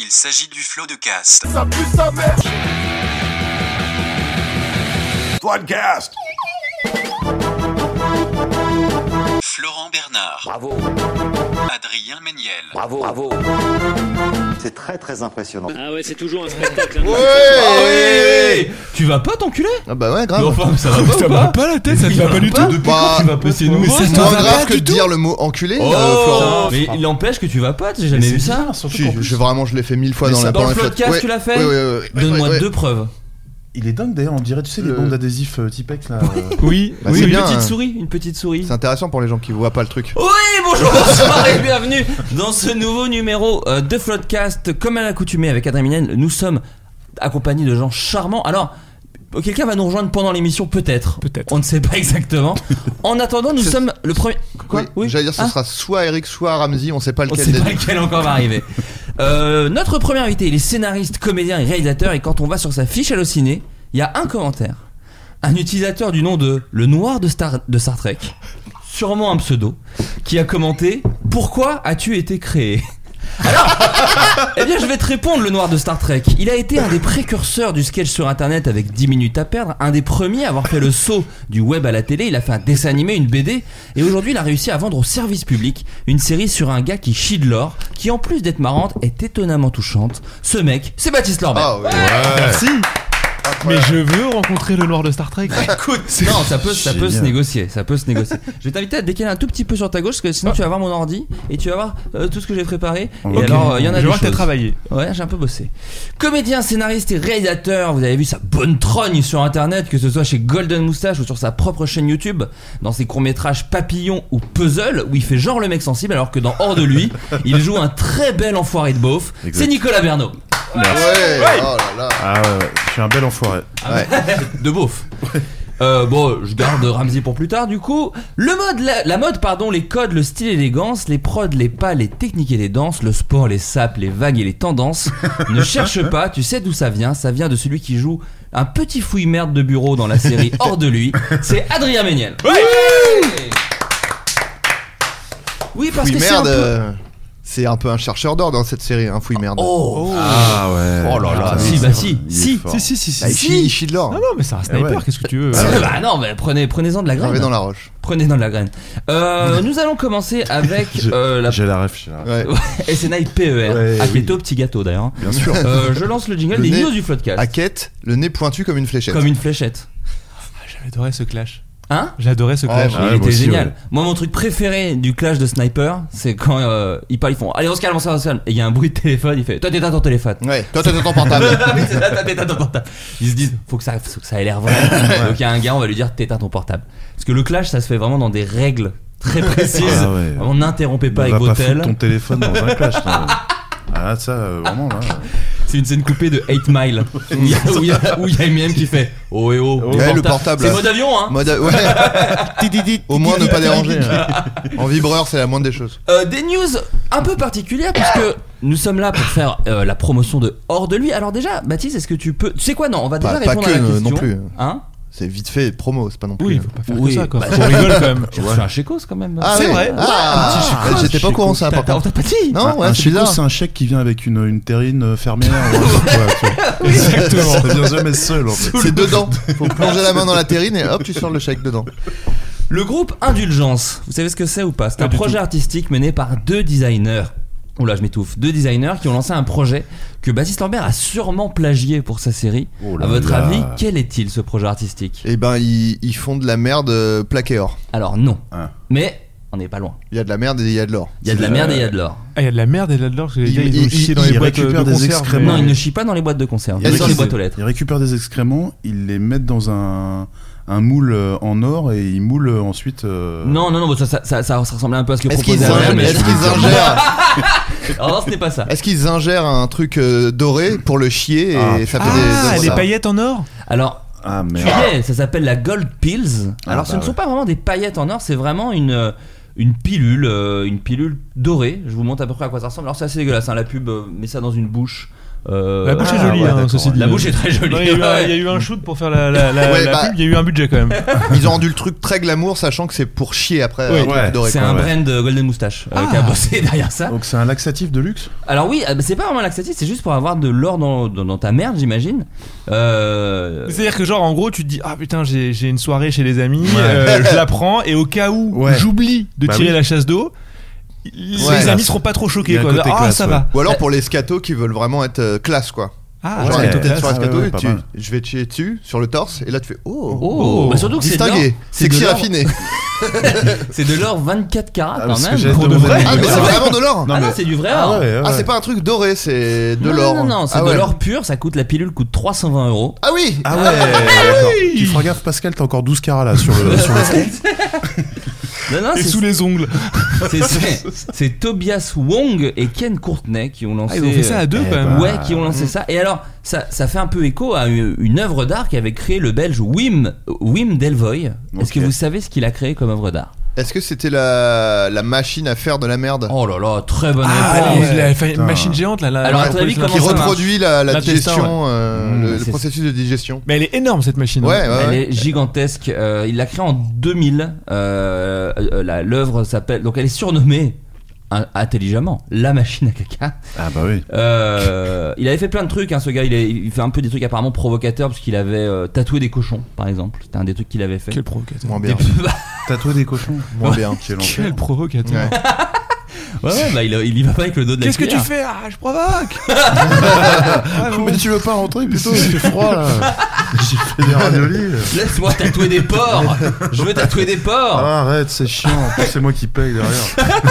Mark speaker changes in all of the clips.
Speaker 1: Il s'agit du flot de cast.
Speaker 2: Podcast.
Speaker 1: Florent Bernard. Bravo. Adrien Méniel.
Speaker 3: Bravo, bravo.
Speaker 4: C'est très très impressionnant.
Speaker 5: Ah ouais, c'est toujours un spectacle. hein.
Speaker 6: Tu vas pas t'enculer
Speaker 7: Ah bah ouais,
Speaker 6: Mais
Speaker 7: grave.
Speaker 6: enfin, ça va pas
Speaker 8: Ça
Speaker 6: ou
Speaker 8: va
Speaker 6: pas
Speaker 8: pas la tête, ça te va pas du tout.
Speaker 6: Depuis
Speaker 7: Bah,
Speaker 6: quand tu vas pas C'est
Speaker 8: mais
Speaker 6: nouveau
Speaker 8: ça
Speaker 6: ça.
Speaker 8: te
Speaker 7: Moins
Speaker 8: va
Speaker 7: grave
Speaker 8: pas
Speaker 7: que
Speaker 8: du
Speaker 7: de dire le mot enculé,
Speaker 6: Oh,
Speaker 7: euh, Florent.
Speaker 6: mais il empêche que tu vas pas, j'ai jamais
Speaker 8: Mais
Speaker 6: vu
Speaker 8: c'est
Speaker 6: ça.
Speaker 8: bizarre, surtout
Speaker 7: Si,
Speaker 8: qu'en
Speaker 7: je,
Speaker 8: plus-
Speaker 7: je- vraiment, je l'ai fait mille fois
Speaker 6: Mais
Speaker 7: dans
Speaker 6: ça,
Speaker 7: la
Speaker 6: dans le
Speaker 7: la flotte.
Speaker 6: podcast, tu l'as fait
Speaker 7: Oui, oui, oui, oui, oui,
Speaker 6: Donne-moi
Speaker 7: oui, oui.
Speaker 6: deux preuves.
Speaker 8: Il est dingue d'ailleurs, on dirait, tu sais, les
Speaker 7: Le-
Speaker 8: bandes adhésifs euh, Tipex là. euh,
Speaker 6: Oui,
Speaker 7: Bah,
Speaker 6: oui,
Speaker 7: c'est
Speaker 6: une
Speaker 7: bien,
Speaker 6: petite
Speaker 7: hein.
Speaker 6: souris, une petite souris.
Speaker 7: C'est intéressant pour les gens qui voient pas le truc.
Speaker 6: Oui, bonjour, bonsoir et bienvenue dans ce nouveau numéro euh, de Floodcast. Comme à l'accoutumée avec Adrien Minel, nous sommes accompagnés de gens charmants. Alors, euh, quelqu'un va nous rejoindre pendant l'émission, peut-être.
Speaker 8: Peut-être.
Speaker 6: On ne sait pas exactement. En attendant, nous
Speaker 7: C'est-
Speaker 6: sommes le premier. Quoi
Speaker 7: Oui, J'allais dire, ce
Speaker 6: Ah.
Speaker 7: sera soit Eric, soit Ramsey, on sait pas
Speaker 6: On
Speaker 7: lequel
Speaker 6: sait
Speaker 7: des
Speaker 6: pas
Speaker 7: deux.
Speaker 6: lequel encore va arriver. Euh, notre premier invité, il est scénariste, comédien et réalisateur. Et quand on va sur sa fiche hallucinée, il y a un commentaire. Un utilisateur du nom de Le Noir de, Star, de Star Trek, sûrement un pseudo, qui a commenté Pourquoi as-tu été créé alors, eh bien, je vais te répondre, le noir de Star Trek. Il a été un des précurseurs du sketch sur internet avec 10 minutes à perdre, un des premiers à avoir fait le saut du web à la télé. Il a fait un dessin animé, une BD, et aujourd'hui, il a réussi à vendre au service public une série sur un gars qui chie de l'or, qui en plus d'être marrante, est étonnamment touchante. Ce mec, c'est Baptiste Lorber.
Speaker 7: Ah, ouais.
Speaker 8: Merci.
Speaker 7: Voilà.
Speaker 8: Mais je veux rencontrer le noir de Star Trek.
Speaker 6: Écoute, non, ça peut, ça peut se
Speaker 8: Génial.
Speaker 6: négocier, ça peut se négocier. Je vais t'inviter à te décaler un tout petit peu sur ta gauche, parce que sinon tu vas voir mon ordi et tu vas voir euh, tout ce que j'ai préparé. Et
Speaker 8: Ok.
Speaker 6: alors, euh, il y en a
Speaker 8: Je
Speaker 6: des
Speaker 8: vois que t'as
Speaker 6: choses.
Speaker 8: travaillé.
Speaker 6: Ouais, j'ai un peu bossé. Comédien, scénariste et réalisateur, vous avez vu sa bonne trogne sur internet, que ce soit chez Golden Moustache ou sur sa propre chaîne YouTube, dans ses courts-métrages Papillon ou Puzzle, où il fait genre le mec sensible, alors que dans Hors de lui, il joue un très bel enfoiré de beauf.
Speaker 8: Exact.
Speaker 6: C'est Nicolas Bernot.
Speaker 7: Ouais, oh là là.
Speaker 8: Ah ouais, ouais, je suis un bel enfoiré.
Speaker 6: de beauf. Euh, bon, je garde Ramsey pour plus tard. Du coup, le mode, la, la mode, pardon, les codes, le style, et l'élégance, les prods, les pas, les techniques et les danses, le sport, les sapes, les vagues et les tendances. ne cherche pas, tu sais d'où ça vient. Ça vient de celui qui joue un petit fouille merde de bureau dans la série Hors de lui. C'est Adrien Méniel. oui, parce
Speaker 7: Fouille
Speaker 6: que c'est un
Speaker 7: merde,
Speaker 6: peu.
Speaker 7: euh, c'est un peu un chercheur d'or dans cette série, un fouille merde.
Speaker 6: Oh,
Speaker 8: Ah ouais.
Speaker 6: oh là
Speaker 8: Putain,
Speaker 6: là, si,
Speaker 8: il est
Speaker 6: bah
Speaker 8: fort,
Speaker 6: si,
Speaker 8: il est
Speaker 6: si,
Speaker 8: fort.
Speaker 6: si, Eh
Speaker 8: si, si, si.
Speaker 7: Bah, il chie- il chie de l'or.
Speaker 8: Non, non, mais c'est un
Speaker 6: sniper,
Speaker 8: qu'est-ce que tu veux
Speaker 6: Bah non, mais prenez, prenez-en de la graine.
Speaker 7: Gravé dans la roche.
Speaker 6: Prenez dans de la graine. Euh, nous allons commencer avec euh, la
Speaker 8: J'ai la ref, j'ai la ref.
Speaker 7: Ouais.
Speaker 6: SNI PER.
Speaker 8: Ouais,
Speaker 6: Akheto, petit gâteau d'ailleurs.
Speaker 8: Bien sûr.
Speaker 6: Euh, je lance le jingle
Speaker 7: Le
Speaker 6: des
Speaker 7: nez.
Speaker 6: news du Floodcast.
Speaker 7: Hackett, le nez pointu comme une fléchette.
Speaker 6: Comme une fléchette.
Speaker 8: J'adorais ce clash.
Speaker 6: Hein
Speaker 8: J'adorais ce
Speaker 7: clash.
Speaker 8: clash.
Speaker 7: Ah,
Speaker 6: il était génial. Moi, mon truc préféré du clash de sniper, c'est quand euh, ils parlent, ils font Allez, on se calme, on se calme, on se calme. Et il y a un bruit de téléphone, il fait Toi, t'es à ton téléphone.
Speaker 7: Ouais, toi t'as ton portable.
Speaker 6: Ah oui, c'est ça, t'éteins ton portable. Ils se disent, faut que ça, faut que ça ait l'air vrai. Donc il y a un gars, on va lui dire, t'éteins ton portable. Parce que le clash, ça se fait vraiment dans des règles très précises.
Speaker 8: Ah ouais.
Speaker 6: On n'interrompait pas
Speaker 8: On
Speaker 6: avec
Speaker 8: va pas foutre
Speaker 6: Botel.
Speaker 8: ton téléphone dans un clash. là. Ah là, ça, euh, vraiment, là.
Speaker 6: C'est une scène coupée de 8 Mile. où il y a- où il y a- où il y a Eminem qui fait, oh et oh.
Speaker 7: Ouais, le portable.
Speaker 6: C'est mode avion, hein.
Speaker 7: Mode- ouais. Au moins ne pas déranger. En vibreur, c'est la moindre des choses.
Speaker 6: Euh, des news un peu particulières puisque nous sommes là pour faire euh, la promotion de Hors de lui. Alors déjà, Baptiste, est-ce que tu peux... Tu sais quoi, non, on va déjà
Speaker 7: Bah, pas
Speaker 6: répondre
Speaker 7: que,
Speaker 6: à la
Speaker 7: euh,
Speaker 6: question.
Speaker 7: non plus.
Speaker 6: Hein
Speaker 7: C'est vite fait promo, c'est pas non plus. hein.
Speaker 8: pas
Speaker 6: faire Oui, que ça, quoi. bah,
Speaker 8: On rigole quand même.
Speaker 6: Tu fais un chécos quand même.
Speaker 7: Ah, ouais. Ah,
Speaker 6: Un petit
Speaker 7: ah,
Speaker 6: chécos.
Speaker 7: j'étais pas au courant, ça,
Speaker 6: T'as-
Speaker 7: par
Speaker 6: t'as-
Speaker 7: contre.
Speaker 6: t'as pas dit Ah.
Speaker 7: Non, ouais,
Speaker 8: un
Speaker 7: c'est
Speaker 8: chèque,
Speaker 7: bizarre.
Speaker 8: Ah, c'est un chèque qui vient avec une, une terrine euh, fermière. ou un truc, quoi, tu vois. Exactement. Ça vient jamais seul en fait.
Speaker 7: C'est dedans. Faut plonger la main dans la terrine et hop, tu sors le chèque dedans.
Speaker 6: Le groupe Indulgence, vous savez ce que c'est ou pas C'est un projet artistique mené par deux designers Oula, je m'étouffe. Deux designers qui ont lancé un projet que Baptiste Lambert a sûrement plagié pour sa série.
Speaker 5: Oh là
Speaker 6: à votre
Speaker 5: là.
Speaker 6: avis, quel est-il ce projet artistique
Speaker 5: Eh ben, ils, ils font de la merde euh, plaqué or.
Speaker 6: Alors non,
Speaker 5: Ah.
Speaker 6: mais on n'est pas loin.
Speaker 5: Il y a de la merde et il y a de l'or.
Speaker 6: Il y a de la
Speaker 5: C'est-
Speaker 6: merde et il y a de l'or.
Speaker 3: Ah, il y a de la merde et de la de l'or, parce que les
Speaker 5: Il-
Speaker 3: gars, ils ont
Speaker 5: il-
Speaker 3: chié
Speaker 5: il-
Speaker 3: dans les
Speaker 5: il
Speaker 3: boîtes euh,
Speaker 8: récupère
Speaker 3: de
Speaker 8: des
Speaker 3: conserve.
Speaker 8: excréments.
Speaker 6: Non,
Speaker 3: mais-
Speaker 6: il ne chie pas dans les boîtes de conserve. Il, est dans les boîtes aux lettres.
Speaker 8: Ils récupèrent des excréments, ils les mettent dans un, un moule euh, en or et ils moulent euh, ensuite. euh,
Speaker 6: Non, non, non, ça, ça, ça, ça ressemblait un peu à ce que
Speaker 5: Est-ce qu'ils
Speaker 6: proposait Ariel,
Speaker 5: ingèrent,
Speaker 6: mais
Speaker 5: est-ce qu'ils ingèrent,
Speaker 6: Alors non, ce n'est pas ça.
Speaker 5: est-ce qu'ils ingèrent un truc euh, doré pour le chier et
Speaker 8: Ah,
Speaker 5: ça fait
Speaker 3: Ah,
Speaker 5: des.
Speaker 3: les
Speaker 5: ça.
Speaker 3: paillettes en or
Speaker 6: Alors,
Speaker 8: Ah
Speaker 6: tu
Speaker 8: merde.
Speaker 6: y es, ça s'appelle la Gold Pills.
Speaker 8: Ah,
Speaker 6: Alors,
Speaker 8: bah
Speaker 6: ce ne
Speaker 8: ouais.
Speaker 6: sont pas vraiment des paillettes en or, c'est vraiment une. euh, Une pilule, euh, une pilule dorée. Je vous montre à peu près à quoi ça ressemble. Alors c'est assez dégueulasse. hein, La pub euh, met ça dans une bouche. euh,
Speaker 3: La bouche est
Speaker 8: Ah,
Speaker 3: jolie,
Speaker 8: ouais,
Speaker 3: hein,
Speaker 8: d'accord,
Speaker 3: ceci
Speaker 8: ouais.
Speaker 3: dit.
Speaker 6: La bouche est très jolie.
Speaker 3: Non, Il y, a eu un-
Speaker 6: Ouais.
Speaker 3: il y a eu un shoot pour faire la, la, la-
Speaker 5: Ouais,
Speaker 3: la
Speaker 5: bah-
Speaker 3: pub, il y a eu un budget quand même.
Speaker 5: Ils ont rendu le truc très glamour, sachant que c'est pour chier après.
Speaker 8: Oui.
Speaker 5: un truc
Speaker 8: Ouais.
Speaker 5: doré,
Speaker 6: C'est
Speaker 5: quoi.
Speaker 6: un
Speaker 8: ouais.
Speaker 6: brand euh, Golden Moustache euh, qui
Speaker 3: Ah.
Speaker 6: a bossé derrière ça.
Speaker 8: Donc c'est un laxatif de luxe
Speaker 6: Alors oui, euh, bah, c'est pas vraiment laxatif, c'est juste pour avoir de l'or dans, dans- dans ta merde, j'imagine. Euh,
Speaker 3: C'est-à-dire que genre en gros tu te dis ah putain j'ai j'ai une soirée chez les amis, euh, je la prends et au cas où
Speaker 8: Ouais.
Speaker 3: j'oublie de
Speaker 8: Bah
Speaker 3: tirer
Speaker 8: oui.
Speaker 3: la chasse d'eau, les
Speaker 5: Ouais.
Speaker 3: amis seront pas trop
Speaker 8: Il y
Speaker 3: choqués
Speaker 8: a un
Speaker 3: quoi.
Speaker 8: côté
Speaker 3: Ah
Speaker 8: classe,
Speaker 3: ça
Speaker 8: ouais.
Speaker 3: va.
Speaker 5: Ou alors pour les scatos qui veulent vraiment être euh, classe quoi.
Speaker 3: Ah
Speaker 5: Genre,
Speaker 8: ouais.
Speaker 5: t'es- t'es
Speaker 8: classe.
Speaker 5: sur un scato,
Speaker 8: Ah ouais, ouais,
Speaker 5: tu-
Speaker 8: pas mal.
Speaker 5: je vais te chier dessus, sur le torse, et là tu fais oh,
Speaker 6: Oh, Bah, surtout que c'est de l'or.
Speaker 5: distingué,
Speaker 6: C'est de
Speaker 5: sexy
Speaker 6: l'or.
Speaker 5: raffiné.
Speaker 6: C'est de l'or 24 carats
Speaker 8: Ah,
Speaker 6: quand
Speaker 8: parce que
Speaker 6: même.
Speaker 8: j'allais
Speaker 6: Pour
Speaker 8: te
Speaker 6: de
Speaker 8: demander.
Speaker 6: vrai.
Speaker 5: Ah, mais c'est vraiment de l'or.
Speaker 6: Ah
Speaker 8: Non,
Speaker 6: non,
Speaker 8: mais-
Speaker 6: c'est du vrai
Speaker 8: Ah
Speaker 6: or.
Speaker 8: ouais, ouais,
Speaker 5: Ah, c'est
Speaker 8: ouais.
Speaker 5: pas un truc doré, c'est de
Speaker 6: Non,
Speaker 5: l'or.
Speaker 6: Non, non, c'est
Speaker 5: Ah
Speaker 6: de
Speaker 5: ouais.
Speaker 6: l'or pur, ça coûte la pilule coûte 320 euros.
Speaker 5: Ah oui
Speaker 8: Ah ouais, d'accord. Tu feras gaffe, Pascal, t'as encore 12 carats là sur le, sur le front.
Speaker 6: Non, non,
Speaker 3: Et
Speaker 6: c'est-
Speaker 3: sous les ongles.
Speaker 6: c'est- c'est- c'est Tobias Wong et Ken Courtenay qui ont lancé.
Speaker 3: Ah, ils ont fait ça à deux
Speaker 8: Eh
Speaker 3: quand
Speaker 8: ben.
Speaker 3: même.
Speaker 8: Ah.
Speaker 6: Ouais, qui ont lancé ça. Et alors, ça, ça fait un peu écho à une, une œuvre d'art qu'avait créé le Belge Wim, Wim Delvoye. Est-ce
Speaker 8: Ok.
Speaker 6: que vous savez ce qu'il a créé comme œuvre d'art
Speaker 5: Est-ce que c'était la, la machine à faire de la merde
Speaker 6: Oh là là, très bonne
Speaker 3: Ah,
Speaker 6: réponse.
Speaker 3: les- la fa-
Speaker 8: Putain.
Speaker 3: machine géante là. la-
Speaker 6: Alors,
Speaker 3: la-
Speaker 6: à ton avis,
Speaker 3: la-
Speaker 6: comment
Speaker 5: Qui
Speaker 6: ça marche
Speaker 5: reproduit la, la
Speaker 3: L'intestin,
Speaker 5: digestion, euh,
Speaker 6: Mmh,
Speaker 5: le- le,
Speaker 6: c'est-
Speaker 5: processus de digestion.
Speaker 3: Mais elle est énorme cette machine. hein.
Speaker 5: Ouais, ouais,
Speaker 6: Elle
Speaker 5: ouais.
Speaker 6: est gigantesque. Euh, il l'a créée en 2000. Euh, euh, la- L'œuvre s'appelle. Donc elle est surnommée in- intelligemment la machine à caca.
Speaker 8: Ah bah oui.
Speaker 6: Euh, il avait fait plein de trucs, hein, ce gars. Il, est- il fait un peu des trucs apparemment provocateurs parce qu'il avait euh, tatoué des cochons, par exemple. C'était un des trucs qu'il avait fait.
Speaker 3: Quel provocateur.
Speaker 5: Moins bien.
Speaker 8: Tatoué des cochons.
Speaker 5: Moins bien.
Speaker 8: Quel enfer.
Speaker 3: Quel provocateur.
Speaker 5: Ouais.
Speaker 6: Ouais, ouais, bah, il, il y va pas avec le dos de la
Speaker 3: Qu'est-ce que tu
Speaker 6: cuillère.
Speaker 3: fais Ah, je provoque
Speaker 8: Mais tu veux pas rentrer plutôt Il fait froid là. J'ai fait des raviolis.
Speaker 6: Laisse-moi tatouer des porcs. Je veux tatouer des porcs.
Speaker 8: Ah, arrête, c'est chiant. En plus, c'est moi qui paye derrière.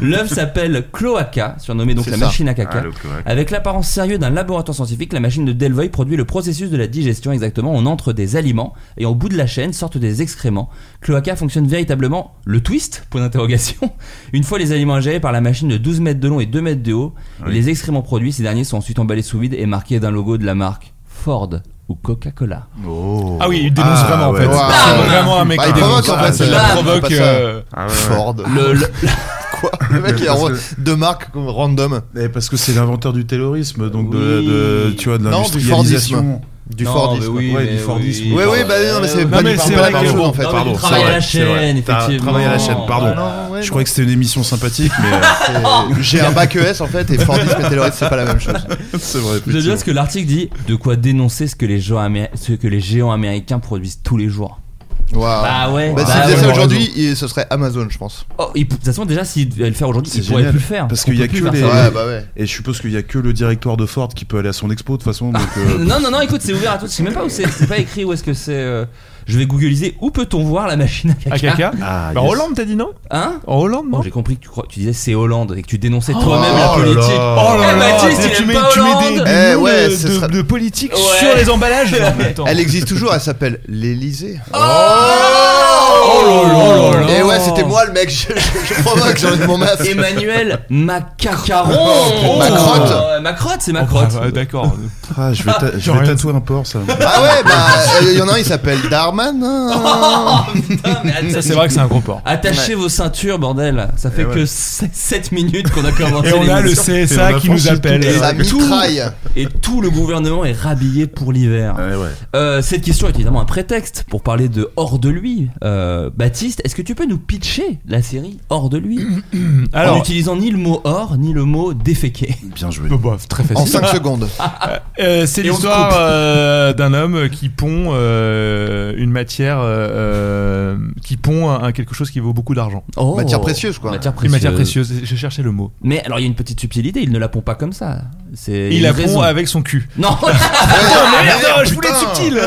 Speaker 6: L'œuvre s'appelle Cloaca, surnommée donc
Speaker 5: C'est
Speaker 6: la
Speaker 5: ça.
Speaker 6: machine à caca. Avec l'apparence sérieuse d'un laboratoire scientifique, la machine de Delvoye produit le processus de la digestion exactement. On entre des aliments et au bout de la chaîne sortent des excréments. Cloaca fonctionne véritablement le twist Point d'interrogation. Une fois les aliments ingérés par la machine de 12 mètres de long et 2 mètres de haut, et les excréments produits, ces derniers sont ensuite emballés sous vide et marqués d'un logo de la marque Ford ou Coca-Cola.
Speaker 3: Ah oui, il dénonce
Speaker 8: Ah,
Speaker 3: vraiment
Speaker 8: ouais.
Speaker 3: en fait.
Speaker 5: Waouh.
Speaker 3: C'est vraiment un mec
Speaker 5: Bah,
Speaker 3: qui
Speaker 5: il
Speaker 3: dénonce.
Speaker 5: provoque, en
Speaker 3: Ah,
Speaker 5: fait,
Speaker 3: il
Speaker 5: euh,
Speaker 3: la
Speaker 5: c'est
Speaker 3: provoque.
Speaker 5: pas ça.
Speaker 3: euh,
Speaker 8: Ah
Speaker 5: Ford.
Speaker 6: Le- le-
Speaker 5: Quoi Le mec, il a
Speaker 8: Parce
Speaker 5: re- deux marques random.
Speaker 8: Mais Eh, parce que c'est l'inventeur du terrorisme, donc de,
Speaker 6: Oui.
Speaker 8: de- tu vois, de
Speaker 5: Non, du
Speaker 8: l'industrialisation.
Speaker 5: Du
Speaker 6: Non,
Speaker 5: Fordisme.
Speaker 6: mais oui,
Speaker 8: Ouais,
Speaker 6: mais
Speaker 8: du Fordisme.
Speaker 6: oui.
Speaker 5: Ouais, ouais, bah non, mais c'est
Speaker 3: Non,
Speaker 5: pas,
Speaker 3: mais
Speaker 5: du-
Speaker 3: c'est
Speaker 5: pas
Speaker 3: vrai
Speaker 5: la même
Speaker 3: que-
Speaker 5: chose en fait.
Speaker 6: Non, mais
Speaker 8: Pardon,
Speaker 6: tu travailles
Speaker 8: c'est
Speaker 6: à
Speaker 8: vrai,
Speaker 6: la
Speaker 8: c'est vrai.
Speaker 6: chaîne,
Speaker 8: T'as
Speaker 6: effectivement.
Speaker 8: travaillé à la chaîne, pardon.
Speaker 5: ouais,
Speaker 8: Je
Speaker 5: non.
Speaker 8: croyais que c'était une émission sympathique, mais euh,
Speaker 5: C'est- J'ai un bac ES en fait et Fordisme et terrorisme, c'est pas la même chose.
Speaker 8: c'est vrai.
Speaker 6: J'aime bien ce que l'article dit de quoi dénoncer ce que les gens amé- ce que les géants américains produisent tous les jours.
Speaker 5: Waouh.
Speaker 6: Bah ouais.
Speaker 5: Bah,
Speaker 6: Bah
Speaker 5: s'il faisait
Speaker 6: ouais.
Speaker 5: ça aujourd'hui, il- ce serait Amazon, je pense.
Speaker 6: Oh, il- de toute façon, déjà, s'il devait le faire aujourd'hui,
Speaker 8: C'est
Speaker 6: il pourrait
Speaker 8: génial,
Speaker 6: plus le faire.
Speaker 8: parce
Speaker 6: On
Speaker 8: qu'il y a
Speaker 6: peut plus
Speaker 8: que
Speaker 6: faire
Speaker 8: les-
Speaker 6: ça.
Speaker 5: Ouais, bah ouais.
Speaker 8: Et je suppose qu'il y a que le directoire de Ford qui peut aller à son expo de toute façon. Donc, euh,
Speaker 6: Non, non, non, écoute, c'est ouvert à tous. Je sais même pas où c'est. C'est pas écrit où est-ce que c'est. euh, Je vais googliser où peut-on voir la machine à
Speaker 3: À
Speaker 6: caca.
Speaker 3: caca
Speaker 8: Ah,
Speaker 3: Bah,
Speaker 8: yes.
Speaker 3: Hollande, t'as dit non
Speaker 6: Hein
Speaker 3: En Hollande, non
Speaker 6: Bon, j'ai compris que tu, crois- tu disais c'est Hollande et que tu dénonçais
Speaker 3: Oh
Speaker 6: toi-même la
Speaker 5: là
Speaker 6: politique.
Speaker 8: là.
Speaker 3: Oh là
Speaker 6: Eh,
Speaker 3: là,
Speaker 6: Baptiste, il
Speaker 3: tu
Speaker 6: aime
Speaker 3: mets,
Speaker 6: pas
Speaker 3: tu mets
Speaker 6: Hollande.
Speaker 3: des, des
Speaker 5: Eh
Speaker 3: noms
Speaker 5: ouais,
Speaker 3: de,
Speaker 5: ce
Speaker 3: de-
Speaker 5: sera-
Speaker 3: de politique
Speaker 6: Ouais.
Speaker 3: sur les emballages. Non, mais attends.
Speaker 5: Elle existe toujours, elle s'appelle l'Elysée.
Speaker 3: Oh là là là.
Speaker 5: Et Eh ouais, c'était moi le mec, je, je- je provoque, j'enlève mon masque.
Speaker 6: Emmanuel
Speaker 5: Oh,
Speaker 6: Macacaron
Speaker 5: ma crotte.
Speaker 6: Euh, Ma crotte, c'est ma
Speaker 3: Oh,
Speaker 6: crotte.
Speaker 3: bah, D'accord.
Speaker 8: ah, je vais, ta- je vais tatouer un porc, ça.
Speaker 5: Ah ouais, bah, il y en a un, il s'appelle Darman. hein.
Speaker 6: Putain, mais attends,
Speaker 3: Ça, c'est vrai que c'est un gros porc.
Speaker 6: Attachez vos ceintures, bordel. Ça fait
Speaker 8: ouais.
Speaker 6: que 7 minutes qu'on a commencé.
Speaker 3: Et on a le
Speaker 6: l'émission.
Speaker 8: Et on
Speaker 3: CSA
Speaker 8: a
Speaker 3: qui nous
Speaker 8: franchi
Speaker 3: appelle.
Speaker 5: Et ça
Speaker 6: tout.
Speaker 5: mitraille.
Speaker 6: Et tout le gouvernement est rhabillé pour l'hiver.
Speaker 8: Ouais, ouais.
Speaker 6: Euh, cette question est évidemment un prétexte pour parler de Hors de lui, euh, euh, Baptiste, est-ce que tu peux nous pitcher la série hors de lui
Speaker 5: Alors-
Speaker 6: En n'utilisant ni le mot hors, ni le mot déféqué.
Speaker 8: Bien joué.
Speaker 5: Bah, bah, très facile.
Speaker 9: En 5 secondes.
Speaker 5: Euh, c'est
Speaker 6: Et on se
Speaker 5: l'histoire
Speaker 6: coupe.
Speaker 5: euh, d'un homme qui pond euh, une matière, euh, euh, qui pond un, un quelque chose qui vaut beaucoup d'argent.
Speaker 6: Oh.
Speaker 9: Matière précieuse, quoi.
Speaker 6: Matière précieuse.
Speaker 5: Une matière précieuse. Je cherchais le mot.
Speaker 6: Mais alors il y a une petite subtilité, il ne la pond pas comme ça. C'est
Speaker 5: Il
Speaker 6: y a
Speaker 5: la
Speaker 6: une raison.
Speaker 5: pond avec son cul.
Speaker 6: Non,
Speaker 5: merde,
Speaker 9: Ah, merde,
Speaker 5: je voulais être
Speaker 9: putain.
Speaker 5: subtil.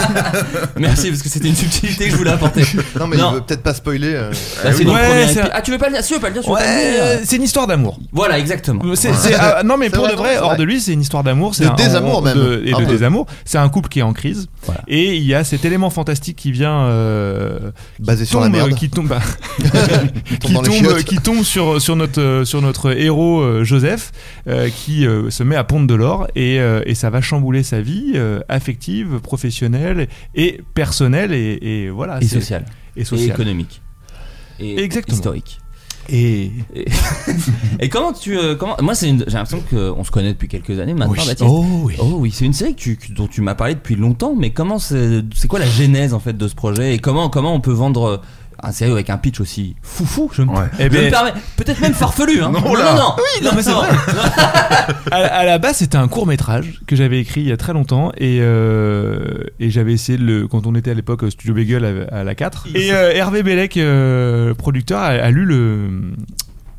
Speaker 6: merci parce que c'était une subtilité que je voulais apporter.
Speaker 9: Non, mais
Speaker 6: Non.
Speaker 9: il veut peut-être pas spoiler. euh.
Speaker 6: Là, c'est
Speaker 5: Ouais,
Speaker 6: dans le premier
Speaker 5: c'est
Speaker 6: épi-
Speaker 5: un-
Speaker 6: Ah tu veux pas le dire Si tu veux pas le dire, tu veux
Speaker 5: Ouais,
Speaker 6: pas le
Speaker 5: euh,
Speaker 6: dire.
Speaker 5: c'est une histoire d'amour.
Speaker 6: Voilà exactement.
Speaker 5: C'est- c'est- ah, non mais
Speaker 9: C'est
Speaker 5: pour
Speaker 9: vrai,
Speaker 5: de
Speaker 9: non,
Speaker 5: vrai,
Speaker 9: c'est
Speaker 5: hors
Speaker 9: vrai.
Speaker 5: de lui, c'est une histoire d'amour, c'est
Speaker 9: De
Speaker 5: un-
Speaker 9: désamour
Speaker 5: on-
Speaker 9: même,
Speaker 5: de- et
Speaker 9: un
Speaker 5: de
Speaker 9: peu.
Speaker 5: désamour. C'est un couple qui est en crise,
Speaker 6: Voilà.
Speaker 5: et il y a cet élément fantastique qui vient euh,
Speaker 9: Basé sur la
Speaker 5: tombe,
Speaker 9: merde.
Speaker 5: qui tombe, bah,
Speaker 9: tombe
Speaker 5: qui
Speaker 9: dans les
Speaker 5: tombe,
Speaker 9: chiottes.
Speaker 5: qui tombe sur sur notre euh, sur notre héros euh, Joseph, euh, qui euh, se met à pondre de l'or et, euh, et ça va chambouler sa vie euh, affective, professionnelle et personnelle et, et voilà
Speaker 6: Et
Speaker 5: c'est-
Speaker 6: social,
Speaker 5: et
Speaker 6: et
Speaker 5: sociale.
Speaker 6: économique, et
Speaker 5: Exactement.
Speaker 6: historique.
Speaker 5: Et-
Speaker 6: Et, et comment tu euh, comment Moi c'est une- j'ai l'impression qu'on se connaît depuis quelques années maintenant,
Speaker 5: Oui.
Speaker 6: Baptiste.
Speaker 5: Oh oui.
Speaker 6: Oh oui, c'est une série que tu- que- dont tu m'as parlé depuis longtemps, mais comment c'est c'est quoi la genèse en fait de ce projet et comment comment on peut vendre euh, un série avec un pitch aussi foufou Je me,
Speaker 8: Ouais.
Speaker 6: je
Speaker 5: Eh ben-
Speaker 6: me permets, peut-être même farfelu. Hein.
Speaker 8: Non,
Speaker 6: non,
Speaker 8: là.
Speaker 6: non, non. Oui, non, mais c'est vrai.
Speaker 5: à, à la base, c'était un court métrage que j'avais écrit il y a très longtemps et, euh, et j'avais essayé de le quand on était à l'époque au Studio Bagel à, à la 4. Et euh, Hervé Bellec, euh, producteur, a, a lu le,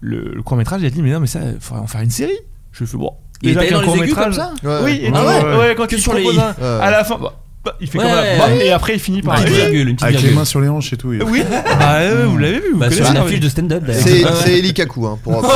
Speaker 5: le, court métrage et a dit mais non mais ça faudrait en faire une série. Je fais bon.
Speaker 6: Il est
Speaker 5: déjà
Speaker 6: allé
Speaker 5: qu'un
Speaker 6: dans les aigus
Speaker 5: court-métrage-
Speaker 6: comme ça
Speaker 9: Ouais.
Speaker 5: Oui. et
Speaker 6: Ah
Speaker 5: tout,
Speaker 6: ouais
Speaker 5: quand
Speaker 6: Que
Speaker 5: tu
Speaker 6: sur
Speaker 5: sur
Speaker 6: les
Speaker 5: les
Speaker 9: i.
Speaker 5: à la fin. bah, bah, il fait
Speaker 6: Ouais.
Speaker 5: comme la- bah, et après il finit
Speaker 6: Une
Speaker 5: par.
Speaker 6: petite virgule, une petite
Speaker 8: Avec les
Speaker 6: virgule.
Speaker 8: mains sur les hanches et tout. et-
Speaker 5: Oui. Ah, euh, vous l'avez vu. Vous
Speaker 6: Bah, sur
Speaker 5: connaissez
Speaker 6: une
Speaker 5: Hervé.
Speaker 6: affiche de stand-up d'ailleurs. Ah,
Speaker 9: C'est
Speaker 6: Ouais, ouais.
Speaker 9: c'est Eli Kaku, ben hein, pour.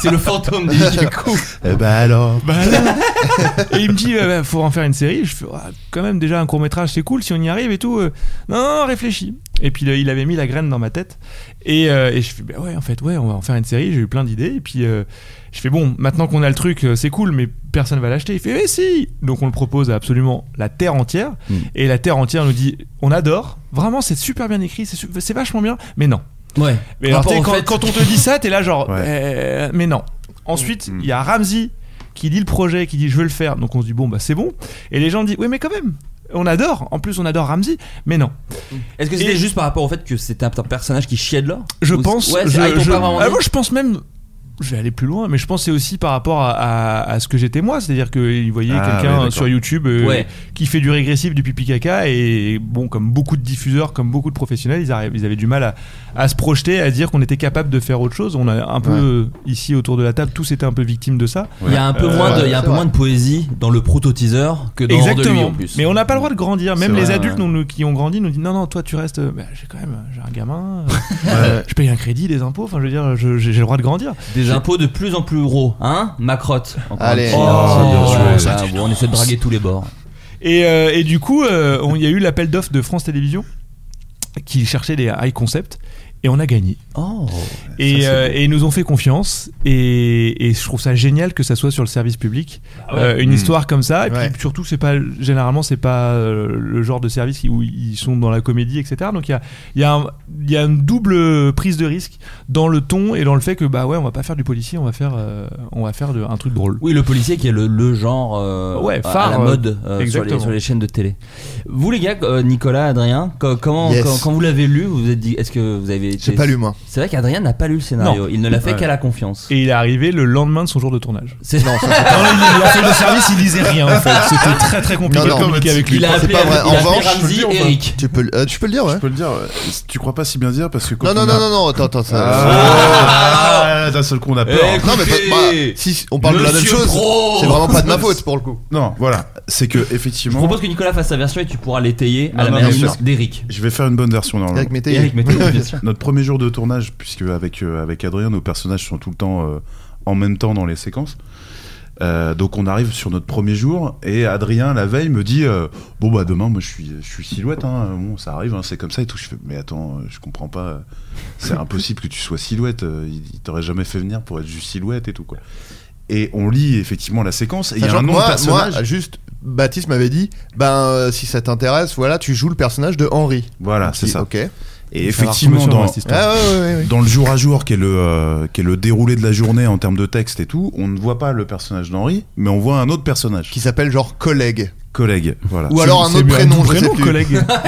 Speaker 6: C'est le fantôme du du coup.
Speaker 8: Eh Bah alors.
Speaker 5: Bah, là. et il me dit bah, bah, faut en faire une série je fais Ah, quand même déjà un court métrage c'est cool si on y arrive et tout euh, non, non, réfléchis et puis là, il avait mis la graine dans ma tête et, euh, et je fais bah ouais en fait ouais on va en faire une série j'ai eu plein d'idées et puis euh, je fais bon maintenant qu'on a le truc euh, c'est cool mais personne va l'acheter il fait mais si donc on le propose à absolument la terre entière
Speaker 6: Mm.
Speaker 5: et la terre entière nous dit on adore vraiment c'est super bien écrit c'est su- c'est vachement bien mais non
Speaker 6: Ouais.
Speaker 5: mais alors,
Speaker 6: Rapport
Speaker 5: t'sais,
Speaker 6: au
Speaker 5: quand,
Speaker 6: fait-
Speaker 5: quand on te dit ça, t'es là genre,
Speaker 8: Ouais.
Speaker 5: euh, mais non. Ensuite,
Speaker 6: Mm.
Speaker 5: il y a Ramsey qui dit le projet, qui dit je veux le faire. Donc on se dit bon bah c'est bon. Et les gens disent oui mais quand même, on adore. En plus on adore Ramsey, mais non.
Speaker 6: Mm. Est-ce que c'était
Speaker 5: Et-
Speaker 6: juste par rapport au fait que c'était un personnage qui chiait de l'or
Speaker 5: Je
Speaker 6: Ou c'est-
Speaker 5: pense.
Speaker 6: Ouais,
Speaker 5: je,
Speaker 6: c'est- ah, ils t'ont
Speaker 5: je-
Speaker 6: pas vraiment
Speaker 5: Ah,
Speaker 6: dit.
Speaker 5: moi, je pense même. Je vais aller plus loin, mais je pense que c'est aussi par rapport à, à- à ce que j'étais moi, c'est-à-dire qu'il voyait
Speaker 8: Ah, oui,
Speaker 5: quelqu'un
Speaker 8: d'accord.
Speaker 5: sur YouTube euh,
Speaker 6: Ouais.
Speaker 5: qui fait du régressif, du pipi caca, et bon, comme beaucoup de diffuseurs, comme beaucoup de professionnels, ils, arrivent- ils avaient du mal à, à se projeter, à dire qu'on était capable de faire autre chose. On a un peu
Speaker 9: Ouais.
Speaker 5: euh, ici autour de la table, tous étaient un peu victimes de ça.
Speaker 6: Il y a un peu
Speaker 5: Euh,
Speaker 6: moins de, il y a un
Speaker 9: c'est
Speaker 6: peu
Speaker 9: vrai.
Speaker 6: moins de poésie dans le proto-teaser que dans Hors de lui en plus.
Speaker 5: Mais on n'a pas le droit de grandir. Même
Speaker 6: C'est
Speaker 5: les
Speaker 6: vrai,
Speaker 5: adultes
Speaker 6: ouais.
Speaker 5: nous- nous- qui ont grandi nous disent non, non, toi tu restes. Bah, j'ai quand même, j'ai un gamin. euh, Je paye un crédit, des impôts. Enfin, je veux dire, je- j'ai j'ai le droit de grandir.
Speaker 6: Des impôts de plus en plus gros, hein Ma crotte. encore
Speaker 9: Allez.
Speaker 6: un petit,
Speaker 9: Oh,
Speaker 6: hein.
Speaker 8: ça, bien
Speaker 6: Voilà,
Speaker 8: sûr,
Speaker 6: bon, on essaie de draguer tous les bords.
Speaker 5: Et, euh, et du coup, euh, on- il y a eu l'appel d'offres de France Télévisions qui cherchait des high concepts et on a gagné.
Speaker 6: Oh.
Speaker 5: Et,
Speaker 8: c'est
Speaker 5: euh, et ils nous ont fait confiance et, et je trouve ça génial que ça soit sur le service public
Speaker 6: Ah ouais.
Speaker 5: Euh, une
Speaker 8: Mm.
Speaker 5: histoire comme ça et puis
Speaker 9: Ouais.
Speaker 5: surtout c'est pas généralement c'est pas euh, le genre de service où ils sont dans la comédie etc donc il y a il y a un- il y a une double prise de risque dans le ton et dans le fait que bah ouais on va pas faire du policier on va faire euh, on va faire de- un truc drôle
Speaker 6: Oui, le policier qui est le, le genre euh,
Speaker 5: Ouais,
Speaker 6: à- à
Speaker 5: phare,
Speaker 6: la
Speaker 5: euh,
Speaker 6: mode euh, sur, les,
Speaker 5: exactement.
Speaker 6: sur les chaînes de télé. Vous les gars, euh, Nicolas, Adrien, co- comment
Speaker 9: Yes.
Speaker 6: quand, quand vous l'avez lu, vous vous êtes dit, est-ce que vous avez été...
Speaker 9: J'ai pas lu, moi.
Speaker 6: C'est vrai qu'Adrien n'a pas lu le scénario.
Speaker 5: Non.
Speaker 6: Il ne l'a fait
Speaker 5: Ouais.
Speaker 6: qu'à la confiance.
Speaker 5: et il est arrivé le lendemain de son jour de tournage
Speaker 6: C'est
Speaker 5: L'ensemble de service, il lisait rien en fait. C'était très très compliqué
Speaker 9: Non, non.
Speaker 5: de communiquer avec lui.
Speaker 6: Il a
Speaker 9: C'est
Speaker 6: appelé,
Speaker 9: pas vrai.
Speaker 6: il a
Speaker 9: En
Speaker 6: appelé
Speaker 9: revanche,
Speaker 8: je peux le
Speaker 6: Ramsey
Speaker 8: dire ou pas
Speaker 6: Eric.
Speaker 9: Tu peux, le- euh, tu peux le dire, ouais.
Speaker 8: Je peux le dire, euh, tu crois pas si bien dire parce que quand
Speaker 9: Non, non,
Speaker 8: on
Speaker 9: non,
Speaker 8: a-
Speaker 9: non, non, attends, attends, ça.
Speaker 8: Ah, d'un seul coup on a peur.
Speaker 6: Eh,
Speaker 9: Non, mais pas- bah, si on parle de la même
Speaker 6: Monsieur
Speaker 9: chose,
Speaker 6: Pro.
Speaker 9: c'est vraiment pas de ma faute pour le coup.
Speaker 8: Non, voilà, c'est que
Speaker 6: Je
Speaker 8: effectivement,
Speaker 6: propose que Nicolas fasse sa version et tu pourras l'étayer
Speaker 8: Non,
Speaker 6: à la
Speaker 8: non,
Speaker 6: manière
Speaker 8: bien
Speaker 6: d'une-
Speaker 8: sûr.
Speaker 6: d'Eric.
Speaker 8: je vais faire une bonne version normalement.
Speaker 9: Eric Métayer.
Speaker 6: Eric, mais t'es- bien sûr.
Speaker 8: Notre premier jour de tournage, puisque avec, euh, avec Adrien, nos personnages sont tout le temps euh, en même temps dans les séquences. Euh, donc on arrive sur notre premier jour et Adrien la veille me dit euh, bon bah demain moi je suis je suis silhouette hein, bon ça arrive hein, c'est comme ça et tout je fais mais attends euh, je comprends pas euh, c'est impossible que tu sois silhouette euh, il, il t'aurait jamais fait venir pour être juste silhouette et tout quoi et on lit effectivement la séquence et il y a
Speaker 9: Sachant
Speaker 8: un
Speaker 9: que
Speaker 8: nom de
Speaker 9: moi,
Speaker 8: personnage
Speaker 9: moi, juste, Baptiste m'avait dit, ben euh, si ça t'intéresse, voilà, tu joues le personnage de Henri.
Speaker 8: voilà c'est
Speaker 9: Qui-
Speaker 8: ça
Speaker 9: Ok.
Speaker 8: et
Speaker 5: Ça va
Speaker 8: effectivement
Speaker 5: reconnaître
Speaker 8: dans,
Speaker 5: cette histoire.
Speaker 9: Ah ouais, ouais, ouais, ouais.
Speaker 8: dans le jour à jour qui est le euh, qui est le déroulé de la journée en termes de texte et tout, on ne voit pas le personnage d'Henri, mais on voit un autre personnage.
Speaker 9: Qui s'appelle genre collègue.
Speaker 8: collègue. Voilà.
Speaker 5: Ou alors un autre prénom, je sais plus.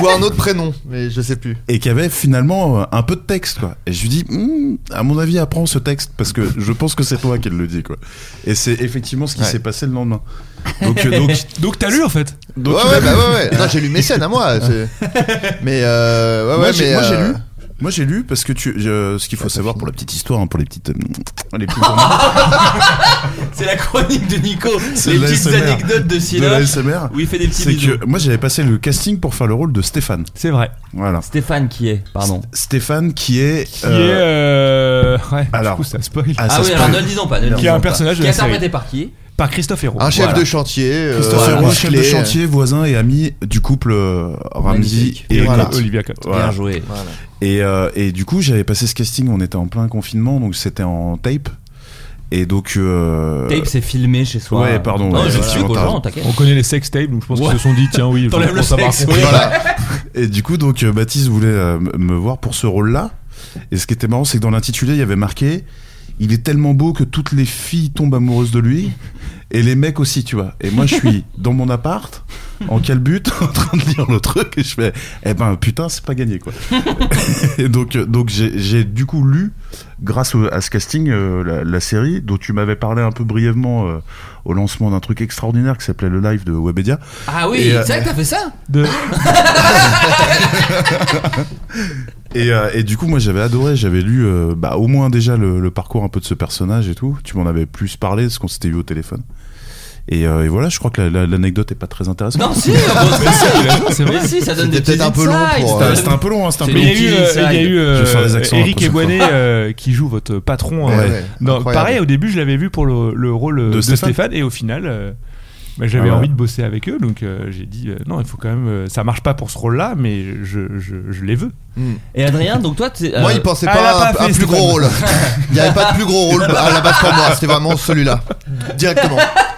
Speaker 5: Ou un autre prénom, mais je sais plus.
Speaker 8: et qui avait finalement euh, un peu de texte quoi. Et je lui dis Hmm, à mon avis apprends ce texte parce que je pense que c'est toi qui le dis quoi. Et c'est effectivement ce qui
Speaker 5: Ouais.
Speaker 8: s'est passé le lendemain. Donc euh, donc
Speaker 2: Donc t'as lu en fait
Speaker 8: donc
Speaker 5: ouais,
Speaker 8: il
Speaker 5: ouais,
Speaker 8: a-
Speaker 5: bah ouais, ouais. Non, j'ai lu Mécène à moi. c'est- Mais euh, ouais,
Speaker 8: moi,
Speaker 5: ouais,
Speaker 8: j'ai,
Speaker 5: mais.
Speaker 8: moi, j'ai
Speaker 5: euh,
Speaker 8: lu. Moi j'ai lu parce que tu, je- ce qu'il faut savoir pour la petite histoire, hein, pour les petites, les petits gourmands
Speaker 6: C'est la chronique de Nico,
Speaker 8: C'est
Speaker 6: les
Speaker 8: de
Speaker 6: petites
Speaker 8: l'ASMR.
Speaker 6: anecdotes de
Speaker 8: de la
Speaker 6: Silas
Speaker 8: SMR,
Speaker 6: où il fait des petits
Speaker 8: c'est
Speaker 6: bisous.
Speaker 8: que moi j'avais passé le casting pour faire le rôle de Stéphane.
Speaker 2: C'est vrai.
Speaker 8: Voilà.
Speaker 6: Stéphane qui est, pardon.
Speaker 8: Stéphane qui est,
Speaker 2: Qui
Speaker 8: euh,
Speaker 2: est. euh, Ouais, du
Speaker 8: alors,
Speaker 2: coup, ça spoil.
Speaker 8: ah,
Speaker 6: Ah,
Speaker 8: ça
Speaker 6: oui,
Speaker 8: se
Speaker 6: alors
Speaker 8: peut.
Speaker 6: ne le disons pas, ne le
Speaker 8: Qui est
Speaker 6: disons
Speaker 2: un
Speaker 6: pas.
Speaker 2: personnage de
Speaker 6: qui est
Speaker 2: la série.
Speaker 6: interprété par qui
Speaker 2: Par Christophe Hérault.
Speaker 5: Un chef
Speaker 6: Voilà.
Speaker 5: de chantier. euh,
Speaker 8: Christophe
Speaker 5: voilà,
Speaker 8: Héroux, chef de
Speaker 5: clé, euh,
Speaker 8: chantier, voisin et ami du couple euh, Ramsey
Speaker 6: Magnifique.
Speaker 8: et
Speaker 2: Et
Speaker 5: Voilà.
Speaker 2: Cotte, Olivia Cotte.
Speaker 8: Voilà.
Speaker 6: Bien joué.
Speaker 8: Et, euh, et du coup, j'avais passé ce casting, on était en plein confinement, donc c'était en tape. Et donc. euh,
Speaker 6: Tape, c'est filmé chez soi.
Speaker 8: Ouais, pardon,
Speaker 6: Non,
Speaker 8: ouais,
Speaker 6: je
Speaker 8: ouais,
Speaker 6: suis aux
Speaker 8: t'as
Speaker 6: gens,
Speaker 8: raison.
Speaker 6: t'inquiète.
Speaker 2: On connaît les sex tapes, donc je pense
Speaker 6: Ouais.
Speaker 2: qu'ils se sont dit tiens, oui,
Speaker 6: T'enlèves le
Speaker 2: ça va
Speaker 6: sexe,
Speaker 2: raconter.
Speaker 6: oui.
Speaker 5: Voilà.
Speaker 8: Et du coup, donc, euh, Baptiste voulait euh, m- me voir pour ce rôle-là. Et ce qui était marrant, c'est que dans l'intitulé, il y avait marqué Il est tellement beau que toutes les filles tombent amoureuses de lui. Et les mecs aussi, tu vois. Et moi, je suis dans mon appart, en calbute, en train de lire le truc. Et je fais Eh ben, putain, c'est pas gagné, quoi. et donc, euh, donc j'ai j'ai du coup lu, grâce au- à ce casting, euh, la, la série, dont tu m'avais parlé un peu brièvement euh, au lancement d'un truc extraordinaire qui s'appelait le live de Webedia.
Speaker 6: Ah oui,
Speaker 8: Et,
Speaker 6: c'est
Speaker 8: euh,
Speaker 6: vrai que t'as fait ça
Speaker 2: De-
Speaker 8: Et, euh, et du coup, moi, j'avais adoré. J'avais lu, euh, bah, au moins déjà le, le parcours un peu de ce personnage et tout. Tu m'en avais plus parlé parce qu'on s'était eu au téléphone. Et, euh, et voilà, je crois que la- la- l'anecdote est pas très intéressante.
Speaker 6: Non, si, heureusement.
Speaker 2: c'est vrai.
Speaker 6: Mais si, ça donne
Speaker 5: C'était
Speaker 6: des petits
Speaker 5: peut-être un peu long
Speaker 6: insights,
Speaker 5: pour,
Speaker 6: ça
Speaker 5: euh,
Speaker 8: C'était
Speaker 6: donne-
Speaker 8: c'était un peu long, hein, c'était un
Speaker 6: C'est
Speaker 8: peu
Speaker 2: Mais
Speaker 8: long.
Speaker 2: il y a eu, euh,
Speaker 6: Petit
Speaker 2: il y a eu
Speaker 8: inside. Je vais faire les
Speaker 2: euh,
Speaker 8: accents la
Speaker 2: Eric
Speaker 8: prochaine fois.
Speaker 2: Ebouané euh, qui joue votre patron.
Speaker 5: Ouais,
Speaker 2: euh,
Speaker 5: ouais,
Speaker 2: dans-
Speaker 5: incroyable.
Speaker 2: pareil, au début, je l'avais vu pour le, le rôle euh,
Speaker 8: De
Speaker 2: de,
Speaker 8: Stéphane.
Speaker 2: Stéphane. et au final, euh, bah, j'avais
Speaker 8: Ah ouais.
Speaker 2: envie de bosser avec eux, donc euh, j'ai dit euh, non, il faut quand même. euh, ça marche pas pour ce rôle-là, mais je, je- je les veux.
Speaker 5: hmm.
Speaker 6: Et Adrien, donc toi, t'es.
Speaker 5: Moi,
Speaker 6: euh,
Speaker 5: il pensait
Speaker 2: elle
Speaker 5: pas
Speaker 2: a
Speaker 5: à un,
Speaker 2: pas
Speaker 5: un
Speaker 2: fait,
Speaker 5: plus
Speaker 2: Stéphane.
Speaker 5: gros rôle. Il n'y avait pas de plus gros rôle à la base pour moi. C'était vraiment celui-là. Directement.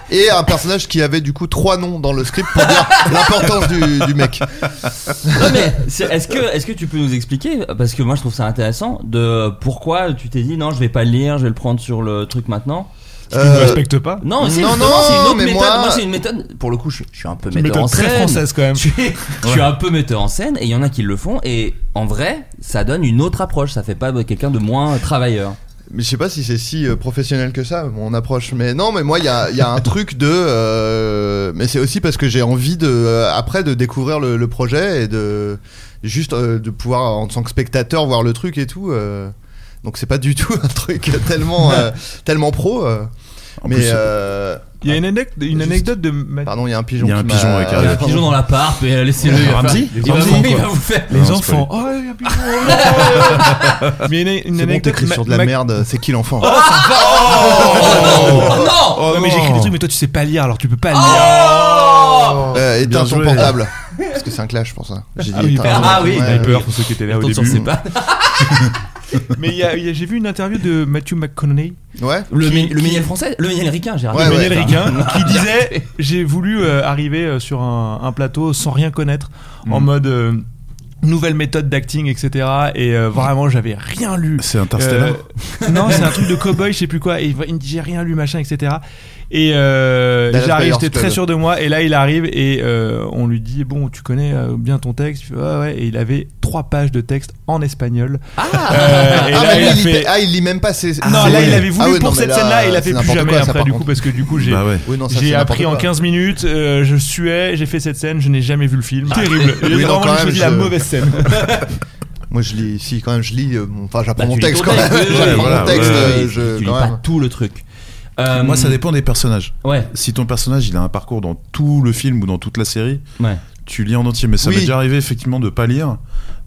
Speaker 5: Et un personnage qui avait du coup trois noms dans le script pour dire l'importance du, du mec.
Speaker 6: Non mais c'est- est-ce que est-ce que tu peux nous expliquer parce que moi je trouve ça intéressant de pourquoi tu t'es dit non je vais pas le lire je vais le prendre sur le truc maintenant
Speaker 2: Tu ne
Speaker 5: Euh,
Speaker 2: respectes pas.
Speaker 6: non mais c'est
Speaker 5: Non,
Speaker 6: justement,
Speaker 5: non,
Speaker 6: c'est une autre
Speaker 5: mais
Speaker 6: méthode
Speaker 5: moi-
Speaker 6: moi, c'est une méthode pour le coup je, je suis un peu
Speaker 2: Une
Speaker 6: metteur en
Speaker 2: méthode
Speaker 6: scène
Speaker 2: très française quand même.
Speaker 6: je, suis- je suis un peu metteur en scène et il y en a qui le font et en vrai ça donne une autre approche ça fait pas de quelqu'un de moins travailleur
Speaker 5: Mais je sais pas si c'est si euh, professionnel que ça, mon approche. Mais non, mais moi, il y a, il y a un truc de. euh, mais c'est aussi parce que j'ai envie de, euh, après, de découvrir le, le projet et de juste euh, de pouvoir en tant que spectateur voir le truc et tout. euh. donc c'est pas du tout un truc tellement euh, tellement pro. euh.
Speaker 8: En
Speaker 5: mais
Speaker 8: plus,
Speaker 5: euh,
Speaker 2: Il y a une, anecdote- une
Speaker 5: Juste-
Speaker 2: anecdote de. Ma-
Speaker 5: pardon, il y a un pigeon.
Speaker 8: Il y a un
Speaker 5: qui
Speaker 8: pigeon,
Speaker 5: m'a- euh,
Speaker 8: ouais,
Speaker 6: il y
Speaker 8: carrément.
Speaker 6: a un pigeon dans la part mais laissez-le il va
Speaker 8: Ramsey
Speaker 6: faire- il va
Speaker 8: Ramsey,
Speaker 6: vous- il
Speaker 8: quoi.
Speaker 6: va vous faire
Speaker 2: Les
Speaker 8: Non, c'est pas
Speaker 2: enfants. Oh, il y a un pigeon. Mais il y a une, une
Speaker 5: C'est bon,
Speaker 2: anecdote.
Speaker 5: t'écris
Speaker 2: ma-
Speaker 5: sur de la
Speaker 2: ma-
Speaker 5: merde. C'est qui l'enfant
Speaker 6: oh non
Speaker 8: Oh
Speaker 2: Non, mais
Speaker 8: non.
Speaker 2: j'écris des trucs, mais toi tu sais pas lire, alors tu peux pas lire.
Speaker 6: Oh
Speaker 5: euh,
Speaker 8: Bien
Speaker 5: Éteins ton
Speaker 8: joué.
Speaker 5: portable. Parce que c'est un clash pour ça. J'ai dit.
Speaker 2: Ah oui,
Speaker 5: éteins ton
Speaker 6: ah
Speaker 5: portable.
Speaker 6: oui,
Speaker 5: Ouais,
Speaker 2: J'ai
Speaker 5: ouais.
Speaker 2: peur pour ceux qui étaient là au
Speaker 6: Attends,
Speaker 2: début.
Speaker 6: on sait pas.
Speaker 2: Mais il y a- il y a- j'ai vu une interview de Matthew McConaughey.
Speaker 5: Ouais.
Speaker 6: le
Speaker 2: Qui-
Speaker 6: mi- le
Speaker 2: qui-
Speaker 6: méniel français le méniel ricain Gérard
Speaker 5: Ouais,
Speaker 2: Emmanuel
Speaker 5: ouais.
Speaker 2: Riquin, qui disait j'ai voulu euh, arriver euh, sur un, un plateau sans rien connaître
Speaker 5: Hmm.
Speaker 2: en mode euh, nouvelle méthode d'acting etc et euh, vraiment j'avais rien lu
Speaker 8: c'est Interstellar.
Speaker 2: Euh, non c'est un truc de cowboy je sais plus quoi et il va- il me dit j'ai rien lu machin etc et euh,
Speaker 5: Dallas
Speaker 2: j'arrive
Speaker 5: Buyers
Speaker 2: j'étais très
Speaker 5: Club.
Speaker 2: sûr de moi et là il arrive et euh, on lui dit bon tu connais euh, bien ton texte Il fait, ouais ouais et il avait trois pages de texte en espagnol Euh, et là,
Speaker 5: ah, mais
Speaker 2: il
Speaker 5: lui,
Speaker 2: a
Speaker 5: il,
Speaker 2: fait-
Speaker 5: lit- ah, il lit même pas ses.
Speaker 2: non
Speaker 5: ses-
Speaker 2: là il avait voulu
Speaker 5: Ah oui,
Speaker 2: pour
Speaker 5: non, mais
Speaker 2: cette
Speaker 5: là,
Speaker 2: scène là et il a fait
Speaker 5: c'est
Speaker 2: plus
Speaker 5: n'importe
Speaker 2: jamais
Speaker 5: quoi, ça,
Speaker 2: après
Speaker 5: par
Speaker 2: du coup
Speaker 5: contre.
Speaker 2: parce que du coup j'ai
Speaker 8: Bah ouais.
Speaker 5: Oui, non, ça,
Speaker 2: j'ai
Speaker 5: c'est n'importe
Speaker 2: appris en
Speaker 5: quoi.
Speaker 2: 15 minutes, euh, je suais, j'ai fait cette scène, je n'ai jamais vu le film. Terrible.
Speaker 5: Oui,
Speaker 2: J'ai
Speaker 5: non,
Speaker 2: vraiment
Speaker 5: quand même,
Speaker 2: choisi la
Speaker 5: je-
Speaker 2: mauvaise scène.
Speaker 5: Moi, je lis. Si, quand même, je lis. euh, bon, Enfin, j'apprends
Speaker 6: Bah,
Speaker 5: mon
Speaker 6: tu lis
Speaker 5: texte
Speaker 6: ton
Speaker 5: quand même.
Speaker 6: texte, oui, oui,
Speaker 5: J'apprends
Speaker 8: voilà,
Speaker 5: mon texte.
Speaker 8: ouais.
Speaker 5: euh,
Speaker 6: Tu-
Speaker 5: Je
Speaker 6: tu lis
Speaker 5: quand
Speaker 6: pas
Speaker 5: même.
Speaker 6: tout le truc. Euh,
Speaker 8: Moi, ça dépend des personnages.
Speaker 6: Ouais,
Speaker 8: Si ton personnage, il a un parcours dans tout le film ou dans toute la série,
Speaker 6: ouais.
Speaker 8: tu lis en entier. Mais ça
Speaker 5: Oui.
Speaker 8: m'est déjà arrivé effectivement de pas lire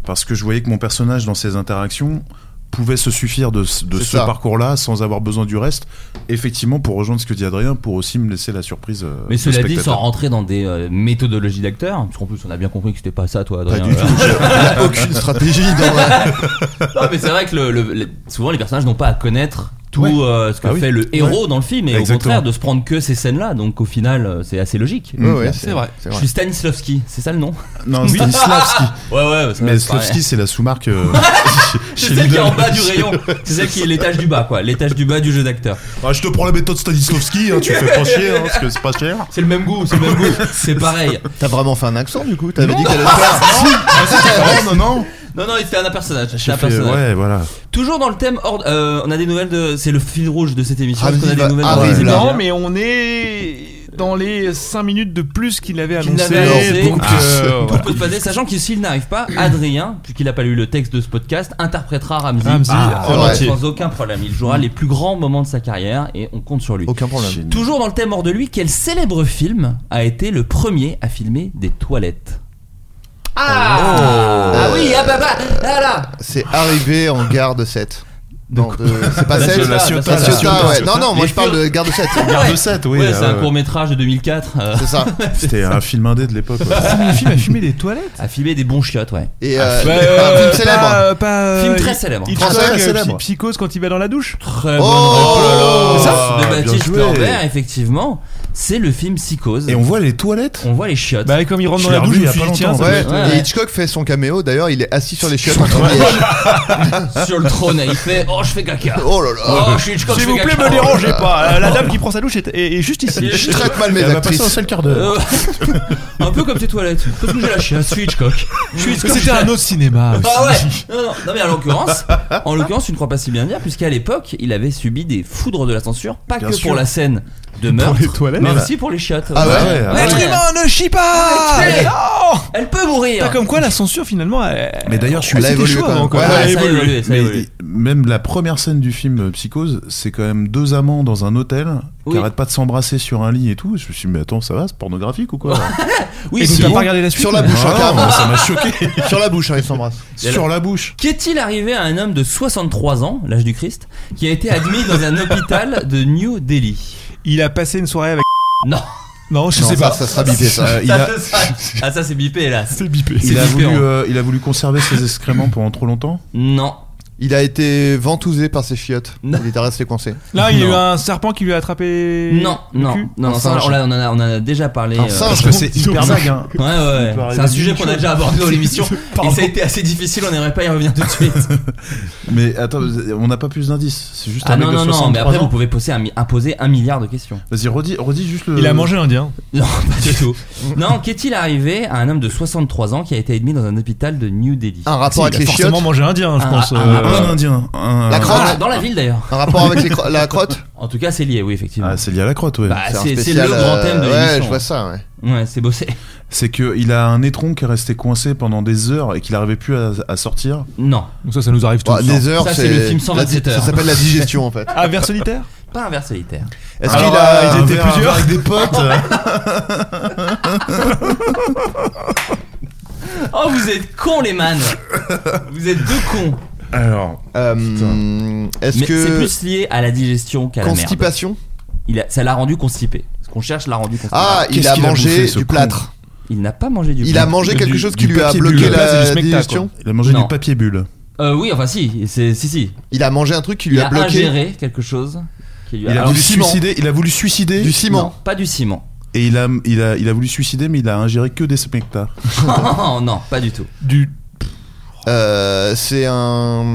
Speaker 8: parce que je voyais que mon personnage dans ses interactions pouvait se suffire de, ce- de
Speaker 5: C'est
Speaker 8: ce
Speaker 5: ça.
Speaker 8: parcours-là sans avoir besoin du reste. Effectivement, pour rejoindre ce que dit Adrien, pour aussi me laisser la surprise. euh,
Speaker 6: Mais
Speaker 8: au
Speaker 6: cela dit, sans
Speaker 8: spectateur.
Speaker 6: rentrer dans des euh, méthodologies d'acteurs, parce qu'en plus on a bien compris que c'était pas ça, toi, Adrien.
Speaker 5: Pas du
Speaker 6: Euh,
Speaker 5: tout. Il n'y a aucune stratégie. dans-
Speaker 6: non, mais c'est vrai que le- le- le- souvent les personnages n'ont pas à connaître tout
Speaker 8: Ouais.
Speaker 6: euh, ce que
Speaker 8: Bah oui.
Speaker 6: fait le héros
Speaker 8: Ouais.
Speaker 6: dans le film et
Speaker 8: Exactement.
Speaker 6: au contraire de se prendre que ces scènes-là. Donc au final, euh, c'est assez logique.
Speaker 8: Ouais, ouais,
Speaker 6: c'est
Speaker 8: c'est-
Speaker 6: vrai.
Speaker 8: c'est
Speaker 6: Je
Speaker 8: vrai.
Speaker 6: suis Stanislavski, c'est ça le nom
Speaker 8: Non, Stanislavski.
Speaker 6: ouais, ouais, ça
Speaker 8: Mais
Speaker 6: va,
Speaker 8: Slavski,
Speaker 6: pareil.
Speaker 8: c'est la sous-marque. euh,
Speaker 6: C'est
Speaker 8: chez
Speaker 6: celle qui est en
Speaker 8: Lidl.
Speaker 6: bas du rayon. C'est celle qui est l'étage du bas, quoi. L'étage du bas du jeu d'acteur.
Speaker 8: Ah, je te prends la méthode Stanislavski, hein, tu fais pas chier, hein, parce que c'est pas cher.
Speaker 6: C'est le même goût, c'est le même goût. C'est pareil.
Speaker 5: T'as vraiment fait un accent du coup T'avais dit qu'elle allait le
Speaker 8: Ah,
Speaker 5: faire
Speaker 8: non, non.
Speaker 6: Non, non, c'était un personnage. C'était un
Speaker 8: Fait,
Speaker 6: personnage.
Speaker 8: ouais, voilà.
Speaker 6: Toujours dans le thème, hors- euh, on a des nouvelles de. C'est le fil rouge de cette émission.
Speaker 5: Ah,
Speaker 6: parce qu'on a
Speaker 5: vas-y,
Speaker 6: des
Speaker 5: va-
Speaker 6: nouvelles
Speaker 5: arrive
Speaker 6: de
Speaker 5: là.
Speaker 3: Non, mais on est dans les 5 minutes de plus qu'il avait
Speaker 6: Qu'il
Speaker 3: annoncé.
Speaker 6: n'avait annoncé,
Speaker 3: donc, euh,
Speaker 6: tout
Speaker 3: voilà.
Speaker 6: peut se passer, sachant que s'il n'arrive pas, Adrien, puisqu'il n'a pas lu le texte de ce podcast, interprétera Ramsey,
Speaker 3: Ramsey,
Speaker 6: Ah,
Speaker 5: en
Speaker 6: sans-
Speaker 5: entier.
Speaker 6: sans aucun problème. Il jouera les plus grands moments de sa carrière et on compte sur lui.
Speaker 5: Aucun problème.
Speaker 6: Toujours dans le thème hors de lui, quel célèbre film a été le premier à filmer des toilettes ah, ah oui, ah bah bah, ah là
Speaker 5: C'est arrivé en gare de 7. Non, de- c'est pas
Speaker 6: La
Speaker 5: 7
Speaker 6: Ciotat, la
Speaker 5: la Ciotat,
Speaker 6: Ciotat.
Speaker 5: ouais. Non, non, moi
Speaker 6: Les
Speaker 5: je parle
Speaker 6: Fur-
Speaker 5: de gare de 7.
Speaker 8: Garde de 7, oui.
Speaker 6: Ah Ouais, c'est
Speaker 8: euh,
Speaker 6: un court métrage de 2004 euh,
Speaker 5: C'est ça.
Speaker 8: C'était un film indé de l'époque. ouais.
Speaker 3: Premier film à fumer des toilettes.
Speaker 6: à filmer des bons chiottes, ouais.
Speaker 5: Et euh,
Speaker 3: Bah,
Speaker 5: un
Speaker 3: euh,
Speaker 5: film célèbre.
Speaker 3: pas, euh, pas,
Speaker 6: Film
Speaker 3: euh,
Speaker 6: très célèbre.
Speaker 3: Hitchcock,
Speaker 5: Français,
Speaker 3: euh,
Speaker 5: célèbre.
Speaker 3: Psy- Psychose quand il va dans la douche.
Speaker 6: Très
Speaker 5: Oh
Speaker 6: bonne réponse
Speaker 8: Ça
Speaker 6: de
Speaker 8: Bien
Speaker 6: Baptiste
Speaker 8: joué.
Speaker 6: Lambert, effectivement. C'est le film Psychose.
Speaker 8: Et on voit les toilettes.
Speaker 6: On voit les chiottes.
Speaker 3: Bah, comme il rentre
Speaker 8: Je
Speaker 3: dans la
Speaker 8: l'ai
Speaker 3: douche,
Speaker 8: revu
Speaker 3: je
Speaker 8: il y
Speaker 3: me suis
Speaker 8: a pas
Speaker 3: dit, tiens,
Speaker 8: longtemps,
Speaker 3: ça
Speaker 5: Ouais,
Speaker 6: ouais, ouais.
Speaker 5: et Hitchcock fait son caméo. D'ailleurs, il est assis sur les chiottes en train de
Speaker 6: sur le trône et il fait Oh, je fais caca.
Speaker 5: Oh là là.
Speaker 6: Oh, je suis Hitchcock,
Speaker 3: S'il
Speaker 6: je
Speaker 3: vous
Speaker 6: fais
Speaker 3: plaît,
Speaker 6: caca.
Speaker 3: me dérangez pas. Euh, La dame qui prend sa douche est, est- est juste ici.
Speaker 5: Je traite mal mes
Speaker 8: Elle va passer un
Speaker 5: actrices.
Speaker 8: seul quart d'heure.
Speaker 6: Euh, un peu comme tes toilettes. Parce que j'ai la chiasse, je suis Hitchcock. Je suis Hitchcock.
Speaker 3: C'était un autre cinéma. aussi.
Speaker 6: Ah ouais non, non, non, mais en l'occurrence, en l'occurrence, tu ne crois pas si bien dire, puisqu'à l'époque, il avait subi des foudres de la censure, pas
Speaker 8: Bien
Speaker 6: que
Speaker 8: sûr.
Speaker 6: pour la scène de meurtre,
Speaker 3: les toilettes.
Speaker 6: mais
Speaker 8: Non,
Speaker 6: aussi pour les chiottes.
Speaker 5: Ah ouais,
Speaker 8: ouais, ah
Speaker 3: L'être humain ne chie pas.
Speaker 6: Ouais, tu sais.
Speaker 3: Ah, Non.
Speaker 6: Elle peut mourir.
Speaker 3: T'as comme quoi la censure finalement. elle-
Speaker 8: Mais d'ailleurs, je suis
Speaker 5: Euh, Elle a
Speaker 3: c'était
Speaker 5: évolué
Speaker 3: chaud
Speaker 5: quand même.
Speaker 3: avant, quoi.
Speaker 5: Ouais,
Speaker 3: Elle a
Speaker 6: ça a
Speaker 3: évolué.
Speaker 6: évolué, ça a
Speaker 8: Mais
Speaker 6: évolué.
Speaker 8: même la première scène du film euh, Psychose, c'est quand même deux amants dans un hôtel
Speaker 6: Oui.
Speaker 8: qui arrêtent pas de s'embrasser sur un lit et tout. Je me suis dit, mais attends, ça va, c'est pornographique ou quoi
Speaker 6: Oui,
Speaker 3: Et donc
Speaker 6: c'est
Speaker 3: t'as
Speaker 6: bon.
Speaker 3: pas regardé la suite
Speaker 5: Sur la bouche, hein,
Speaker 8: Ah,
Speaker 5: carrément.
Speaker 8: moi, ça m'a choqué.
Speaker 5: Sur la bouche, hein, il s'embrasse.
Speaker 8: sur la bouche.
Speaker 6: Qu'est-il arrivé à un homme de 63 ans, l'âge du Christ, qui a été admis dans un hôpital de New Delhi
Speaker 3: Il a passé une soirée avec.
Speaker 6: Non,
Speaker 3: Non, Oh, je
Speaker 5: Non,
Speaker 3: sais
Speaker 5: ça,
Speaker 3: pas.
Speaker 5: Ça sera bipé, ça.
Speaker 8: Euh, il
Speaker 6: ça,
Speaker 8: a-
Speaker 6: ça, ah ça c'est bipé hélas.
Speaker 3: C'est bipé.
Speaker 6: C'est
Speaker 8: Il a,
Speaker 6: différent.
Speaker 8: voulu, euh, il a voulu conserver ses excréments pendant trop longtemps
Speaker 6: Non,
Speaker 5: Il a été ventousé par ses chiottes.
Speaker 6: Non.
Speaker 5: Il est resté coincé.
Speaker 3: Là, il y a eu
Speaker 6: Non.
Speaker 3: un serpent qui lui a attrapé.
Speaker 6: non,
Speaker 3: le
Speaker 6: non,
Speaker 3: cul.
Speaker 6: non,
Speaker 5: Un
Speaker 6: non, ça,
Speaker 5: singe.
Speaker 6: on, l'a- on en a, on en a déjà parlé.
Speaker 5: Un
Speaker 6: euh,
Speaker 5: singe.
Speaker 8: Parce que c'est hyper vague. hein.
Speaker 6: Ouais, ouais,
Speaker 8: peut
Speaker 6: ouais. C'est
Speaker 8: arriver
Speaker 6: un sujet
Speaker 8: mille
Speaker 6: qu'on a
Speaker 8: choses.
Speaker 6: déjà abordé dans l'émission. Et ça a été assez difficile, on n'aimerait pas y revenir tout de suite.
Speaker 8: Mais attends, on n'a pas plus d'indices. C'est juste
Speaker 6: ah
Speaker 8: un mec
Speaker 6: non,
Speaker 8: de
Speaker 6: non, non,
Speaker 8: 63
Speaker 6: mais après
Speaker 8: ans.
Speaker 6: vous pouvez poser un, mi- imposer un milliard de questions.
Speaker 8: Vas-y, redis, redis juste le.
Speaker 3: Il a mangé l'Indien.
Speaker 6: Non, pas du tout. Non, qu'est-il arrivé à un homme de 63 ans qui a été admis dans un hôpital de New Delhi
Speaker 5: Un rapport
Speaker 3: Il
Speaker 5: avec
Speaker 3: a
Speaker 5: les chiottes.
Speaker 3: forcément mangé Indien, je
Speaker 6: Ah,
Speaker 3: pense.
Speaker 6: ah,
Speaker 8: Euh,
Speaker 3: euh,
Speaker 8: un indien. un-
Speaker 5: La crotte.
Speaker 6: Ah, Dans la ville d'ailleurs.
Speaker 5: Un rapport avec les cro- la crotte.
Speaker 6: En tout cas, c'est lié, oui, effectivement.
Speaker 8: Ah, c'est lié à la crotte, ouais.
Speaker 6: Bah,
Speaker 5: un
Speaker 6: c'est c'est le
Speaker 5: spécial,
Speaker 6: grand thème de
Speaker 5: euh, Ouais, je
Speaker 6: l'émission.
Speaker 5: vois ça, ouais.
Speaker 6: Ouais, c'est bossé.
Speaker 8: C'est qu'il a un étron qui est resté coincé pendant des heures et qu'il n'arrivait plus à, à sortir.
Speaker 6: Non,
Speaker 3: Donc ça, ça nous arrive tous.
Speaker 5: Bah, des heures,
Speaker 6: Ça, c'est
Speaker 5: c'est
Speaker 6: le film 127
Speaker 5: la-
Speaker 6: heures.
Speaker 5: Ça s'appelle la digestion, en fait.
Speaker 3: Ah, vers solitaire
Speaker 6: pas un verre solitaire.
Speaker 5: Est-ce
Speaker 8: Alors,
Speaker 5: qu'il a.
Speaker 8: euh,
Speaker 5: un
Speaker 8: ils étaient
Speaker 5: verre
Speaker 8: plusieurs.
Speaker 5: avec des potes
Speaker 6: Oh, vous êtes cons, les man Vous êtes deux cons.
Speaker 8: Alors,
Speaker 5: Euh, Est-ce
Speaker 6: Mais c'est
Speaker 5: que.
Speaker 6: plus lié à la digestion qu'à la merde.
Speaker 5: Constipation
Speaker 6: Il a- ça l'a rendu constipé. Ce qu'on cherche l'a rendu constipé.
Speaker 5: Ah, il
Speaker 8: Qu'est-ce
Speaker 5: a
Speaker 8: qu'il a
Speaker 5: mangé
Speaker 8: bouffé, ce
Speaker 5: du
Speaker 8: con
Speaker 5: plâtre.
Speaker 6: Il n'a pas mangé du
Speaker 5: Il
Speaker 6: pain.
Speaker 5: a mangé
Speaker 8: du-
Speaker 5: quelque chose
Speaker 8: du
Speaker 5: qui lui a
Speaker 8: papier bulle.
Speaker 5: bloqué
Speaker 8: Le plat,
Speaker 5: la
Speaker 3: c'est du smecta,
Speaker 5: digestion.
Speaker 8: il a mangé
Speaker 6: Non.
Speaker 8: du papier bulle.
Speaker 6: Euh, oui, enfin si, c'est si si.
Speaker 5: Il a mangé un truc qui
Speaker 6: Il
Speaker 5: lui a
Speaker 6: a
Speaker 5: bloqué.
Speaker 6: ingéré quelque chose qui lui
Speaker 8: Il a,
Speaker 6: Alors,
Speaker 8: voulu
Speaker 6: du ciment.
Speaker 8: suicider, il a voulu suicider.
Speaker 5: Du
Speaker 6: Non,
Speaker 5: ciment.
Speaker 6: pas du ciment.
Speaker 8: Et il a, il, a, il a voulu suicider, mais il a ingéré que des spectacles.
Speaker 6: Oh, non, pas du tout.
Speaker 3: Du.
Speaker 5: Euh, c'est un.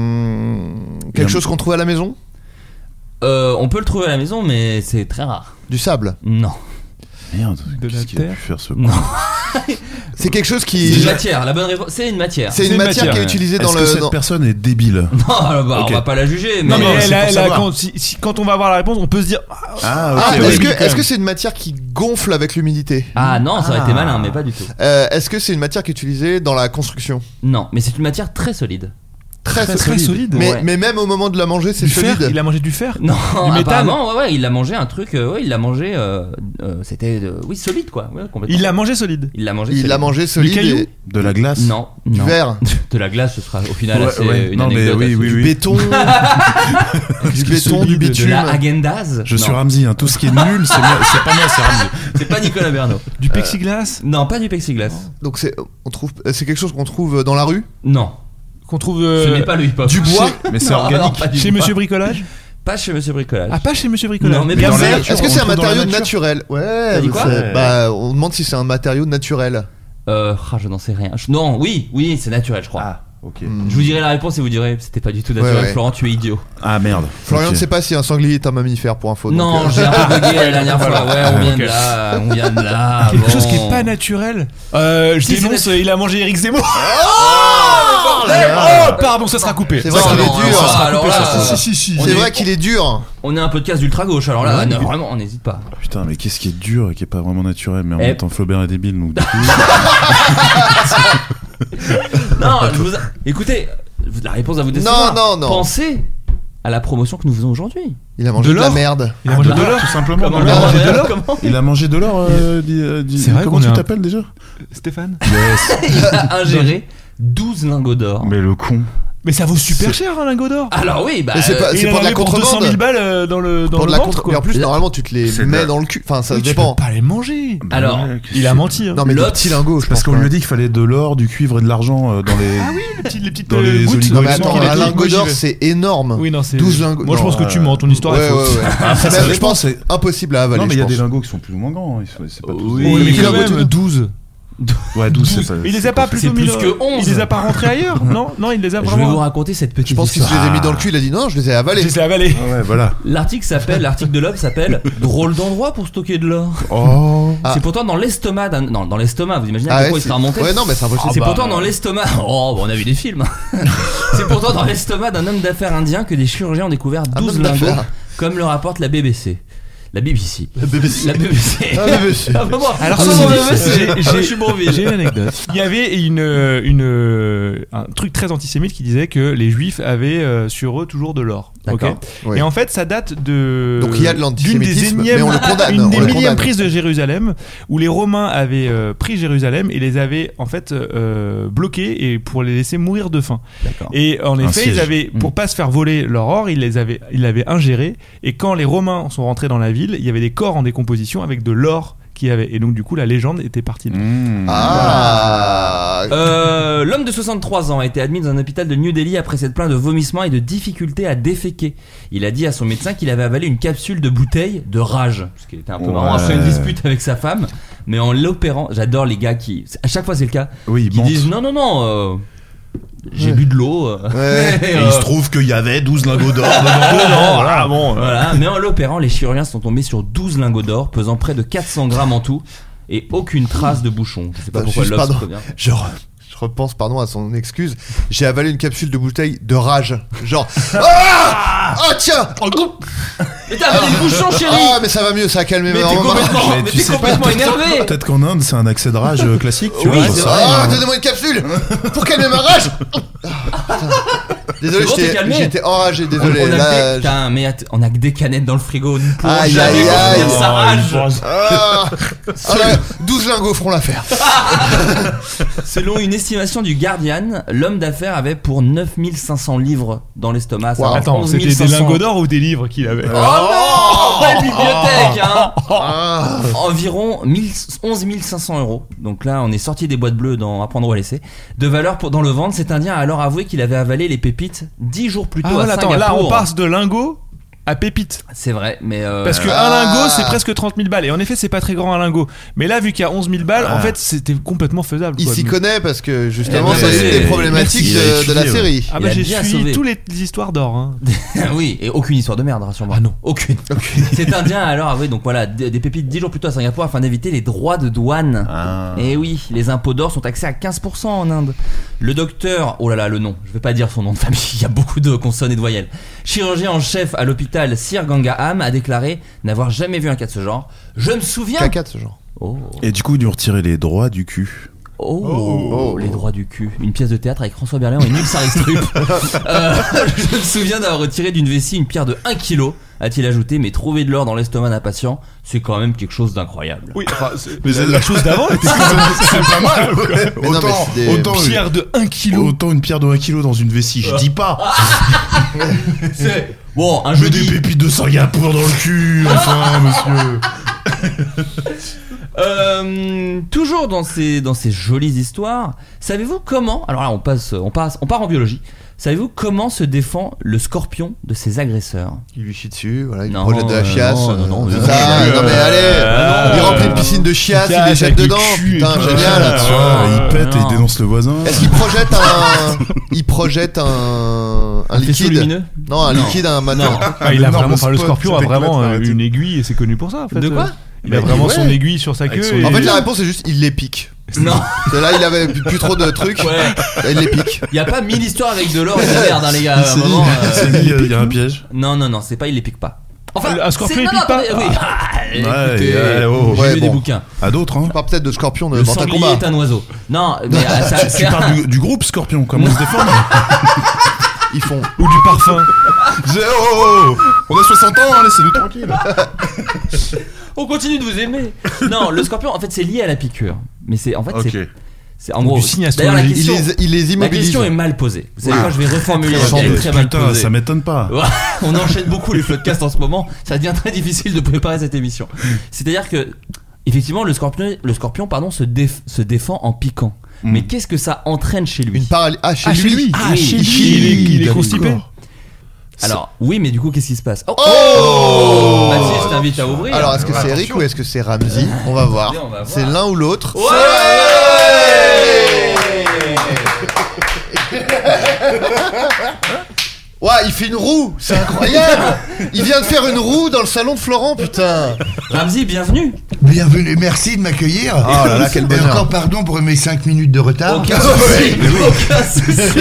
Speaker 8: Il a-
Speaker 5: Quelque chose qu'on trouve à la maison
Speaker 6: Euh, on peut le trouver à la maison, mais c'est très rare.
Speaker 5: Du sable.
Speaker 6: Non.
Speaker 8: Merde,
Speaker 3: De la
Speaker 8: qu'est-ce qu'il a
Speaker 3: terre.
Speaker 8: pu faire ce
Speaker 6: Non.
Speaker 5: C'est quelque chose
Speaker 6: C'est une
Speaker 5: qui.
Speaker 6: matière. La bonne réponse, c'est une matière.
Speaker 5: C'est une
Speaker 3: une
Speaker 5: matière
Speaker 3: matière,
Speaker 5: qui est
Speaker 6: ouais.
Speaker 5: utilisée dans
Speaker 8: Est-ce que
Speaker 5: le.
Speaker 8: cette
Speaker 5: dans-
Speaker 8: personne est débile
Speaker 6: Non, bah,
Speaker 8: Ok.
Speaker 6: on va pas la juger, mais.
Speaker 3: Non, mais
Speaker 8: mais c'est
Speaker 3: elle a-
Speaker 8: pour
Speaker 3: elle a-
Speaker 8: savoir.
Speaker 3: quand, si- si- quand on va avoir la réponse, on peut se dire. ah,
Speaker 8: Ah, ok.
Speaker 5: Ah,
Speaker 8: ouais.
Speaker 5: est-ce que
Speaker 3: oui, quand
Speaker 5: est-ce que
Speaker 3: même.
Speaker 5: c'est une matière qui gonfle avec l'humidité
Speaker 6: Ah non, ça aurait été malin, mais pas du tout.
Speaker 5: Euh, Est-ce que c'est une matière qui est utilisée dans la construction
Speaker 6: Non, mais c'est une matière très solide.
Speaker 5: Très,
Speaker 3: Très
Speaker 5: solide.
Speaker 3: solide.
Speaker 5: Mais,
Speaker 6: Ouais.
Speaker 5: mais même au moment de la manger, c'est
Speaker 3: Du fer
Speaker 5: solide.
Speaker 3: Il a mangé du fer
Speaker 6: Non,
Speaker 3: méthane.
Speaker 6: apparemment, ouais, ouais, il a mangé un truc, euh, ouais, il l'a mangé, euh, euh, c'était, euh, oui, solide quoi, ouais, complètement.
Speaker 3: Il l'a mangé solide.
Speaker 6: Il l'a mangé.
Speaker 5: Il l'a
Speaker 6: solide.
Speaker 5: mangé solide.
Speaker 3: caillou
Speaker 5: et-
Speaker 8: De la glace
Speaker 6: Non, non.
Speaker 5: verre.
Speaker 6: De la glace, ce sera au final
Speaker 8: Ouais,
Speaker 6: assez
Speaker 8: ouais.
Speaker 6: une
Speaker 8: Non, mais
Speaker 6: anecdote.
Speaker 8: oui,
Speaker 6: assez-
Speaker 8: oui,
Speaker 5: Du
Speaker 8: oui.
Speaker 5: béton. du béton, du
Speaker 3: solide, de
Speaker 6: De
Speaker 5: bitume.
Speaker 6: la agendaz
Speaker 8: Je
Speaker 6: Non,
Speaker 8: suis Ramsey, hein. tout ce qui est nul, c'est moi- c'est pas moi, c'est Ramsey.
Speaker 6: C'est pas Nicolas Bernot.
Speaker 3: Du plexiglas
Speaker 6: Non, pas du plexiglas.
Speaker 5: Donc c'est on trouve c'est quelque chose qu'on trouve dans la rue.
Speaker 6: Non,
Speaker 3: qu'on trouve
Speaker 6: ce
Speaker 3: euh,
Speaker 6: n'est pas le hip-hop.
Speaker 3: du bois
Speaker 8: Mais c'est
Speaker 6: Non,
Speaker 8: organique.
Speaker 6: non, pas du
Speaker 3: chez
Speaker 6: bois.
Speaker 3: Monsieur Bricolage
Speaker 6: Pas chez Monsieur Bricolage.
Speaker 3: Ah, pas chez Monsieur Bricolage.
Speaker 6: Non, mais,
Speaker 5: Mais
Speaker 6: bien
Speaker 5: dans la
Speaker 6: sûr.
Speaker 5: nature, Est-ce que c'est un
Speaker 6: On trouve dans la
Speaker 5: matériau
Speaker 6: nature.
Speaker 5: naturel
Speaker 6: T'as
Speaker 5: Ouais.
Speaker 6: dit
Speaker 5: mais
Speaker 6: quoi
Speaker 5: c'est- bah, on demande si c'est un matériau naturel.
Speaker 6: Euh, ah, je n'en sais rien. Je- Non, oui, oui, c'est naturel, je crois. Ah,
Speaker 8: ok.
Speaker 6: Je vous dirai la réponse et vous direz, c'était pas du tout naturel.
Speaker 5: Ouais, ouais.
Speaker 6: Florent, tu es idiot.
Speaker 8: Ah merde.
Speaker 5: Florian
Speaker 8: Ok.
Speaker 5: ne sait pas si un sanglier est un mammifère pour info.
Speaker 6: Non,
Speaker 5: donc, euh,
Speaker 6: j'ai un peu bugué la dernière fois. Ouais,
Speaker 5: Voilà.
Speaker 6: on vient de
Speaker 5: Ok.
Speaker 6: là, on vient de là.
Speaker 3: Quelque
Speaker 6: bon.
Speaker 3: chose qui est pas naturel. Euh, je
Speaker 6: Si, c'est
Speaker 3: dénonce, il a mangé Eric Zemmour.
Speaker 6: Oh,
Speaker 3: Oh,
Speaker 6: bordel
Speaker 3: pardon, ça sera coupé. Ça
Speaker 5: C'est vrai
Speaker 3: sera
Speaker 5: qu'il est
Speaker 3: coupé,
Speaker 5: dur.
Speaker 3: ça sera
Speaker 6: Alors
Speaker 3: coupé,
Speaker 6: là,
Speaker 3: ça. Si,
Speaker 6: euh,
Speaker 3: si, si.
Speaker 6: on
Speaker 5: C'est
Speaker 6: est-
Speaker 5: vrai qu'il est dur.
Speaker 6: On est un podcast ultra gauche, alors là,
Speaker 8: Ouais,
Speaker 6: non,
Speaker 8: mais-
Speaker 6: vraiment, on n'hésite pas.
Speaker 8: Putain, mais qu'est-ce qui est dur et qui est pas vraiment naturel, mais en
Speaker 6: Eh.
Speaker 8: même temps Flaubert est débile, donc du coup,
Speaker 6: Non, je vous. Écoutez, la réponse à vous décevoir.
Speaker 5: Non, non, non.
Speaker 6: Pensez à la promotion que nous faisons aujourd'hui.
Speaker 5: Il a mangé
Speaker 3: De
Speaker 5: de, la
Speaker 3: l'or
Speaker 5: merde.
Speaker 8: Euh,
Speaker 3: Il a mangé de l'or.
Speaker 8: tout simplement.
Speaker 6: Comment
Speaker 8: Il
Speaker 6: le-
Speaker 8: a mangé de
Speaker 6: comment-
Speaker 8: l'or. Il a mangé de l'or. euh, dit- euh, dit-
Speaker 3: C'est vrai
Speaker 8: Comment
Speaker 3: qu'on
Speaker 8: tu
Speaker 3: est un-
Speaker 8: t'appelles déjà
Speaker 3: Stéphane.
Speaker 6: Il a ingéré 12 lingots d'or.
Speaker 8: Mais le con.
Speaker 3: Mais ça vaut super cher un lingot d'or.
Speaker 6: Alors oui, bah.
Speaker 5: Mais c'est pas-
Speaker 6: euh,
Speaker 5: Et
Speaker 3: Il
Speaker 5: c'est
Speaker 3: en
Speaker 5: pour de la
Speaker 3: avait pour 200 000
Speaker 5: contrebande.
Speaker 3: balles euh, dans le dans le
Speaker 5: Pour de la
Speaker 3: ventre
Speaker 5: contre- Mais
Speaker 3: quoi.
Speaker 5: en plus, normalement, tu te les
Speaker 8: C'est
Speaker 5: mets
Speaker 8: de-
Speaker 5: dans le cul. Enfin, ça
Speaker 3: Oui, tu
Speaker 5: dépend.
Speaker 3: peux pas les manger.
Speaker 6: Alors,
Speaker 8: Ouais, qu'est-ce
Speaker 3: Il
Speaker 8: que-
Speaker 3: a menti. hein.
Speaker 5: Non, mais des
Speaker 6: L'autre-
Speaker 5: petits lingots, je
Speaker 8: Parce
Speaker 5: pense.
Speaker 8: qu'on
Speaker 5: quand
Speaker 8: lui a
Speaker 5: même.
Speaker 8: dit qu'il fallait de l'or, du cuivre et de l'argent euh, dans les.
Speaker 3: Ah oui, les petites, les petites
Speaker 8: Dans
Speaker 3: euh,
Speaker 8: les
Speaker 3: gouttes.
Speaker 8: oligo-
Speaker 5: Non, mais
Speaker 8: Moi,
Speaker 5: attends,
Speaker 8: je dis qu'il
Speaker 5: un
Speaker 8: est-
Speaker 5: lingot
Speaker 3: moi, j'y
Speaker 5: d'or,
Speaker 3: vais.
Speaker 5: c'est énorme.
Speaker 3: Oui, non, c'est.
Speaker 5: 12 lingots.
Speaker 3: Moi, je
Speaker 5: Non,
Speaker 3: pense que tu
Speaker 8: euh,
Speaker 3: mens. Ton histoire
Speaker 5: Ouais,
Speaker 3: est
Speaker 5: ouais,
Speaker 3: fausse.
Speaker 5: ouais.
Speaker 8: ça,
Speaker 5: Mais
Speaker 8: ça
Speaker 5: je
Speaker 8: dépend.
Speaker 5: pense que c'est impossible à avaler.
Speaker 8: non, mais il y a
Speaker 5: je
Speaker 8: des
Speaker 5: pense.
Speaker 8: lingots qui sont plus ou moins grands. hein, ils sont- C'est pas tous
Speaker 6: Oui.
Speaker 8: des-
Speaker 3: Oui, mais
Speaker 5: Il
Speaker 3: quand
Speaker 5: a
Speaker 3: même,
Speaker 5: goûté
Speaker 3: 12.
Speaker 8: Ouais, 12, c'est ça.
Speaker 3: Il les
Speaker 8: c'est
Speaker 3: a pas plus
Speaker 6: c'est
Speaker 3: au
Speaker 6: plus
Speaker 3: milieu.
Speaker 6: que 11.
Speaker 3: Il les a pas rentrés ailleurs Non, non, il les a
Speaker 6: Je vais vous
Speaker 3: vraiment.
Speaker 6: raconter cette petite
Speaker 5: Je pense qu'il se
Speaker 6: histoire.
Speaker 5: les a mis dans le cul. Il a dit non, je les ai
Speaker 3: Je
Speaker 5: avalés.
Speaker 3: les ai avalés.
Speaker 8: Ah Ouais, voilà.
Speaker 6: L'article s'appelle, l'article de l'homme s'appelle Drôle d'endroit pour stocker de l'or.
Speaker 8: Oh.
Speaker 5: Ah.
Speaker 6: C'est pourtant dans l'estomac d'un. Non, dans l'estomac, vous imaginez à
Speaker 5: Ah
Speaker 6: quel
Speaker 5: ouais,
Speaker 6: point il
Speaker 5: c'est-
Speaker 6: sera remonté
Speaker 5: ouais, non, mais Ah bah. c'est un peu
Speaker 6: Ah bah. C'est pourtant dans l'estomac. Oh, bah, on a vu des films. c'est pourtant dans l'estomac d'un homme d'affaires indien que des chirurgiens ont découvert
Speaker 5: Un
Speaker 6: 12
Speaker 5: homme
Speaker 6: lingots,
Speaker 5: d'affaires.
Speaker 6: comme le rapporte la BBC. La BBC.
Speaker 5: La BBC.
Speaker 6: La BBC.
Speaker 5: Ah, mais monsieur.
Speaker 6: Ah, vraiment.
Speaker 3: Alors,
Speaker 6: Ah,
Speaker 3: ça,
Speaker 6: non,
Speaker 3: c'est-
Speaker 6: mais c'est-
Speaker 3: j'ai-
Speaker 6: Ah,
Speaker 3: j'ai-
Speaker 6: je suis bon
Speaker 3: J'ai une anecdote. Il y avait une, euh, une, euh, un truc très antisémite qui disait que les juifs avaient euh, sur eux toujours de l'or. ok
Speaker 6: D'accord.
Speaker 5: Ouais.
Speaker 3: Et en fait, ça date de.
Speaker 5: Donc, il y a de l'antisémitisme,
Speaker 3: d'une des énièmes-
Speaker 5: mais on le condamne,
Speaker 3: Une
Speaker 5: on
Speaker 3: des
Speaker 5: le
Speaker 3: millièmes
Speaker 5: condamne.
Speaker 3: prises de Jérusalem, où les Romains avaient euh, pris Jérusalem et les avaient en fait euh, bloqués et pour les laisser mourir de faim.
Speaker 6: D'accord.
Speaker 3: Et en effet,
Speaker 8: siège.
Speaker 3: ils avaient, pour pas se faire voler leur or, ils les avaient, ils l'avaient ingéré. Et quand les Romains sont rentrés dans la ville, il y avait des corps en décomposition avec de l'or qu'il y avait. Et donc, du coup, la légende était partie. de là.
Speaker 8: Mmh.
Speaker 5: Ah.
Speaker 6: Euh, L'homme de 63 ans a été admis dans un hôpital de New Delhi après s'être plaint de vomissements et de difficultés à déféquer. Il a dit à son médecin qu'il avait avalé une capsule de bouteille de rage, ce qui était un peu
Speaker 8: Ouais.
Speaker 6: marrant après une dispute avec sa femme, mais en l'opérant. J'adore les gars qui, à chaque fois c'est le cas,
Speaker 8: Oui, il
Speaker 6: qui
Speaker 8: mente.
Speaker 6: disent non non non, euh, j'ai bu de l'eau. euh,
Speaker 5: Ouais. Ah,
Speaker 6: et,
Speaker 8: Et
Speaker 6: euh,
Speaker 8: il se trouve qu'il y avait 12 lingots d'or dedans.
Speaker 3: voilà, Ah, bon.
Speaker 6: voilà. Mais en l'opérant, les chirurgiens sont tombés sur 12 lingots d'or pesant près de 400 grammes en tout et aucune trace de bouchon. Je sais pas
Speaker 5: Bah,
Speaker 6: pourquoi
Speaker 5: juste,
Speaker 6: l'homme se
Speaker 5: pardon.
Speaker 6: prévient.
Speaker 5: Genre. Je repense, pardon, à son excuse. J'ai avalé une capsule de bouteille de rage. Genre. Ah Ah, tiens
Speaker 6: Mais t'as avalé le bouchon, chérie.
Speaker 5: Ah, mais ça va mieux, ça a calmé
Speaker 6: Mais
Speaker 5: ma
Speaker 6: t'es
Speaker 5: ma-
Speaker 6: complètement,
Speaker 8: Mais
Speaker 6: mais
Speaker 8: tu
Speaker 6: t'es
Speaker 8: sais
Speaker 6: complètement
Speaker 8: pas,
Speaker 6: énervé
Speaker 8: Peut-être qu'en Inde, c'est un accédérage euh, classique, tu
Speaker 6: Oui,
Speaker 8: vois. j'en
Speaker 6: c'est
Speaker 8: sais
Speaker 6: vrai.
Speaker 8: rien.
Speaker 5: Ah, donnez-moi une capsule pour calmer ma rage. Désolé,
Speaker 6: C'est bon, t'es
Speaker 5: j'étais
Speaker 6: calmé
Speaker 5: j'étais enragé,
Speaker 6: On, on
Speaker 5: désolé.
Speaker 6: a
Speaker 5: là,
Speaker 6: que,
Speaker 5: je-
Speaker 6: putain, mais att- on a que des canettes dans le frigo, nous ne pourrons
Speaker 5: Aïe,
Speaker 6: jamais
Speaker 5: aïe,
Speaker 8: Ah,
Speaker 5: aïe.
Speaker 6: contenir sa rage.
Speaker 5: Ah, ah là, 12 lingots feront l'affaire.
Speaker 6: Selon une estimation du Guardian, l'homme d'affaires avait pour 9500 livres dans l'estomac. ça
Speaker 5: Wow.
Speaker 6: fait
Speaker 3: Attends,
Speaker 6: 11
Speaker 3: c'était des
Speaker 6: 500.
Speaker 3: lingots d'or ou des livres qu'il avait
Speaker 6: Oh non Pas une bibliothèque, hein
Speaker 5: Ah,
Speaker 6: Environ 1000 11 500 euros. Donc là, on est sorti des boîtes bleues dans Apprendre ou à laisser. De valeur pour, dans le ventre, cet Indien a alors avoué qu'il avait avalé les pépites 10 jours plus tôt
Speaker 3: Ah,
Speaker 6: à
Speaker 3: voilà, attends, là, on
Speaker 6: Singapour.
Speaker 3: passe de lingots à pépites.
Speaker 6: C'est vrai, mais... euh,
Speaker 3: Parce que un
Speaker 8: Ah.
Speaker 3: lingot, c'est presque 30 000 balles. Et en effet, c'est pas très grand un lingot. Mais là, vu qu'il y a 11 000 balles,
Speaker 8: Ah.
Speaker 3: en fait, c'était complètement faisable.
Speaker 5: il
Speaker 3: quoi.
Speaker 5: s'y
Speaker 3: Donc-
Speaker 5: connaît parce que justement,
Speaker 6: Eh ben,
Speaker 5: c'est une
Speaker 6: c'est-
Speaker 5: des problématiques
Speaker 8: il a
Speaker 5: de, de la
Speaker 8: étudié, ouais.
Speaker 5: série.
Speaker 3: Ah,
Speaker 6: Il
Speaker 3: bah,
Speaker 6: a
Speaker 3: j'ai
Speaker 6: bien
Speaker 3: suivi
Speaker 6: sauvé.
Speaker 3: toutes les histoires d'or. hein.
Speaker 6: oui, et aucune histoire de merde, rassure-moi.
Speaker 3: Ah non.
Speaker 6: Aucune. Cet indien a alors avoué donc voilà des des pépites 10 jours plus tôt à Singapour afin d'éviter les droits de douane.
Speaker 8: Ah.
Speaker 6: Et oui, les impôts d'or sont taxés à 15% en Inde. Le docteur, oh là là, le nom, je vais pas dire son nom de famille, il y a beaucoup de consonnes et de voyelles. Chirurgien en chef à l'hôpital Sir Gangaham a déclaré n'avoir jamais vu un cas de ce genre. Je me souviens.
Speaker 5: Caca de ce genre.
Speaker 6: Oh,
Speaker 8: Et du coup, ils lui ont retiré les droits du cul.
Speaker 6: oh, les droits du cul. Une pièce de théâtre avec François Berléand et Nils Sarristrup. Euh, je me souviens d'avoir retiré d'une vessie une pierre de 1 kg, a-t-il ajouté, mais trouver de l'or dans l'estomac d'un patient, c'est quand même quelque chose d'incroyable.
Speaker 3: Oui, enfin, c'est- la, la chose d'avant était
Speaker 8: C'est pas mal, ouais.
Speaker 5: Mais non, mais
Speaker 8: Autant,
Speaker 5: c'est des
Speaker 8: autant,
Speaker 3: une pierre de 1
Speaker 8: une,
Speaker 6: Oh,
Speaker 3: kg.
Speaker 8: autant une pierre de 1 kg dans une vessie, je dis pas.
Speaker 6: C'est- Bon, un
Speaker 8: Je des
Speaker 6: jeudi.
Speaker 8: pépites de Singapour dans le cul, enfin, monsieur.
Speaker 6: Euh, toujours dans ces, dans ces jolies histoires, savez-vous comment Alors là, on passe, on passe, on part en biologie. Savez-vous comment se défend le scorpion de ses agresseurs
Speaker 7: Il lui chie dessus, voilà, il
Speaker 6: Non,
Speaker 7: projette de la
Speaker 6: euh,
Speaker 7: chiasse.
Speaker 6: non,
Speaker 7: euh,
Speaker 6: non, non,
Speaker 7: c'est
Speaker 6: non,
Speaker 7: ça,
Speaker 6: non,
Speaker 7: non, mais
Speaker 6: euh,
Speaker 7: allez,
Speaker 6: euh,
Speaker 7: il remplit
Speaker 6: euh,
Speaker 7: une piscine de chiasse, il
Speaker 8: Cache
Speaker 7: les jette
Speaker 8: avec le
Speaker 7: dedans.
Speaker 8: cul,
Speaker 7: Putain,
Speaker 8: quoi.
Speaker 7: génial.
Speaker 8: il pète et il dénonce le voisin.
Speaker 7: Est-ce qu'il projette un. Il projette un. Un
Speaker 6: faisceau
Speaker 7: liquide
Speaker 6: lumineux
Speaker 7: Non, un
Speaker 6: Non.
Speaker 7: liquide, un matin.
Speaker 2: Ah, il a
Speaker 8: énorme
Speaker 2: vraiment, enfin, le
Speaker 8: spot
Speaker 2: scorpion a
Speaker 8: avec
Speaker 2: vraiment
Speaker 8: la
Speaker 2: euh,
Speaker 8: tête.
Speaker 2: une aiguille et c'est connu pour ça en fait.
Speaker 6: De quoi
Speaker 2: Euh, Il a
Speaker 7: Bah,
Speaker 2: vraiment
Speaker 7: ouais.
Speaker 2: son aiguille sur sa
Speaker 8: Avec
Speaker 2: queue.
Speaker 8: son-
Speaker 2: et-
Speaker 7: En fait, la réponse c'est juste il les pique.
Speaker 6: Non,
Speaker 7: C'est là, il avait plus plus trop de trucs.
Speaker 6: ouais.
Speaker 7: Il les pique.
Speaker 6: Il y a pas mille histoires avec de l'or et de la merde, hein, les gars. À un
Speaker 8: C'est dit,
Speaker 6: moment, euh,
Speaker 8: c'est dit, il y a un piège.
Speaker 6: Non, non, non, c'est pas, il les pique pas. Enfin,
Speaker 2: Un scorpion,
Speaker 6: c'est-
Speaker 2: il
Speaker 6: non,
Speaker 2: pique
Speaker 6: non, attendez,
Speaker 2: pas
Speaker 6: oui. Ah,
Speaker 8: Ouais,
Speaker 6: écoutez,
Speaker 8: ouais, oh,
Speaker 6: j'ai
Speaker 7: ouais,
Speaker 6: lu
Speaker 7: bon.
Speaker 6: des bouquins.
Speaker 8: À d'autres, hein.
Speaker 7: On parle peut-être de scorpion de
Speaker 6: Le
Speaker 7: Mortal
Speaker 6: sanglier
Speaker 7: Kombat.
Speaker 6: est un oiseau. Non, mais ah, ça,
Speaker 8: Tu
Speaker 6: c'est
Speaker 8: parles
Speaker 6: un...
Speaker 8: du, du groupe Scorpion, comment on se défend
Speaker 7: Ils font.
Speaker 2: Ou du parfum.
Speaker 8: J'ai- oh, oh, oh, On a 60 ans, hein, laissez-nous tranquille
Speaker 6: On continue de vous aimer. Non, le scorpion, en fait, c'est lié à la piqûre. Mais c'est en fait, c'est-
Speaker 8: Ok.
Speaker 6: c'est en gros.
Speaker 2: Du signe
Speaker 6: D'ailleurs, la
Speaker 7: Il
Speaker 6: question,
Speaker 7: les, il les
Speaker 6: la
Speaker 7: immobilise.
Speaker 6: question est mal posée. Vous
Speaker 8: Ah.
Speaker 6: savez quoi, je vais reformuler.
Speaker 7: Sans
Speaker 6: Elle est
Speaker 7: doute.
Speaker 6: très mal
Speaker 8: Putain,
Speaker 6: posée. Ah,
Speaker 8: ça m'étonne pas.
Speaker 6: Ouais, On enchaîne beaucoup les podcasts en ce moment, ça devient très difficile de préparer cette émission. C'est-à-dire que, effectivement, le scorpion, le scorpion pardon, se, déf- se défend en piquant.
Speaker 8: Mm.
Speaker 6: Mais qu'est-ce que ça entraîne chez lui
Speaker 7: Une paralysie. Ah, chez
Speaker 2: Ah,
Speaker 7: lui.
Speaker 2: chez lui.
Speaker 6: Ah, chez
Speaker 7: Il
Speaker 6: lui.
Speaker 7: chie.
Speaker 2: Il est- il est
Speaker 7: D'accord.
Speaker 2: constipé.
Speaker 6: Alors, oui, mais du coup, qu'est-ce qui se passe Oh,
Speaker 7: Oh
Speaker 6: Mathieu, je t'invite à ouvrir.
Speaker 7: Alors, est-ce que c'est Eric ou est-ce que c'est Ramsey On va voir.
Speaker 6: Allez, on va voir.
Speaker 7: C'est l'un ou l'autre.
Speaker 6: Ouais
Speaker 7: Ouais, il fait une roue, c'est incroyable. Il vient de faire une roue dans le salon de Florent, putain.
Speaker 6: Ramzi, bienvenue
Speaker 5: Bienvenue, merci de m'accueillir.
Speaker 7: Oh là là, quel
Speaker 5: Et
Speaker 7: bonheur.
Speaker 5: encore pardon pour mes 5 minutes de retard.
Speaker 6: Aucun souci, aucun souci.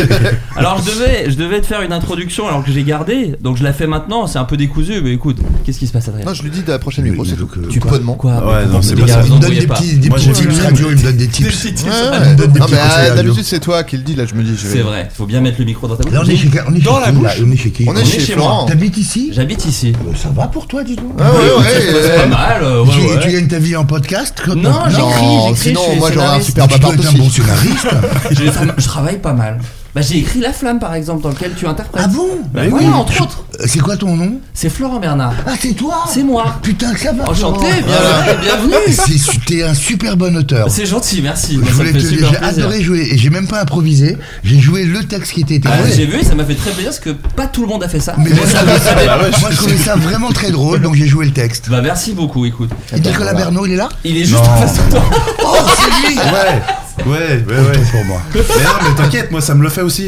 Speaker 6: Alors je devais, je devais te faire une introduction alors que j'ai gardé, donc je la fais maintenant. C'est un peu décousu, mais écoute, qu'est-ce qui se passe Adrien
Speaker 7: Non, je lui dis de la prochaine
Speaker 5: Mais-
Speaker 7: micro,
Speaker 5: mais
Speaker 7: c'est tout.
Speaker 5: donc, euh,
Speaker 7: Tout bonnement.
Speaker 6: Quoi
Speaker 8: Ouais,
Speaker 6: Mais
Speaker 8: non, c'est
Speaker 6: les
Speaker 8: pas
Speaker 6: gars,
Speaker 8: ça.
Speaker 6: vous
Speaker 5: Il me donne
Speaker 6: embrouillez
Speaker 5: des
Speaker 6: pas.
Speaker 5: petits, des
Speaker 8: Moi,
Speaker 5: petits
Speaker 8: j'ai
Speaker 5: tips
Speaker 8: vu.
Speaker 5: radio, il me donne des
Speaker 6: Des
Speaker 5: tips.
Speaker 6: petits tips.
Speaker 7: Ouais,
Speaker 5: Il me
Speaker 7: ouais.
Speaker 5: donne des
Speaker 7: Ah,
Speaker 5: petits
Speaker 7: mais
Speaker 5: conseils
Speaker 7: euh,
Speaker 5: radio.
Speaker 7: d'habitude, c'est toi qui le dis, là, je me dis. je vais-
Speaker 6: C'est vrai, faut bien mettre le micro dans ta
Speaker 5: Là,
Speaker 6: bouche.
Speaker 5: on est chez, on est chez
Speaker 6: Dans
Speaker 5: qui, là
Speaker 6: la bouche.
Speaker 5: On est chez qui
Speaker 7: On est chez Florent.
Speaker 5: T'habites ici
Speaker 6: J'habite ici.
Speaker 5: Euh, Ça va pour toi, dis donc
Speaker 7: Ah, ouais, ouais,
Speaker 6: C'est
Speaker 7: ouais.
Speaker 6: pas mal, euh, ouais,
Speaker 5: tu,
Speaker 6: ouais.
Speaker 5: tu gagnes ta vie en podcast comme-
Speaker 6: Non, j'écris,
Speaker 7: Non,
Speaker 6: j'écris, je
Speaker 7: sinon,
Speaker 6: suis
Speaker 7: moi, j'aurais un
Speaker 6: scénariste.
Speaker 7: super-
Speaker 5: Tu dois être un
Speaker 7: parti.
Speaker 5: bon scénariste.
Speaker 6: Je, ça- je travaille pas mal. Bah, j'ai écrit La Flamme par exemple, dans lequel tu interprètes.
Speaker 5: Ah bon
Speaker 6: Bah
Speaker 5: Bah
Speaker 6: oui,
Speaker 5: oui.
Speaker 6: entre autres.
Speaker 5: Euh, C'est quoi ton nom
Speaker 6: C'est Florent Bernard.
Speaker 5: Ah, c'est toi
Speaker 6: C'est moi.
Speaker 5: Putain, ça va.
Speaker 6: Enchanté,
Speaker 5: Florent.
Speaker 6: bien- bienvenue.
Speaker 5: Oh, C'est- T'es un super bon auteur.
Speaker 6: C'est gentil, merci. Moi,
Speaker 5: Je
Speaker 6: ça me
Speaker 5: voulais te
Speaker 6: fait
Speaker 5: le
Speaker 6: super
Speaker 5: dire, j'ai
Speaker 6: plaisir.
Speaker 5: adoré jouer et j'ai même pas improvisé. J'ai joué le texte qui était
Speaker 6: Ah,
Speaker 5: établi.
Speaker 6: J'ai Ah, vu, ça m'a fait très plaisir parce que pas tout le monde a fait ça.
Speaker 5: mais moi, ça m'a-
Speaker 8: Bah ouais,
Speaker 5: moi, je trouvais ça vraiment très drôle, donc j'ai joué le texte.
Speaker 6: Bah merci beaucoup, écoute.
Speaker 5: Et Nicolas Bernot, il est là
Speaker 6: Il est juste
Speaker 8: Non.
Speaker 6: en face de toi.
Speaker 5: Oh, c'est lui
Speaker 8: Ouais, ouais, ouais, ouais. pour moi. Mais non, mais t'inquiète, moi ça me le fait aussi.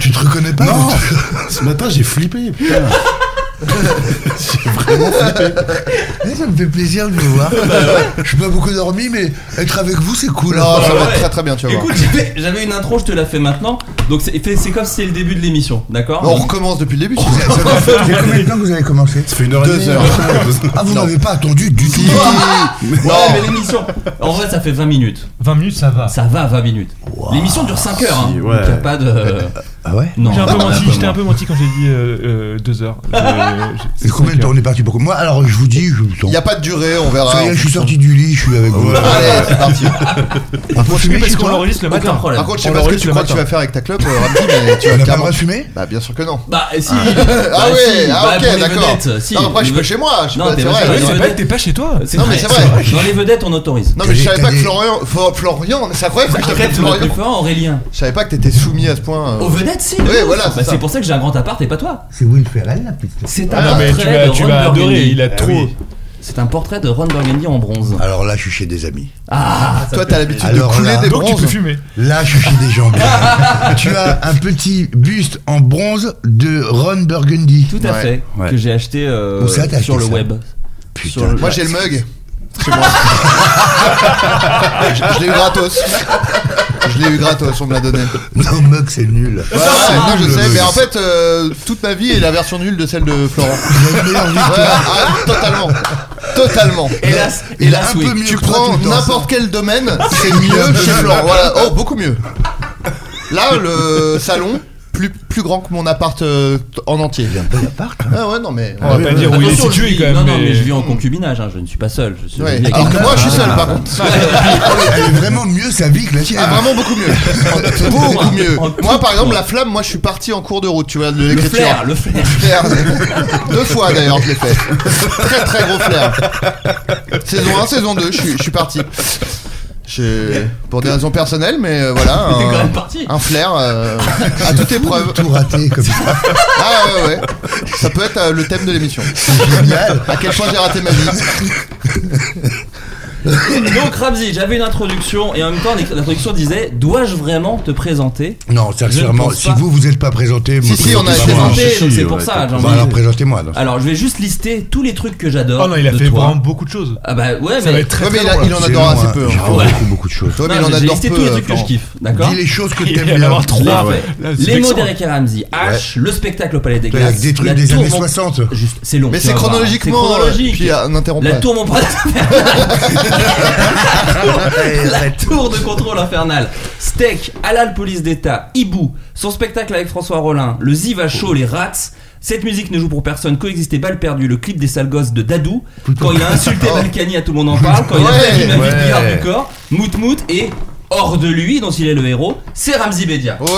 Speaker 5: Tu te reconnais pas
Speaker 8: Non
Speaker 5: toi
Speaker 8: Ce matin j'ai flippé, putain.
Speaker 5: Eh, Ça me fait plaisir de vous voir. Je suis pas beaucoup dormi, mais être avec vous, c'est cool.
Speaker 7: Non, ça va
Speaker 6: Ah Ouais.
Speaker 7: très très bien, tu vas voir.
Speaker 6: Écoute, j'avais- j'avais une intro, je te la fais maintenant. Donc c'est fait- c'est comme si c'était le début de l'émission, d'accord
Speaker 7: On recommence depuis le début. si
Speaker 5: Ça va faire- ça fait combien de temps que vous avez commencé
Speaker 8: Ça fait une heure et
Speaker 7: Deux
Speaker 8: demie. hein.
Speaker 7: heures.
Speaker 5: Ah, vous
Speaker 7: Non.
Speaker 5: m'avez pas attendu du tout.
Speaker 6: Ouais, mais l'émission. En vrai, ça fait 20 minutes.
Speaker 2: 20 minutes, ça va.
Speaker 6: Ça va, 20 minutes. L'émission dure 5 heures. Hein,
Speaker 8: Si,
Speaker 6: Donc y a
Speaker 8: ouais.
Speaker 6: pas de.
Speaker 5: Ah ouais
Speaker 6: Non. bah,
Speaker 2: J'ai un peu
Speaker 6: pas
Speaker 2: menti,
Speaker 6: comme
Speaker 2: j'étais
Speaker 6: moi.
Speaker 2: un peu menti quand j'ai dit 2 heures. Euh, j'ai-
Speaker 5: Et
Speaker 2: c'est
Speaker 5: combien de
Speaker 2: cinq
Speaker 5: temps
Speaker 2: heures.
Speaker 5: on est parti pour moi Alors, je vous dis, je
Speaker 7: Il n'y a pas de durée, on verra.
Speaker 5: Ça y est, je suis sorti du lit, je suis avec vous.
Speaker 7: Allez, c'est parti.
Speaker 5: On peut fumer
Speaker 2: Parce
Speaker 5: chez
Speaker 2: qu'on
Speaker 5: toi
Speaker 2: l'enregistre le
Speaker 6: Aucun
Speaker 2: matin.
Speaker 6: problème.
Speaker 7: Par contre, je sais
Speaker 2: On
Speaker 7: pas ce que
Speaker 2: l'enregistre
Speaker 7: tu
Speaker 2: le
Speaker 7: crois que tu
Speaker 2: matin.
Speaker 7: vas faire avec ta clope, euh, Ramzi, mais tu vas
Speaker 5: On n'a pas le
Speaker 7: clairement.
Speaker 5: droit de fumer
Speaker 7: Bah, bien sûr que non.
Speaker 6: Bah si.
Speaker 7: Ah
Speaker 6: bah,
Speaker 7: ouais,
Speaker 6: si,
Speaker 7: ah,
Speaker 6: bah,
Speaker 7: ok,
Speaker 6: pour les
Speaker 7: d'accord.
Speaker 6: vedettes, si.
Speaker 7: Non, après, je
Speaker 6: Les
Speaker 7: peux
Speaker 6: ve-
Speaker 7: chez moi, je suis
Speaker 6: Non,
Speaker 7: pas-
Speaker 6: t'es
Speaker 7: c'est
Speaker 6: pas
Speaker 7: vrai,
Speaker 6: chez
Speaker 7: non,
Speaker 6: toi,
Speaker 2: Ouais, Ah,
Speaker 6: t'es
Speaker 2: t'es
Speaker 6: vedette.
Speaker 2: pas- T'es pas chez toi.
Speaker 6: C'est
Speaker 7: Non,
Speaker 6: vrai.
Speaker 7: mais c'est vrai.
Speaker 6: Dans les vedettes, on autorise.
Speaker 7: Non, mais je
Speaker 5: T'as
Speaker 7: savais
Speaker 5: des-
Speaker 7: pas
Speaker 5: t'as
Speaker 7: que
Speaker 5: des-
Speaker 7: Florian. Fo- Florian, c'est incroyable que je t'appelle
Speaker 6: Arrête, on
Speaker 7: Florian.
Speaker 6: appelle Florian Aurélien.
Speaker 7: Je savais pas que t'étais soumis à ce point. euh.
Speaker 6: Aux vedettes, si. de
Speaker 7: Ouais,
Speaker 6: ouf.
Speaker 7: voilà, c'est
Speaker 6: Bah,
Speaker 7: ça.
Speaker 6: c'est pour ça que j'ai un grand appart et pas toi.
Speaker 5: C'est Will Ferrell, la petite.
Speaker 6: C'est un
Speaker 2: Ah non, mais tu
Speaker 6: portrait
Speaker 2: vas,
Speaker 6: de
Speaker 2: tu
Speaker 6: Ron
Speaker 2: vas adorer,
Speaker 6: Burgundy.
Speaker 8: Ah
Speaker 2: il a trop.
Speaker 5: oui.
Speaker 6: C'est un portrait de Ron Burgundy en bronze.
Speaker 5: Alors là, je suis chez des amis.
Speaker 6: Ah,
Speaker 7: Toi, t'as l'habitude de
Speaker 5: Alors
Speaker 7: couler
Speaker 5: là-
Speaker 7: des
Speaker 2: Donc tu peux
Speaker 7: bronzes.
Speaker 2: fumer.
Speaker 5: Là, je suis chez des gens. bien. tu as un petit buste en bronze de Ron Burgundy.
Speaker 6: Tout à
Speaker 7: Ouais,
Speaker 6: fait.
Speaker 8: ouais.
Speaker 6: Que j'ai acheté euh,
Speaker 5: On s'est attaqué
Speaker 6: sur le
Speaker 5: ça.
Speaker 6: web. Sur
Speaker 5: Putain.
Speaker 6: le-
Speaker 7: Moi, j'ai le mug. Chez moi. Ah, Je je l'ai eu gratos. Je l'ai eu gratos, on me l'a donné.
Speaker 5: Non, mug, c'est nul.
Speaker 7: Ouais, ouais, non, Ah, je sais, mais en fait, euh, toute ma vie est la version nulle de celle de Florent.
Speaker 5: La meilleure
Speaker 7: Ouais,
Speaker 5: victoire.
Speaker 7: ah, totalement. Totalement.
Speaker 6: Hélas,
Speaker 5: Il a
Speaker 6: hélas,
Speaker 5: un
Speaker 6: oui.
Speaker 5: peu mieux
Speaker 7: Tu
Speaker 5: que toi
Speaker 7: prends
Speaker 5: tout le temps,
Speaker 7: n'importe
Speaker 5: ça.
Speaker 7: quel domaine, c'est mieux chez Florent. Voilà. Oh, beaucoup mieux. Là, le salon, plus, plus grand que mon appart euh, en entier.
Speaker 5: hein.
Speaker 7: Ah ouais, non, mais.
Speaker 2: On va pas dire où il est
Speaker 6: Attention, je
Speaker 2: situé
Speaker 6: vis-
Speaker 2: quand même.
Speaker 6: Non, non, mais
Speaker 2: mais-
Speaker 6: je vis en concubinage, hein, je ne suis pas seul. Je suis Ah, je
Speaker 7: Ouais.
Speaker 6: vis avec
Speaker 7: Alors que
Speaker 6: quelqu'un.
Speaker 7: moi, je suis seul, par contre.
Speaker 5: Elle est vraiment mieux sa vie que la sienne.
Speaker 7: Ah, vraiment beaucoup mieux. En- beaucoup mieux.
Speaker 6: En tout
Speaker 7: Moi, par exemple,
Speaker 6: point.
Speaker 7: la flamme, moi, je suis parti en cours de route, tu vois, de
Speaker 6: Le
Speaker 7: l'écriture.
Speaker 6: flair, le flair.
Speaker 7: Flair. Deux fois d'ailleurs, je l'ai fait. Très très gros flair. Saison 1, saison 2, je suis, je suis parti. J'ai- Pour des raisons personnelles, mais euh, voilà.
Speaker 6: Ah.
Speaker 5: T'es
Speaker 7: un,
Speaker 5: quand même parti.
Speaker 7: un flair euh, à toute épreuve.
Speaker 5: Tout raté comme ça.
Speaker 7: Ah ouais, ouais. Ça peut être euh, le thème de l'émission.
Speaker 5: Génial.
Speaker 7: À quel point j'ai raté ma vie.
Speaker 6: Donc Ramzi, j'avais une introduction et en même temps l'introduction disait dois-je vraiment te présenter Bah,
Speaker 5: Non, c'est
Speaker 6: Je ne
Speaker 5: sûrement.
Speaker 6: pense
Speaker 5: Si
Speaker 6: pas.
Speaker 5: vous, vous n'êtes pas présenté,
Speaker 6: Si,
Speaker 5: me
Speaker 6: si, on a
Speaker 5: présentez
Speaker 6: été
Speaker 5: pas moi.
Speaker 6: présenté, Si, donc si, c'est pour on a ça, été j'ai envie
Speaker 5: Bah, alors
Speaker 6: de-
Speaker 5: présentez-moi. alors.
Speaker 6: Alors je vais juste lister tous les trucs que j'adore.
Speaker 2: Oh non, il a
Speaker 6: de
Speaker 2: fait
Speaker 6: toi.
Speaker 2: vraiment beaucoup de choses.
Speaker 6: Ah bah ouais,
Speaker 2: Ça
Speaker 6: mais
Speaker 2: va être très, Ouais, mais très il a- long,
Speaker 5: il en adore
Speaker 6: C'est
Speaker 5: assez
Speaker 6: long,
Speaker 5: peu,
Speaker 6: hein.
Speaker 5: hein.
Speaker 6: Ah ouais.
Speaker 5: Beaucoup, beaucoup de choses.
Speaker 6: Non,
Speaker 5: Ouais, mais il en
Speaker 6: j'ai
Speaker 5: adore
Speaker 6: listé
Speaker 5: peu,
Speaker 6: tous les trucs que je
Speaker 5: Florent.
Speaker 6: kiffe, d'accord
Speaker 5: Dis les choses que
Speaker 6: Il
Speaker 5: t'aimes
Speaker 6: va y en
Speaker 5: bien.
Speaker 6: avoir trois.
Speaker 5: Ouais.
Speaker 6: Parfait.
Speaker 5: Là, c'est
Speaker 6: Les mots
Speaker 5: vexant.
Speaker 6: d'Eric et Ramsey. H, le spectacle au Palais des
Speaker 5: Toi, il y a
Speaker 6: Glaces.
Speaker 5: que des trucs
Speaker 6: la
Speaker 5: des
Speaker 6: tour
Speaker 5: années
Speaker 6: Mont-
Speaker 5: 60.
Speaker 6: Juste, c'est long.
Speaker 7: Mais
Speaker 6: tu
Speaker 7: c'est
Speaker 6: vas voir.
Speaker 7: chronologiquement,
Speaker 6: C'est chronologique.
Speaker 7: euh, puis, euh, n'interromps
Speaker 6: La
Speaker 7: pas.
Speaker 6: tour Montparnasse. la tour de contrôle infernale. Steak, halal police d'État, hibou, son spectacle avec François Rollin, le Ziva Show, les rats. Cette musique ne joue pour personne, coexister balle perdue, le clip des sales gosses de Dadou, quand il a insulté
Speaker 7: Oh.
Speaker 6: Balkany à tout le monde en parle, quand il a
Speaker 7: Ouais,
Speaker 6: fait ma vie de
Speaker 7: ouais.
Speaker 6: billard du corps, Mout Mout et hors de lui, dont il est le héros, c'est Ramzi Bedia.
Speaker 5: C'est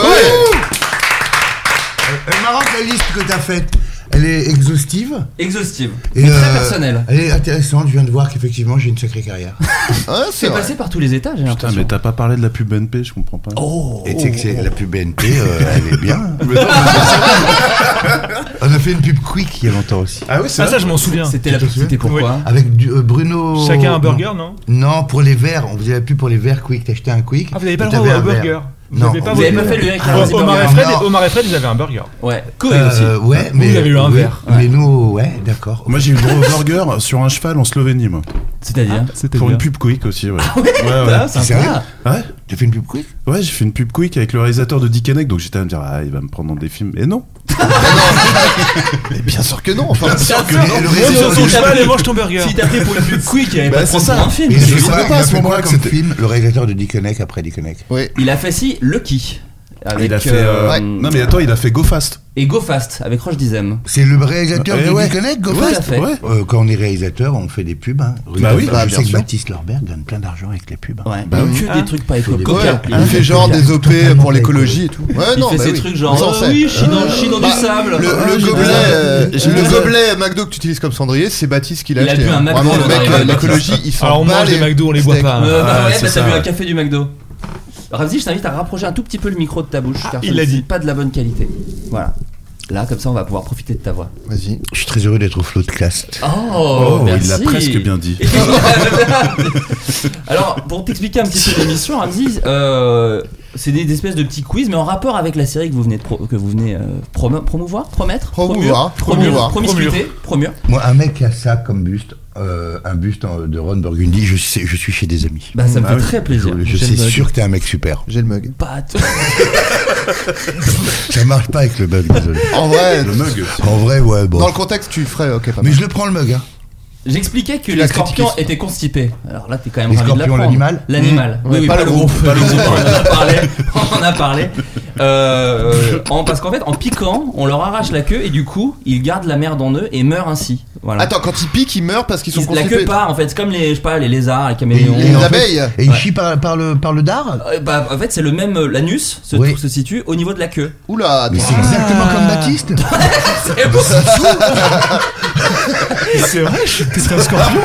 Speaker 5: marrant que Euh, la liste que t'as faite, elle est exhaustive.
Speaker 6: Exhaustive, mais très
Speaker 5: euh,
Speaker 6: personnelle.
Speaker 5: Elle est intéressante. Je viens de voir qu'effectivement, j'ai une sacrée carrière.
Speaker 6: C'est passé par tous les étages, j'ai
Speaker 8: Putain,
Speaker 6: l'impression.
Speaker 8: mais t'as pas parlé de la pub BNP, je comprends pas.
Speaker 6: Oh,
Speaker 5: Et tu sais que c'est la pub BNP, euh, elle est bien. On a fait une pub quick il y a longtemps aussi. Ah oui,
Speaker 2: Ah, ça, je m'en souviens.
Speaker 6: C'était la petite et pourquoi
Speaker 5: Avec du- euh, Bruno.
Speaker 2: Chacun un burger, non
Speaker 5: Non, pour les verres. On faisait la pub pour les verres quick. T'achetais un quick.
Speaker 2: Ah, vous n'avez pas
Speaker 5: et
Speaker 2: le droit
Speaker 5: t'avais
Speaker 2: au
Speaker 5: un verre.
Speaker 2: burger.
Speaker 5: Non,
Speaker 2: n'avez
Speaker 5: on
Speaker 2: vous
Speaker 5: faisait-
Speaker 6: pas fait le lien avec la
Speaker 5: Ah,
Speaker 6: Ramsey
Speaker 2: Omar et
Speaker 6: Burger.
Speaker 2: Oh, Fred,
Speaker 5: Non.
Speaker 2: Omar et Fred, ils avaient un burger.
Speaker 6: Ouais, Cohen aussi.
Speaker 5: Euh, ouais,
Speaker 2: Ah, Vous,
Speaker 5: mais.
Speaker 2: vous avez eu un
Speaker 5: mais-
Speaker 2: verre.
Speaker 5: Mais nous, ouais, d'accord.
Speaker 8: Moi j'ai eu le gros burger sur un cheval en Slovénie, moi.
Speaker 6: C'est-à-dire
Speaker 2: Ah,
Speaker 8: Pour une pub quick aussi, Ah ouais.
Speaker 6: Putain, c'est
Speaker 5: Sérieux
Speaker 6: sympa.
Speaker 8: Ouais,
Speaker 5: T'as fait une pub quick
Speaker 8: ouais j'ai fait une pub quick avec le réalisateur de Dick Henneck, donc j'étais à me dire, ah, il va me prendre dans des films. Et non
Speaker 7: Mais bien sûr que non. Enfin,
Speaker 6: Eh sûr que
Speaker 5: Et le
Speaker 2: Monte sur
Speaker 5: réalisateur
Speaker 2: ton
Speaker 5: du
Speaker 2: cheval et mange ton burger.
Speaker 6: Si t'as fait pour le plus quick, il avait
Speaker 7: Bah,
Speaker 6: pas de
Speaker 7: c'est
Speaker 6: prendre
Speaker 7: ça.
Speaker 6: pour un film.
Speaker 5: Et
Speaker 7: Je
Speaker 5: je
Speaker 7: savais
Speaker 5: savais
Speaker 7: pas
Speaker 5: pas
Speaker 7: à
Speaker 5: à
Speaker 7: ce moment-là que
Speaker 5: comme
Speaker 7: c'était-
Speaker 5: film le réalisateur de Dick Henneck après Dick Henneck.
Speaker 7: oui.
Speaker 6: Il a fait si Lucky. Avec,
Speaker 8: Il a fait.
Speaker 6: euh,
Speaker 8: euh, Non, mais attends, il a fait Go Fast.
Speaker 6: Et Go Fast avec Roche Dizem.
Speaker 5: C'est le réalisateur
Speaker 8: Eh
Speaker 5: de
Speaker 8: ouais.
Speaker 5: Dick Henneck,
Speaker 6: Tout
Speaker 5: Goffin
Speaker 6: à fait.
Speaker 8: Ouais.
Speaker 5: Euh, quand on est réalisateur, on fait des pubs. Hein.
Speaker 8: Bah oui, bah,
Speaker 5: je
Speaker 8: bien
Speaker 5: sais que
Speaker 8: sûr.
Speaker 5: Baptiste Lorberg gagne plein d'argent avec les pubs. hein.
Speaker 6: Ouais.
Speaker 8: Bah
Speaker 6: que
Speaker 2: Ah.
Speaker 6: des trucs pas éco
Speaker 5: Faut des-
Speaker 6: Coca.
Speaker 7: Il fait genre des OP pour l'écologie et tout. Ouais,
Speaker 6: Il
Speaker 7: non,
Speaker 6: fait
Speaker 7: bah
Speaker 6: ces
Speaker 7: oui.
Speaker 6: trucs genre,
Speaker 7: Sans
Speaker 6: euh,
Speaker 7: scène.
Speaker 6: oui, je suis dans- je suis dans du
Speaker 7: Bah,
Speaker 6: sable.
Speaker 7: Le,
Speaker 6: Ah,
Speaker 7: le
Speaker 6: j'ai-
Speaker 7: gobelet,
Speaker 6: ah,
Speaker 7: euh,
Speaker 6: j'ai-
Speaker 7: le
Speaker 6: j'ai-
Speaker 7: gobelet McDo que tu utilises comme cendrier, c'est Baptiste qui l'a
Speaker 6: Il a
Speaker 7: acheté.
Speaker 6: bu un
Speaker 7: hein.
Speaker 6: McDo
Speaker 7: Vraiment, le
Speaker 6: dans
Speaker 7: mec,
Speaker 6: la-
Speaker 7: euh, l'écologie, il s'en
Speaker 2: Alors on
Speaker 7: bat
Speaker 2: mange les McDo, on les boit
Speaker 7: steaks.
Speaker 2: pas. hein.
Speaker 6: Euh, bah
Speaker 8: Ah,
Speaker 6: ouais,
Speaker 8: c'est
Speaker 6: bah t'as
Speaker 8: ça.
Speaker 6: bu un café du McDo. Ramzi, je t'invite à rapprocher un tout petit peu le micro de ta bouche,
Speaker 7: Ah,
Speaker 6: car
Speaker 2: il
Speaker 6: ça ne
Speaker 2: l'a
Speaker 6: dit
Speaker 2: dit.
Speaker 6: pas de la bonne qualité. Voilà. Là, comme ça, on va pouvoir profiter de ta voix.
Speaker 7: Vas-y.
Speaker 5: Je suis très heureux d'être au flot de cast.
Speaker 6: Oh,
Speaker 8: Oh,
Speaker 6: merci.
Speaker 8: il l'a presque bien dit.
Speaker 6: Alors, pour t'expliquer un petit peu l'émission, Ramzi, euh, c'est des, des espèces de petits quiz, mais en rapport avec la série que vous venez, de pro- que vous venez euh, promo- promouvoir, promettre,
Speaker 7: Promouvoir,
Speaker 6: promouvoir,
Speaker 7: promouvoir,
Speaker 6: promiscuité, promure.
Speaker 5: Moi, un mec qui a ça comme buste, euh, un buste en- de Ron Burgundy, je, sais, je suis chez des amis.
Speaker 6: Bah, ça me
Speaker 8: Ah
Speaker 6: fait
Speaker 8: oui.
Speaker 6: très plaisir.
Speaker 5: je
Speaker 6: J'aime
Speaker 5: suis
Speaker 6: le-
Speaker 5: sûr que t'es un mec super.
Speaker 7: J'ai le mug.
Speaker 6: Pas tout.
Speaker 5: Ça marche pas avec le bug, désolé.
Speaker 7: En vrai,
Speaker 8: Le mug.
Speaker 5: En vrai, ouais, bon.
Speaker 7: dans le contexte, tu ferais, ok, pas
Speaker 5: Mais
Speaker 7: mal.
Speaker 5: je le prends le mug, hein.
Speaker 6: J'expliquais que
Speaker 7: l'as
Speaker 6: les scorpions
Speaker 7: critiqué.
Speaker 6: étaient constipés. Alors là, t'es quand même
Speaker 5: Les
Speaker 6: ravi de
Speaker 5: scorpions,
Speaker 6: l'apprendre.
Speaker 5: l'animal
Speaker 6: L'animal.
Speaker 7: Mmh.
Speaker 6: Oui,
Speaker 7: Ouais,
Speaker 6: oui, pas, le groupe. Pas le groupe. on en a parlé. On en a parlé. Euh, en- parce qu'en fait, en piquant, on leur arrache la queue et du coup, ils gardent la merde en eux et meurent ainsi. Voilà.
Speaker 7: Attends, quand ils piquent, ils meurent parce qu'ils sont
Speaker 6: Ils- la queue
Speaker 7: constipés.
Speaker 6: part en fait, c'est comme les, je sais pas, les lézards, les
Speaker 5: Et-
Speaker 6: caméléons.
Speaker 5: et
Speaker 7: les
Speaker 5: en fait-
Speaker 7: abeilles.
Speaker 5: Et il
Speaker 6: Ouais.
Speaker 5: chie par, par le, par le dard
Speaker 6: Euh, bah, en fait, c'est le même euh, l'anus se,
Speaker 5: Oui.
Speaker 6: se situe au niveau de la queue.
Speaker 7: Oula, attends.
Speaker 5: Mais c'est exactement comme Baptiste
Speaker 6: C'est bon.
Speaker 2: C'est vrai, je suis peut-être un scorpion.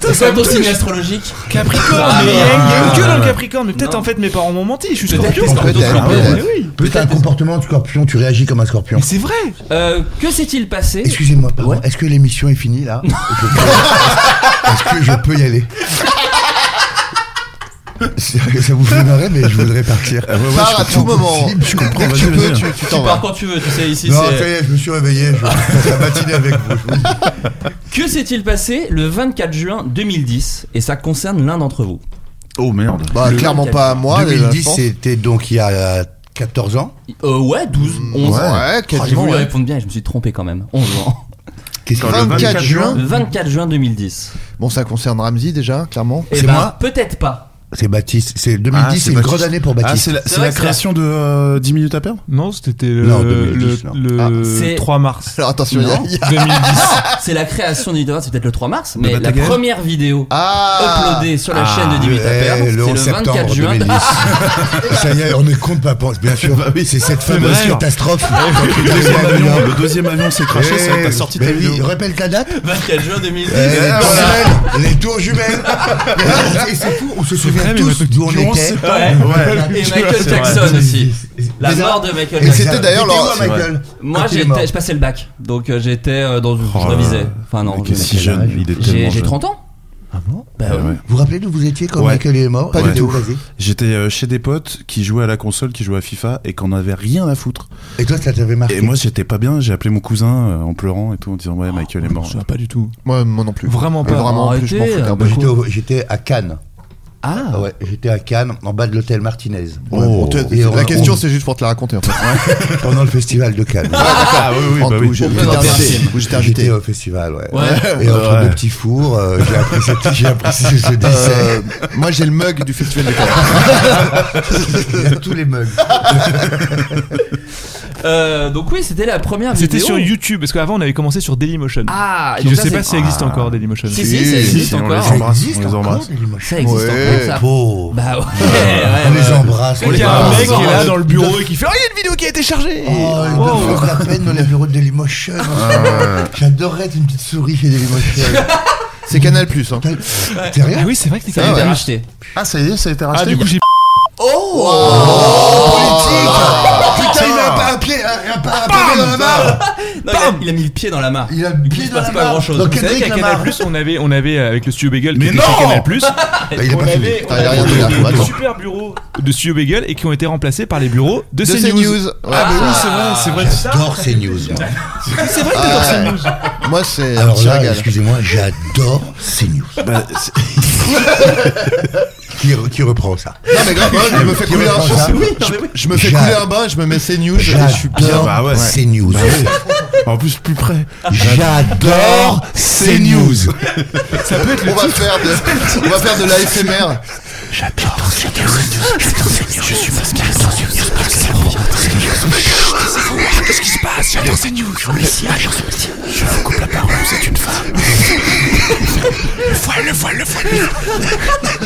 Speaker 6: C'est quoi ton signe astrologique
Speaker 2: Capricorne, mais il y a il y a une queue dans le Capricorne. Mais peut-être en fait mes parents m'ont menti, je suis
Speaker 6: Peut-être
Speaker 2: scorpion.
Speaker 6: t'es scorpion,
Speaker 7: Peut-être,
Speaker 2: Ah ouais,
Speaker 7: peut-être.
Speaker 2: mais oui.
Speaker 5: Peut-être un comportement de scorpion, tu réagis comme un scorpion.
Speaker 2: Mais c'est vrai.
Speaker 6: Euh, que s'est-il passé
Speaker 5: Excusez-moi, pardon.
Speaker 6: Ouais.
Speaker 5: Est-ce que l'émission est finie là Je peux- Est-ce que je peux y aller Sérieux, Ça vous fait marrer, mais je voudrais partir.
Speaker 7: Pars à tout moment.
Speaker 5: Je comprends.
Speaker 7: Dès que
Speaker 5: vas-y,
Speaker 7: tu
Speaker 5: vas-y.
Speaker 7: peux, tu tu t'en
Speaker 6: Par
Speaker 7: vas.
Speaker 6: quand tu veux, tu sais ici.
Speaker 5: Non,
Speaker 6: c'est-
Speaker 5: ça y est, je me suis réveillé. Je passe la matinée avec vous. je vous le dis.
Speaker 6: Que s'est-il passé le 24 juin 2010 Et ça concerne l'un d'entre vous.
Speaker 8: Oh merde.
Speaker 5: Ah,
Speaker 7: Bah,
Speaker 6: Le
Speaker 7: clairement
Speaker 6: mug.
Speaker 7: pas à moi. déjà, je
Speaker 5: 2010,
Speaker 7: pense.
Speaker 5: c'était donc il y a 14 ans.
Speaker 6: Euh, ouais, 12, 11 ans.
Speaker 7: Ouais,
Speaker 6: Oh, J'ai
Speaker 7: quasiment.
Speaker 6: voulu
Speaker 7: ouais.
Speaker 6: répondre bien et je me suis trompé quand même. 11 ans.
Speaker 5: Qu'est-ce que-
Speaker 8: Quand le
Speaker 7: 24 juin.
Speaker 6: Le 24 juin 2010.
Speaker 7: Bon, ça concerne Ramsey déjà, clairement.
Speaker 6: Eh
Speaker 5: C'est
Speaker 6: ben,
Speaker 5: moi
Speaker 6: Peut-être pas.
Speaker 5: C'est Baptiste. C'est 2010, c'est une grande année pour Baptiste.
Speaker 8: Ah, c'est la, c'est la création de euh, 10 minutes à perdre
Speaker 2: Non, c'était le,
Speaker 8: Non,
Speaker 2: le,
Speaker 8: 2010, non.
Speaker 2: le
Speaker 7: Ah,
Speaker 6: C'est-
Speaker 2: 3 mars.
Speaker 7: Alors attention, il y a- il y a-
Speaker 2: 2010.
Speaker 6: Ah, C'est la création de Nintendo, c'est peut-être le 3 mars,
Speaker 2: Le
Speaker 6: mais la
Speaker 2: Batagaz
Speaker 6: première vidéo
Speaker 7: Ah
Speaker 6: uploadée sur la
Speaker 5: Ah,
Speaker 6: chaîne de Dimitri
Speaker 5: le- eh,
Speaker 6: c'est
Speaker 5: le 11
Speaker 6: le 24
Speaker 5: septembre
Speaker 6: juin.
Speaker 5: 2010. Ça y est, on est contre Papa, bien sûr. c'est cette fameuse
Speaker 8: vrai.
Speaker 5: catastrophe.
Speaker 8: Le deuxième avion, le deuxième avion s'est craché, ça
Speaker 5: Eh,
Speaker 8: t'as sorti ta
Speaker 5: ben oui,
Speaker 8: vidéo.
Speaker 5: Rappelle ta date
Speaker 6: 24 juin 2010.
Speaker 5: Eh, les,
Speaker 8: voilà.
Speaker 5: tours jumelles, les tours jumelles Et c'est fou, on se souvient
Speaker 2: vrai, mais
Speaker 5: tous
Speaker 2: maintenant
Speaker 5: d'où on
Speaker 8: tu- tu- on
Speaker 5: était.
Speaker 8: sait pas.
Speaker 6: Ouais.
Speaker 8: Ouais.
Speaker 6: Et
Speaker 8: C'est
Speaker 6: Michael
Speaker 8: vrai.
Speaker 6: Jackson aussi. La
Speaker 5: Mais ça-
Speaker 6: mort de Michael
Speaker 5: Et
Speaker 6: Jackson.
Speaker 7: c'était d'ailleurs
Speaker 5: Dis-moi,
Speaker 7: leur-
Speaker 5: Michael,
Speaker 6: Moi,
Speaker 5: quand il est mort.
Speaker 6: j'étais, je passais le bac, donc euh, j'étais euh, dans une. je
Speaker 8: Oh,
Speaker 6: révisais. Enfin non.
Speaker 8: mec
Speaker 6: je-
Speaker 8: est si jeune, il est
Speaker 6: J'ai,
Speaker 8: tellement
Speaker 6: j'ai
Speaker 8: jeune.
Speaker 6: 30 ans.
Speaker 5: Ah bon
Speaker 6: Bah
Speaker 8: Ah
Speaker 6: ouais.
Speaker 8: ouais.
Speaker 5: Vous vous rappelez d'où vous étiez quand
Speaker 8: Ouais.
Speaker 5: Michael est mort
Speaker 8: Pas du
Speaker 5: Vas-y,
Speaker 8: tout.
Speaker 5: vas-y.
Speaker 8: J'étais euh, chez des potes qui jouaient à la console, qui jouaient à FIFA et qu'on avait rien à foutre.
Speaker 5: Et toi, ça t'avait marqué
Speaker 8: Et moi j'étais pas bien, j'ai appelé mon cousin euh, en pleurant et tout en disant ouais Michael est
Speaker 2: Je me
Speaker 8: mort.
Speaker 2: souviens pas du tout.
Speaker 7: Moi, moi non plus.
Speaker 2: Vraiment pas.
Speaker 7: Mais Vraiment, en plus, je m'en
Speaker 6: Arrêtez.
Speaker 7: foutais un
Speaker 5: Moi,
Speaker 7: peu.
Speaker 5: j'étais au- J'étais à Cannes.
Speaker 6: Ah.
Speaker 5: Ah ouais, j'étais à Cannes, en bas de l'hôtel Martinez.
Speaker 7: Ouais, bon, t'es-
Speaker 5: Et on-
Speaker 7: la question,
Speaker 5: on-
Speaker 7: c'est juste pour te la raconter en fait.
Speaker 5: pendant le festival de Cannes.
Speaker 8: Ah oui oui
Speaker 7: En
Speaker 8: bah
Speaker 7: tout,
Speaker 8: oui.
Speaker 7: j'ai-
Speaker 6: Pour
Speaker 7: j'étais
Speaker 6: présenter un
Speaker 7: invité.
Speaker 6: film.
Speaker 7: Où j'étais
Speaker 5: J'étais
Speaker 7: invité.
Speaker 5: au festival, ouais.
Speaker 6: Ouais.
Speaker 5: Et entre
Speaker 8: Ouais.
Speaker 5: deux petits fours, euh, j'ai appris, cette- j'ai appris ce, ce
Speaker 7: Euh,
Speaker 5: décès.
Speaker 7: moi j'ai le mug du festival de Cannes.
Speaker 5: Il y a tous les mugs.
Speaker 6: Euh, donc oui, c'était la première
Speaker 2: C'était
Speaker 6: vidéo.
Speaker 2: sur YouTube, parce qu'avant on avait commencé sur Dailymotion.
Speaker 6: Ah.
Speaker 2: Qui,
Speaker 6: donc
Speaker 2: je
Speaker 6: ça,
Speaker 2: sais
Speaker 6: c'est-
Speaker 2: pas si ça existe encore Dailymotion.
Speaker 6: Si, si, ça
Speaker 7: Si,
Speaker 6: existe
Speaker 8: si, on les
Speaker 6: encore.
Speaker 8: embrasse. on les
Speaker 5: encore,
Speaker 8: embrasse.
Speaker 5: les mugs.
Speaker 6: Ça existe
Speaker 7: Ouais.
Speaker 6: encore. Ça.
Speaker 5: Pauvres.
Speaker 6: Bah ouais.
Speaker 5: on les
Speaker 6: ouais, ouais.
Speaker 5: embrasse.
Speaker 2: Et
Speaker 5: on
Speaker 2: il y
Speaker 5: les
Speaker 2: a un
Speaker 5: embrasse.
Speaker 2: mec qui est là dans le bureau
Speaker 6: et qui fait.
Speaker 2: Ah, il y a une vidéo qui a été chargée
Speaker 5: Oh, ils
Speaker 2: Wow.
Speaker 5: doivent faire la peine dans les bureaux de Dailymotion. J'adorerais être une petite souris chez Dailymotion.
Speaker 7: C'est Canal Plus. Hein.
Speaker 5: T'es
Speaker 2: Ah
Speaker 5: rien
Speaker 2: oui, c'est vrai que t'es
Speaker 6: Ça a été
Speaker 2: capable.
Speaker 6: racheté.
Speaker 8: Ah ça y est, ça a été
Speaker 2: Ah, du coup, j'ai.
Speaker 5: Oh Putain, il a pas un pied, un, un, pas un pied dans la barre
Speaker 6: Non, il a, il a mis le pied dans la mare.
Speaker 5: Il a le
Speaker 6: Du coup,
Speaker 5: pied
Speaker 6: il se
Speaker 5: dans
Speaker 6: passe
Speaker 5: la
Speaker 6: pas
Speaker 5: mare.
Speaker 6: grand chose.
Speaker 5: Dans
Speaker 6: Vous savez
Speaker 5: Kendrick
Speaker 6: qu'à
Speaker 5: Lamar. Bah,
Speaker 6: Canal+,
Speaker 2: Plus on avait, on avait euh, avec le studio Bagel
Speaker 8: Mais
Speaker 2: qui était chez
Speaker 8: non
Speaker 2: Canal Plus,
Speaker 5: Il a
Speaker 2: on
Speaker 5: pas fini.
Speaker 2: avait, on
Speaker 7: Ah, il y a rien
Speaker 2: avait
Speaker 7: de là,
Speaker 2: des
Speaker 7: attends.
Speaker 2: super bureaux de studio Bagel et qui ont été remplacés par les bureaux de,
Speaker 7: De
Speaker 2: CNews.
Speaker 7: CNews. Ouais,
Speaker 6: Ah,
Speaker 7: mais oui,
Speaker 6: ça-
Speaker 7: c'est vrai.
Speaker 2: c'est vrai.
Speaker 5: J'adore ces news. moi.
Speaker 2: C'est vrai que t'adores
Speaker 7: Ah,
Speaker 2: CNews.
Speaker 7: Moi c'est un
Speaker 5: Alors
Speaker 7: petit
Speaker 5: là,
Speaker 7: régal.
Speaker 5: excusez-moi, j'adore ces news.
Speaker 8: Bah,
Speaker 5: Qui, re- qui reprend ça
Speaker 7: Non mais grave, moi, je me fais
Speaker 5: Qui
Speaker 7: couler
Speaker 5: reprend
Speaker 7: un
Speaker 5: ça
Speaker 7: bain. Je me fais
Speaker 5: J'a-
Speaker 7: couler un bain, je me mets CNews et je suis bien.
Speaker 5: J'adore
Speaker 8: Bah ouais.
Speaker 5: ces news.
Speaker 8: En plus plus près.
Speaker 5: J'adore ces news.
Speaker 7: On va faire de, on va faire de l'ASMR.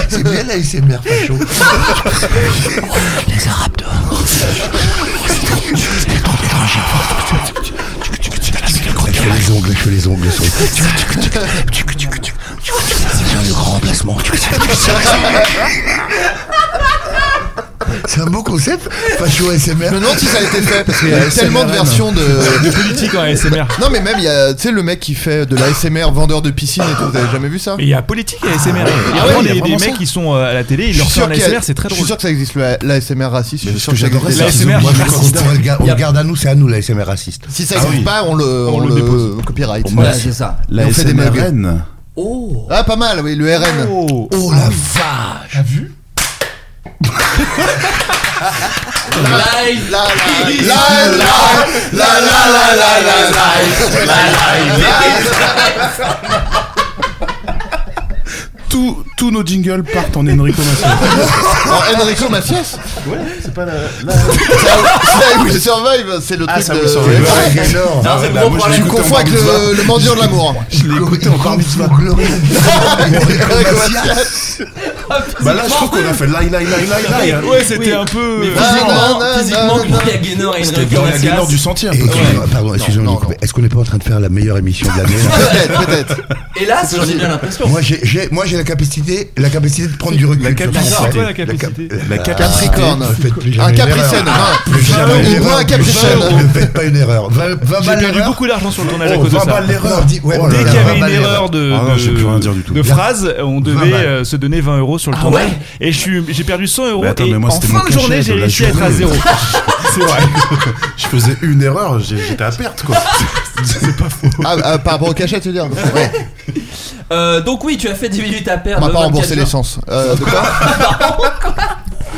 Speaker 5: C'est bien la SMR facho. Les Arabes dehors. les ongles, je fais les ongles. Sur le grand remplacement. C'est un beau concept, facho SMR.
Speaker 7: Je me demande si ça a été fait parce qu'il y a tellement de versions de.
Speaker 2: De politique en ASMR.
Speaker 7: Non mais même il y a, tu sais le mec qui fait de l'ASMR vendeur de piscine et tout. Vous avez jamais vu ça Ah
Speaker 2: Mais il y a politique et ASMR. Il y a
Speaker 7: ouais,
Speaker 2: vraiment
Speaker 7: il y a
Speaker 2: des, des
Speaker 7: vraiment ça.
Speaker 2: mecs qui sont euh, à la télé, ils
Speaker 7: Je
Speaker 2: leur
Speaker 7: suis
Speaker 2: font
Speaker 7: sûr
Speaker 2: un
Speaker 7: qu'il y a-
Speaker 2: ASMR, c'est très
Speaker 7: Je suis
Speaker 2: drôle.
Speaker 7: sûr que ça existe le- l'ASMR raciste. Je suis sûr que ça
Speaker 5: J'adorais
Speaker 7: existe.
Speaker 5: ça.
Speaker 2: SMR,
Speaker 5: Moi, je
Speaker 2: raciste.
Speaker 5: crois qu'on le ga- on le garde à nous, c'est à nous la SMR raciste. Ah
Speaker 7: Si ça existe
Speaker 8: oui.
Speaker 7: pas, on le, on
Speaker 2: le
Speaker 7: le
Speaker 2: dépose.
Speaker 7: copyright.
Speaker 6: Voilà, c'est ça.
Speaker 7: Et on fait des mugs.
Speaker 8: SMRN.
Speaker 6: Oh.
Speaker 7: Ah pas mal, oui, le RN.
Speaker 2: Oh.
Speaker 5: Oh la vache T'as vu
Speaker 6: Live.
Speaker 7: La la la la la la la la
Speaker 8: Tous tous nos jingles partent en Enrico Macias.
Speaker 5: Ah.
Speaker 7: Alors, Enrico Macias
Speaker 8: Ouais, c'est pas la.
Speaker 7: Ça We Survive, c'est le
Speaker 8: Ah,
Speaker 7: truc
Speaker 8: ça,
Speaker 7: de...
Speaker 8: We Survive.
Speaker 5: Ouais, c'est énorme.
Speaker 6: Non, c'est le gros
Speaker 7: Tu
Speaker 6: problème.
Speaker 7: me confonds avec le, le mendiant de l'amour.
Speaker 5: Je l'ai écouté encore une fois glorieux.
Speaker 7: Enrico Macias.
Speaker 8: Bah là je trouve qu'on a fait la la la la la.
Speaker 2: Ouais, c'était un peu.
Speaker 6: Mais
Speaker 7: Ah,
Speaker 6: physiquement,
Speaker 7: non, non,
Speaker 6: physiquement,
Speaker 7: non,
Speaker 6: Gloria Gaynor et
Speaker 8: C'était dans la galère du sentier. un
Speaker 5: Et
Speaker 8: peu.
Speaker 5: excusez-moi, Pardon, excusez-moi,
Speaker 7: non,
Speaker 5: j'ai coupé.
Speaker 7: non.
Speaker 5: est-ce qu'on n'est pas en train de faire la meilleure émission de l'année là
Speaker 7: Peut-être, peut-être.
Speaker 6: Hélas, j'en ai bien l'impression.
Speaker 5: Moi j'ai, j'ai- moi j'ai la capacité, la capacité de prendre du recul.
Speaker 8: La
Speaker 5: sur
Speaker 8: capacité.
Speaker 5: ce qu'on
Speaker 2: C'est
Speaker 5: fait.
Speaker 2: toi la capacité.
Speaker 8: La capacité.
Speaker 7: Capricorne.
Speaker 5: Ne faites plus
Speaker 7: Un
Speaker 5: jamais une
Speaker 7: capricène.
Speaker 5: erreur.
Speaker 7: non.
Speaker 5: Plus jamais une
Speaker 7: On boit
Speaker 5: erreur,
Speaker 7: un
Speaker 5: plus
Speaker 7: capricène.
Speaker 5: jamais. Ne faites pas une erreur. 20, 20
Speaker 2: J'ai
Speaker 5: balles
Speaker 2: perdu
Speaker 5: l'erreur.
Speaker 2: beaucoup d'argent sur le tournage à
Speaker 8: Oh,
Speaker 2: cause de
Speaker 8: 20
Speaker 2: ça.
Speaker 8: balles l'erreur.
Speaker 5: Non, dis- ouais,
Speaker 8: Oh là
Speaker 2: Dès
Speaker 8: là,
Speaker 2: qu'il y avait
Speaker 8: 20
Speaker 2: une
Speaker 8: balles
Speaker 2: erreur de,
Speaker 8: Ah non,
Speaker 2: de-
Speaker 8: je sais plus rien dire du tout.
Speaker 2: de phrase, on devait
Speaker 5: balles.
Speaker 2: euh, se donner 20 euros sur le
Speaker 6: Ah
Speaker 2: tournage.
Speaker 6: ouais
Speaker 2: Et je suis- j'ai perdu 100 euros.
Speaker 8: Mais attends,
Speaker 2: et
Speaker 8: mais moi,
Speaker 2: en
Speaker 8: c'était
Speaker 2: fin
Speaker 8: mon
Speaker 2: de
Speaker 8: cachet
Speaker 2: journée, j'ai
Speaker 8: de la
Speaker 2: réussi à être à
Speaker 8: journée.
Speaker 2: zéro.
Speaker 8: C'est vrai. je faisais une erreur, j'ai- j'étais à perte quoi. C'est pas faux.
Speaker 7: Ah, ah, par rapport au cachet, tu veux dire Ouais.
Speaker 6: Euh, donc oui, tu as fait 10 minutes à
Speaker 7: On
Speaker 6: perdre. Ah,
Speaker 7: m'a pas
Speaker 6: le
Speaker 7: remboursé
Speaker 6: 24 juin.
Speaker 7: l'essence. Euh, de quoi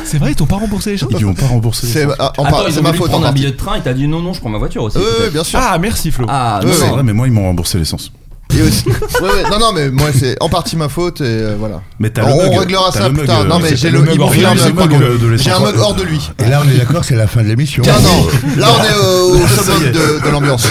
Speaker 2: C'est vrai, ils t'ont pas remboursé les gens
Speaker 8: Ils lui ont pas remboursé. les
Speaker 7: C'est
Speaker 8: sens.
Speaker 7: ah, en
Speaker 6: Attends,
Speaker 7: par-
Speaker 6: ils
Speaker 7: c'est
Speaker 6: ont
Speaker 7: ma
Speaker 6: voulu
Speaker 7: faute. en
Speaker 6: prendre un
Speaker 7: partie.
Speaker 5: Euh,
Speaker 6: billet de train et t'as dit non, non, je prends ma voiture aussi.
Speaker 7: Oui, oui,
Speaker 6: peut-être.
Speaker 7: bien sûr.
Speaker 2: Ah, merci Flo.
Speaker 6: Ah,
Speaker 8: Ouais,
Speaker 6: non,
Speaker 8: c'est
Speaker 6: non.
Speaker 8: vrai, mais moi ils m'ont remboursé l'essence.
Speaker 5: Et
Speaker 7: Et aussi- Ouais, ouais, non, non, mais moi, c'est en partie ma faute et euh, voilà.
Speaker 8: Mais t'as
Speaker 7: on,
Speaker 8: le mug,
Speaker 7: on réglera
Speaker 8: t'as
Speaker 7: ça
Speaker 8: le
Speaker 7: plus
Speaker 8: mug,
Speaker 7: tard.
Speaker 8: euh,
Speaker 7: Non, mais
Speaker 8: c'est
Speaker 7: j'ai
Speaker 8: le
Speaker 7: le,
Speaker 8: mug
Speaker 7: il me fait
Speaker 8: original,
Speaker 7: un
Speaker 8: c'est
Speaker 7: mug
Speaker 8: pas
Speaker 7: hors-
Speaker 8: le- de
Speaker 7: J'ai un
Speaker 8: l'essence.
Speaker 7: mug hors de lui.
Speaker 5: Et là, on est d'accord, c'est la fin de l'émission.
Speaker 7: Tiens, non, là, on est au, au
Speaker 5: Ça
Speaker 7: summum
Speaker 5: y est.
Speaker 7: de, de l'ambiance.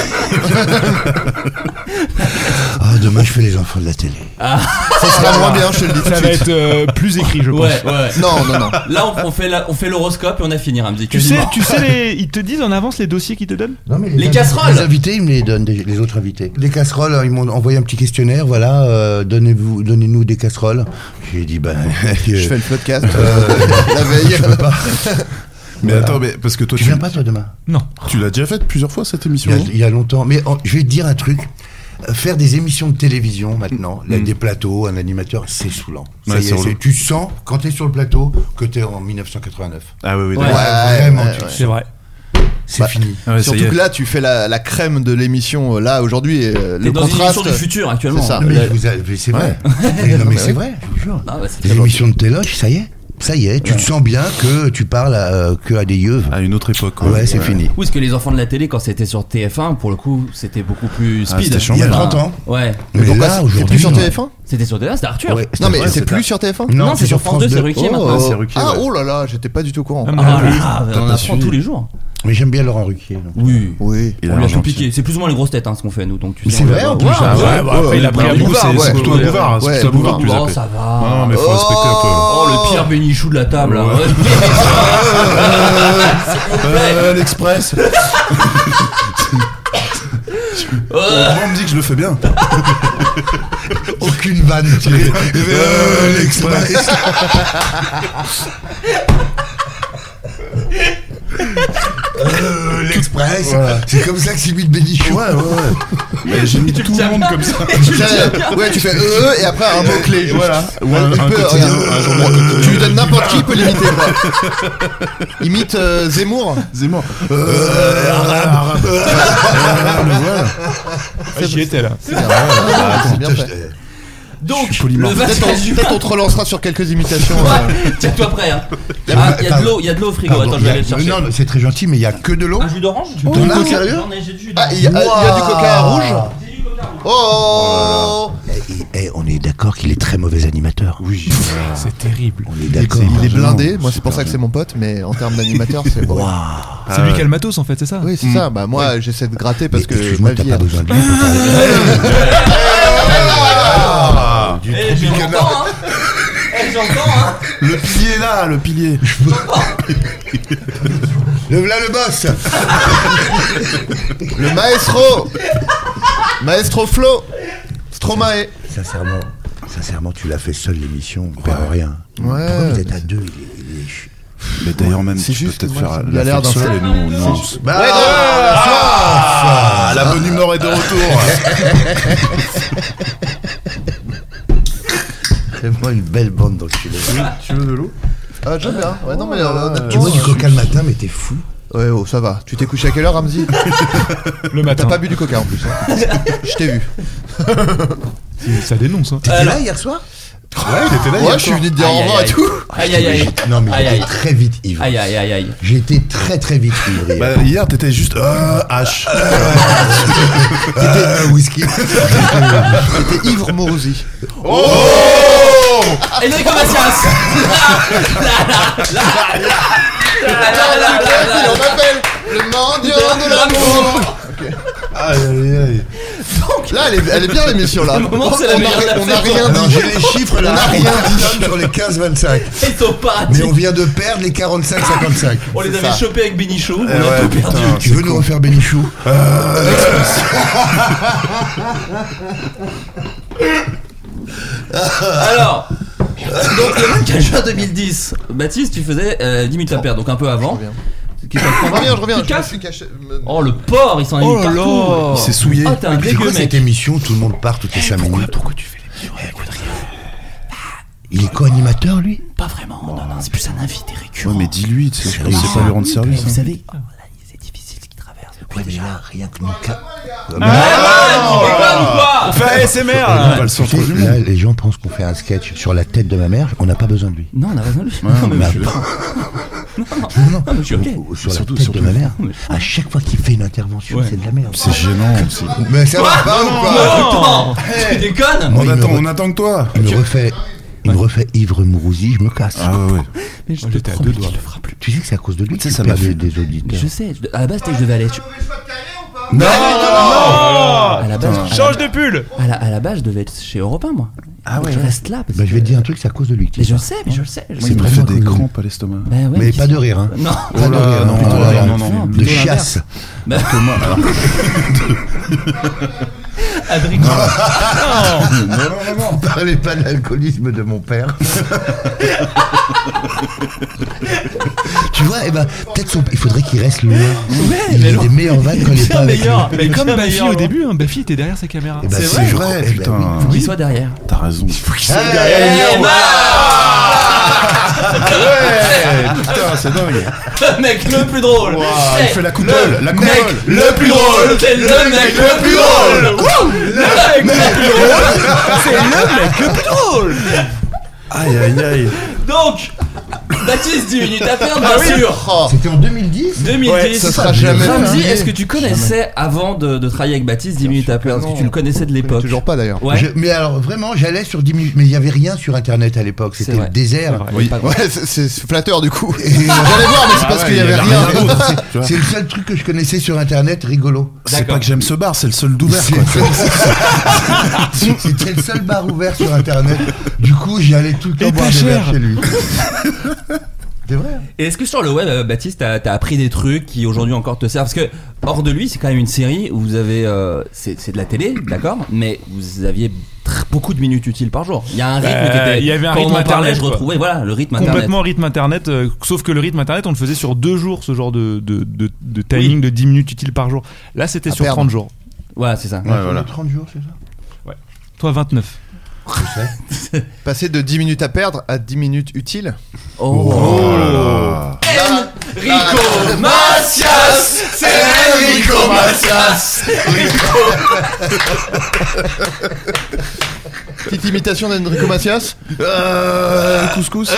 Speaker 5: Ah, demain, je fais les enfants de la télé.
Speaker 7: Ah. Ça sera moins bien, je te le dis tout de
Speaker 2: Ça va
Speaker 7: suite.
Speaker 2: être euh, plus écrit, je pense.
Speaker 6: Ouais, ouais.
Speaker 7: Non, non, non.
Speaker 6: Là, on, on fait la- on fait l'horoscope et on a fini, Ramzi.
Speaker 2: Tu sais, tu sais les- ils te disent en avance les dossiers qu'ils te donnent
Speaker 5: Non, mais
Speaker 6: Les
Speaker 5: invi-
Speaker 6: casseroles.
Speaker 5: Les invités, ils me les donnent, des- les autres invités. Les casseroles, hein, ils m'ont envoyé un petit questionnaire, voilà, euh, donnez-vous, donnez-nous des casseroles. J'ai dit, ben.
Speaker 7: Je fais le podcast
Speaker 5: Euh,
Speaker 7: la veille.
Speaker 5: je peux pas.
Speaker 8: Mais
Speaker 5: Voilà.
Speaker 8: attends, mais parce que toi,
Speaker 5: Tu
Speaker 8: tu,
Speaker 5: viens pas, toi, demain
Speaker 2: Non.
Speaker 8: tu l'as déjà faite plusieurs fois cette
Speaker 5: il y,
Speaker 8: émission.
Speaker 5: a,
Speaker 8: non
Speaker 5: il y a longtemps. Mais oh, je vais te dire un truc. Euh, Faire des émissions de télévision maintenant,
Speaker 7: Mm.
Speaker 5: là, des plateaux, un animateur, c'est saoulant. Ça
Speaker 8: Ouais,
Speaker 5: y est,
Speaker 8: c'est relou.
Speaker 5: c'est- tu sens, quand t'es sur le plateau, que t'es en 1989.
Speaker 8: Ah oui, oui,
Speaker 6: Ouais.
Speaker 8: d'accord.
Speaker 5: vraiment,
Speaker 7: ouais,
Speaker 5: tu
Speaker 7: ouais. Bah,
Speaker 5: le sens.
Speaker 2: C'est vrai.
Speaker 5: C'est fini.
Speaker 8: Ah ouais, ça y
Speaker 7: Surtout
Speaker 8: est.
Speaker 7: que là, tu fais la, la crème de l'émission euh, là aujourd'hui. et, euh,
Speaker 6: T'es
Speaker 7: Le
Speaker 6: dans une
Speaker 7: contraste.
Speaker 6: émission du futur actuellement.
Speaker 7: C'est ça.
Speaker 5: Non, mais
Speaker 6: Là-
Speaker 5: vous avez- c'est vrai. Mais non, mais c'est vrai, je vous jure.
Speaker 6: Ah, bah, c'est
Speaker 5: Les
Speaker 6: très gentil.
Speaker 5: émissions de téloche, ça y est. Ça y est, tu te sens bien que tu parles à, euh, que à des yeux.
Speaker 8: À une autre époque. quoi.
Speaker 5: ouais, c'est fini.
Speaker 6: Oui, parce que les enfants de la télé, quand c'était sur TF1, pour le coup, c'était beaucoup plus
Speaker 8: Ah,
Speaker 6: speed.
Speaker 8: c'était chambé.
Speaker 5: Il y a 30 ans.
Speaker 6: Ouais.
Speaker 5: Mais
Speaker 7: Pourquoi
Speaker 5: là,
Speaker 7: c'est- c'est
Speaker 5: aujourd'hui.
Speaker 7: plus sur
Speaker 5: ouais.
Speaker 7: TF1
Speaker 6: C'était sur TF1, c'était Arthur.
Speaker 5: Ouais,
Speaker 7: Non, mais
Speaker 5: ouais,
Speaker 7: c'est
Speaker 5: ça.
Speaker 7: plus sur TF1
Speaker 6: Non, c'est sur France 2, c'est Ruquier maintenant.
Speaker 8: c'est Ruquier,
Speaker 7: Ah,
Speaker 8: ouais.
Speaker 7: oh là là, j'étais pas du tout au courant.
Speaker 2: Ah, mais-
Speaker 6: Ah, là,
Speaker 2: oui.
Speaker 6: là,
Speaker 8: T'as
Speaker 6: on
Speaker 8: pas
Speaker 6: apprend
Speaker 8: suivi.
Speaker 6: tous les jours.
Speaker 5: Mais j'aime bien Laurent Ruquier. donc.
Speaker 6: Oui.
Speaker 7: Oui.
Speaker 8: Il a
Speaker 6: On lui a
Speaker 8: l'argent,
Speaker 6: tout piqué. C'est plus ou moins les grosses têtes hein, ce qu'on fait nous. Donc tu
Speaker 5: Mais
Speaker 6: sais,
Speaker 5: c'est
Speaker 6: on
Speaker 5: vrai,
Speaker 6: va-
Speaker 5: en plus,
Speaker 6: Ouais,
Speaker 5: hein.
Speaker 6: ouais.
Speaker 8: Ouais, bah, après, il a pris un
Speaker 7: Bouvard,
Speaker 8: coup, c'est
Speaker 7: ouais.
Speaker 8: c'est plutôt un
Speaker 7: Ouais,
Speaker 8: bouvard. hein.
Speaker 7: ouais,
Speaker 8: C'est plutôt un bouvard que tu
Speaker 6: Bouvard,
Speaker 8: appelles.
Speaker 6: hein. ça va.
Speaker 8: Non, non, mais faut respecter un peu.
Speaker 6: Oh, le pire bénichou de la table. là. Ouais. S'il vous plaît.
Speaker 8: Euh, L'Express Moi, on me dit que je le fais bien.
Speaker 5: Aucune vanne tirée. Euh, L'Express. Euh, L'Express. C'est comme ça que s'imite Bénichou. Ouais, ouais,
Speaker 8: Mais J'ai mis tout le monde comme ça.
Speaker 7: Ouais, ouais, tu fais euh et après un mot clé.
Speaker 8: Voilà. Ou
Speaker 7: Un,
Speaker 8: un, un
Speaker 7: peu,
Speaker 8: quotidien,
Speaker 7: regarde,
Speaker 8: un journal quotidien.
Speaker 7: tu lui donnes n'importe qui, il peut l'imiter. quoi. Imite euh, Zemmour.
Speaker 5: Ah,
Speaker 8: Zemmour. Euh, arabe. Euh, arabe. Voilà. Ah,
Speaker 2: J'y étais là.
Speaker 7: Ah, C'est bien, ouais, ouais, c'est bien fait.
Speaker 6: Donc le
Speaker 7: Peut-être on,
Speaker 6: 26 juin.
Speaker 7: peut-être on te relancera sur quelques imitations. euh.
Speaker 6: Ouais, Tiens-toi prêt. hein. Ah, Il y a de l'eau, il y a de l'eau au frigo. Attends, je vais aller le chercher.
Speaker 5: Non, non, c'est très gentil, mais il y a que de l'eau.
Speaker 6: Un jus d'orange
Speaker 5: Oh,
Speaker 6: J'en ai-
Speaker 5: là, sérieux
Speaker 6: j'en ai- j'ai du jus
Speaker 7: Ah, il
Speaker 6: d'orange.
Speaker 7: y, a- il y a du
Speaker 5: Ouah.
Speaker 7: coca rouge. Oh
Speaker 5: Et, et eh, on est d'accord qu'il est très mauvais animateur. Oui.
Speaker 2: C'est terrible.
Speaker 5: On est d'accord.
Speaker 7: Il est blindé, moi c'est pour ça que c'est mon pote, mais en termes d'animateur, c'est.
Speaker 5: Waouh. Ah
Speaker 2: C'est lui qui a le matos en fait, c'est ça
Speaker 7: Oui, c'est ça, bah moi j'essaie de gratter parce
Speaker 5: Parce
Speaker 7: que.
Speaker 5: que excuse-moi,
Speaker 7: ma
Speaker 5: t'as
Speaker 7: vie
Speaker 5: pas
Speaker 7: est-
Speaker 5: besoin de lui. pour parler. Ah, du
Speaker 6: Eh, mais
Speaker 5: tropical-
Speaker 6: j'entends, hein. Eh, j'entends, hein.
Speaker 8: Le pilier là, le pilier.
Speaker 5: Le voilà le boss.
Speaker 7: Le maestro Maestro Flo Stromae
Speaker 5: Sincèrement, sincèrement, tu l'as fait seul l'émission. On perd rien. Pourquoi vous êtes à deux Il est- il est ch-
Speaker 8: Mais d'ailleurs même,
Speaker 7: C'est
Speaker 8: tu peux
Speaker 7: juste,
Speaker 8: peut-être
Speaker 7: ouais,
Speaker 8: faire
Speaker 7: il a
Speaker 8: la
Speaker 7: l'air
Speaker 8: faire
Speaker 7: d'un
Speaker 8: seul et nous, on- nous, on-
Speaker 5: Bah,
Speaker 7: Ouais, non,
Speaker 8: Ah, la bonne humeur est de retour.
Speaker 5: c'est vraiment une belle bande d'enculés.
Speaker 8: tu veux de l'eau
Speaker 7: Ah, j'aime bien. Ouais, non, mais euh, honnêtement,
Speaker 5: Tu bois du coca le matin, mais t'es fou.
Speaker 7: Ouais, oh, ça va. Tu t'es couché à quelle heure, Ramzi
Speaker 2: Le
Speaker 7: T'as
Speaker 2: matin.
Speaker 7: pas bu du coca en plus. hein. Je t'ai vu.
Speaker 2: Ça dénonce. Hein.
Speaker 5: T'étais là hier soir
Speaker 8: Ouais, il était là.
Speaker 7: Ouais, je suis venu te dire
Speaker 6: Aïe,
Speaker 7: au revoir
Speaker 6: aïe,
Speaker 7: et
Speaker 6: aïe.
Speaker 7: tout.
Speaker 6: Aïe aïe aïe.
Speaker 5: Non, mais
Speaker 6: Aïe,
Speaker 5: j'étais
Speaker 6: aïe.
Speaker 5: très vite ivre.
Speaker 6: Aïe aïe aïe aïe.
Speaker 5: J'ai été très très vite ivre. hier.
Speaker 8: Bah, hier, t'étais juste euh, H.
Speaker 5: C'était un whisky.
Speaker 7: T'es ivre Morosi. Oh
Speaker 6: Enrico Macias
Speaker 7: Ah, là,
Speaker 6: euh,
Speaker 7: là, il en appelle le mendiant de l'amour.
Speaker 5: Aïe, aïe, aïe.
Speaker 7: Là, elle est, elle est bien l'émission là.
Speaker 6: Pour le moment, c'est la
Speaker 7: on,
Speaker 6: meilleure
Speaker 7: a,
Speaker 6: de la
Speaker 7: on a
Speaker 6: saison.
Speaker 7: rien
Speaker 5: Non,
Speaker 7: dit.
Speaker 5: j'ai les chiffres là.
Speaker 7: On a
Speaker 5: on
Speaker 7: rien dit.
Speaker 5: tombe sur les 15-25.
Speaker 6: et son paradis.
Speaker 5: Mais on vient de perdre les 45-55.
Speaker 6: On les
Speaker 7: C'est
Speaker 6: avait
Speaker 7: ça.
Speaker 6: chopés avec Bénichou,
Speaker 8: Eh
Speaker 6: on a tout perdu.
Speaker 5: Tu veux nous refaire Bénichou
Speaker 6: Alors, donc le 24 juin 2010, Baptiste, tu faisais euh, 10 minutes à perdre, donc un peu avant. Qu'est-ce que ça te prend
Speaker 7: Je reviens, je reviens.
Speaker 6: Tu
Speaker 7: Je me
Speaker 6: casses
Speaker 7: suis caché. me-
Speaker 6: Oh le porc, il s'en est mis
Speaker 2: Oh là
Speaker 6: partout.
Speaker 2: là.
Speaker 8: Il s'est souillé.
Speaker 6: Ah, t'es un
Speaker 5: C'est
Speaker 6: dégueu
Speaker 5: quoi cette
Speaker 6: mec. Eh,
Speaker 5: émission Tout le monde part toutes les 5 minutes. Pourquoi tu fais l'émission Il est co-animateur lui
Speaker 6: Pas vraiment, non, non, c'est plus un invité
Speaker 8: Ouais,
Speaker 6: récurrent.
Speaker 8: mais dis-lui, tu sais,
Speaker 5: C'est
Speaker 8: on sait pas lui rendre service.
Speaker 6: Vous
Speaker 8: hein.
Speaker 6: savez, oh, là, c'est difficile ce qu'il traverse.
Speaker 5: Ouais, mais là, rien que nous. ca-
Speaker 6: Ah, ouais, tu déconnes ou quoi
Speaker 8: Enfin, eh, c'est
Speaker 2: ASMR
Speaker 5: Et- Bah, tu sais, là, les gens pensent qu'on fait un sketch sur la tête de ma mère. On n'a pas besoin de lui.
Speaker 6: Non, on a besoin de lui.
Speaker 5: Ouais,
Speaker 6: non,
Speaker 5: mais
Speaker 6: mais moi, je suis-
Speaker 5: attends.
Speaker 6: non, non, non, mais je suis ok.
Speaker 5: Ou- ou Sur la tête de ma mère.
Speaker 6: Ah,
Speaker 5: À chaque fois qu'il fait une intervention, c'est de la merde.
Speaker 8: C'est gênant aussi.
Speaker 5: Mais ça va
Speaker 8: Ah,
Speaker 5: pas
Speaker 8: non,
Speaker 5: ou
Speaker 8: non,
Speaker 5: quoi
Speaker 8: non.
Speaker 6: Oh, Hey, tu déconnes
Speaker 5: Moi,
Speaker 8: On
Speaker 5: il me
Speaker 8: attend,
Speaker 5: re-
Speaker 8: on attend que toi.
Speaker 5: Il me refait, il me refait Ivre Mourouzi, je me casse.
Speaker 8: Ah ouais, ouais.
Speaker 6: Mais je te promets qu'il le fera plus.
Speaker 5: Tu sais que c'est à cause de lui que
Speaker 8: Ça,
Speaker 5: tu
Speaker 8: ça
Speaker 5: perds
Speaker 8: m'a fait-
Speaker 5: des, des auditeurs.
Speaker 6: Je sais, je- à la base, c'était que je devais aller.
Speaker 5: Non,
Speaker 6: non, à la base, à la-
Speaker 2: Change de pull
Speaker 6: à la, à la base, je devais être chez Europe 1, moi. Ah
Speaker 5: ouais,
Speaker 6: je
Speaker 5: ouais.
Speaker 6: reste là. parce
Speaker 5: Bah, je vais
Speaker 6: que-
Speaker 5: te dire un truc, c'est à cause de lui. que tu
Speaker 6: Mais je
Speaker 5: perds.
Speaker 6: le sais, mais je le sais. je le
Speaker 8: Moi,
Speaker 6: sais.
Speaker 8: il me
Speaker 5: C'est
Speaker 8: fait
Speaker 5: vraiment
Speaker 8: des
Speaker 5: à cause de lui.
Speaker 8: crampes à l'estomac.
Speaker 6: Bah ouais,
Speaker 5: Mais
Speaker 6: qu'est-ce
Speaker 5: pas
Speaker 6: que-
Speaker 5: de rire, hein.
Speaker 6: Non.
Speaker 5: Pas
Speaker 8: Oh
Speaker 5: de
Speaker 8: là,
Speaker 5: rire, non,
Speaker 8: plutôt
Speaker 5: non,
Speaker 8: de rire,
Speaker 5: non,
Speaker 8: non, non,
Speaker 5: de
Speaker 6: plutôt
Speaker 5: chiasse.
Speaker 6: Bah,
Speaker 8: Que moi, alors.
Speaker 6: Adrien,
Speaker 5: Ah,
Speaker 8: non, non, non, non.
Speaker 5: Parlez pas de l'alcoolisme de mon père. tu vois, eh ben, peut-être son- il faudrait qu'il reste le noir.
Speaker 6: Ouais,
Speaker 5: il
Speaker 6: mais
Speaker 5: a
Speaker 6: non.
Speaker 5: des meilleures vannes quand il est
Speaker 6: Bien
Speaker 5: pas avec
Speaker 6: meilleur.
Speaker 5: nous.
Speaker 6: Mais
Speaker 2: Mais
Speaker 6: comme
Speaker 2: comme Baffy
Speaker 6: d'ailleurs-
Speaker 2: au début, hein, Baffy était derrière sa caméra.
Speaker 5: Eh ben,
Speaker 8: C'est
Speaker 5: je
Speaker 8: vrai,
Speaker 5: crois- eh ben,
Speaker 8: putain.
Speaker 5: oui.
Speaker 6: faut qu'il soit derrière.
Speaker 8: T'as raison.
Speaker 5: Hey,
Speaker 6: Eh,
Speaker 8: Ouais, putain, c'est dingue.
Speaker 6: Le mec le plus drôle.
Speaker 8: Wow,
Speaker 6: Eh,
Speaker 8: il fait la coupole, la coupole.
Speaker 6: le plus drôle. C'est le mec le plus drôle. Wouh, Le mec le plus drôle. C'est le mec le plus drôle.
Speaker 8: Aïe, aïe, aïe.
Speaker 6: Donc, Baptiste, 10 minutes à perdre, bien sûr.
Speaker 5: C'était en 2010
Speaker 6: 2010.
Speaker 7: Oh. Ouais, ça sera jamais
Speaker 6: Ramzi,
Speaker 7: terminé.
Speaker 6: est-ce que tu connaissais avant de, de travailler avec Baptiste 10 minutes à perdre Est-ce que tu le connaissais de l'époque
Speaker 7: Toujours pas d'ailleurs.
Speaker 6: Ouais.
Speaker 5: Je- mais alors vraiment, j'allais sur 10 minutes, mais il n'y avait rien sur internet à l'époque,
Speaker 6: C'est
Speaker 5: c'était le
Speaker 6: vrai.
Speaker 5: désert.
Speaker 6: C'est vrai.
Speaker 7: Oui.
Speaker 6: Pas grave.
Speaker 7: Ouais, c'est- c'est c'est flatteur du coup.
Speaker 5: Et-
Speaker 7: J'allais voir, mais c'est
Speaker 8: Ah
Speaker 7: parce
Speaker 8: ouais,
Speaker 7: qu'il y
Speaker 8: il y
Speaker 7: avait
Speaker 8: avait
Speaker 7: rien.
Speaker 8: rien d'autre.
Speaker 5: C'est-
Speaker 8: Tu vois.
Speaker 5: C'est le seul truc que je connaissais sur internet rigolo.
Speaker 8: C'est
Speaker 6: D'accord.
Speaker 8: pas que j'aime ce bar, c'est le seul d'ouvert, quoi.
Speaker 5: C'est- C'était le seul bar ouvert sur internet. Du coup, j'y allais tout le temps
Speaker 2: Et
Speaker 5: boire
Speaker 2: pas
Speaker 5: des verres
Speaker 2: cher.
Speaker 5: chez lui. C'est vrai. hein.
Speaker 6: Et est-ce que sur le web, euh, Baptiste, t'as t'as appris des trucs qui aujourd'hui encore te servent Parce que hors de lui, c'est quand même une série où vous avez, euh, c'est c'est de la télé, d'accord, mais vous aviez tr- beaucoup de minutes utiles par jour. Il y a un rythme
Speaker 2: Bah,
Speaker 6: qui était.
Speaker 2: il y avait un
Speaker 6: quand
Speaker 2: rythme
Speaker 6: on en parlait,
Speaker 2: internet,
Speaker 6: je
Speaker 2: quoi.
Speaker 6: retrouvais. Voilà, le rythme internet.
Speaker 2: Complètement rythme internet, euh, sauf que le rythme internet, on le faisait sur deux jours, ce genre de, de, de- de timing de 10 minutes utiles par jour. Là, c'était
Speaker 7: À
Speaker 2: sur
Speaker 7: perdre.
Speaker 2: 30 jours.
Speaker 6: Voilà, c'est ça.
Speaker 8: Ouais, voilà.
Speaker 5: 30 jours, c'est ça
Speaker 2: Toi, 29.
Speaker 5: Je sais.
Speaker 7: Passer de 10 minutes à perdre à 10 minutes utiles.
Speaker 6: Oh.
Speaker 8: Oh là là.
Speaker 6: Rico Macias, c'est Rico Macias.
Speaker 7: Petite imitation d'Enrico Macias.
Speaker 8: Euh, couscous.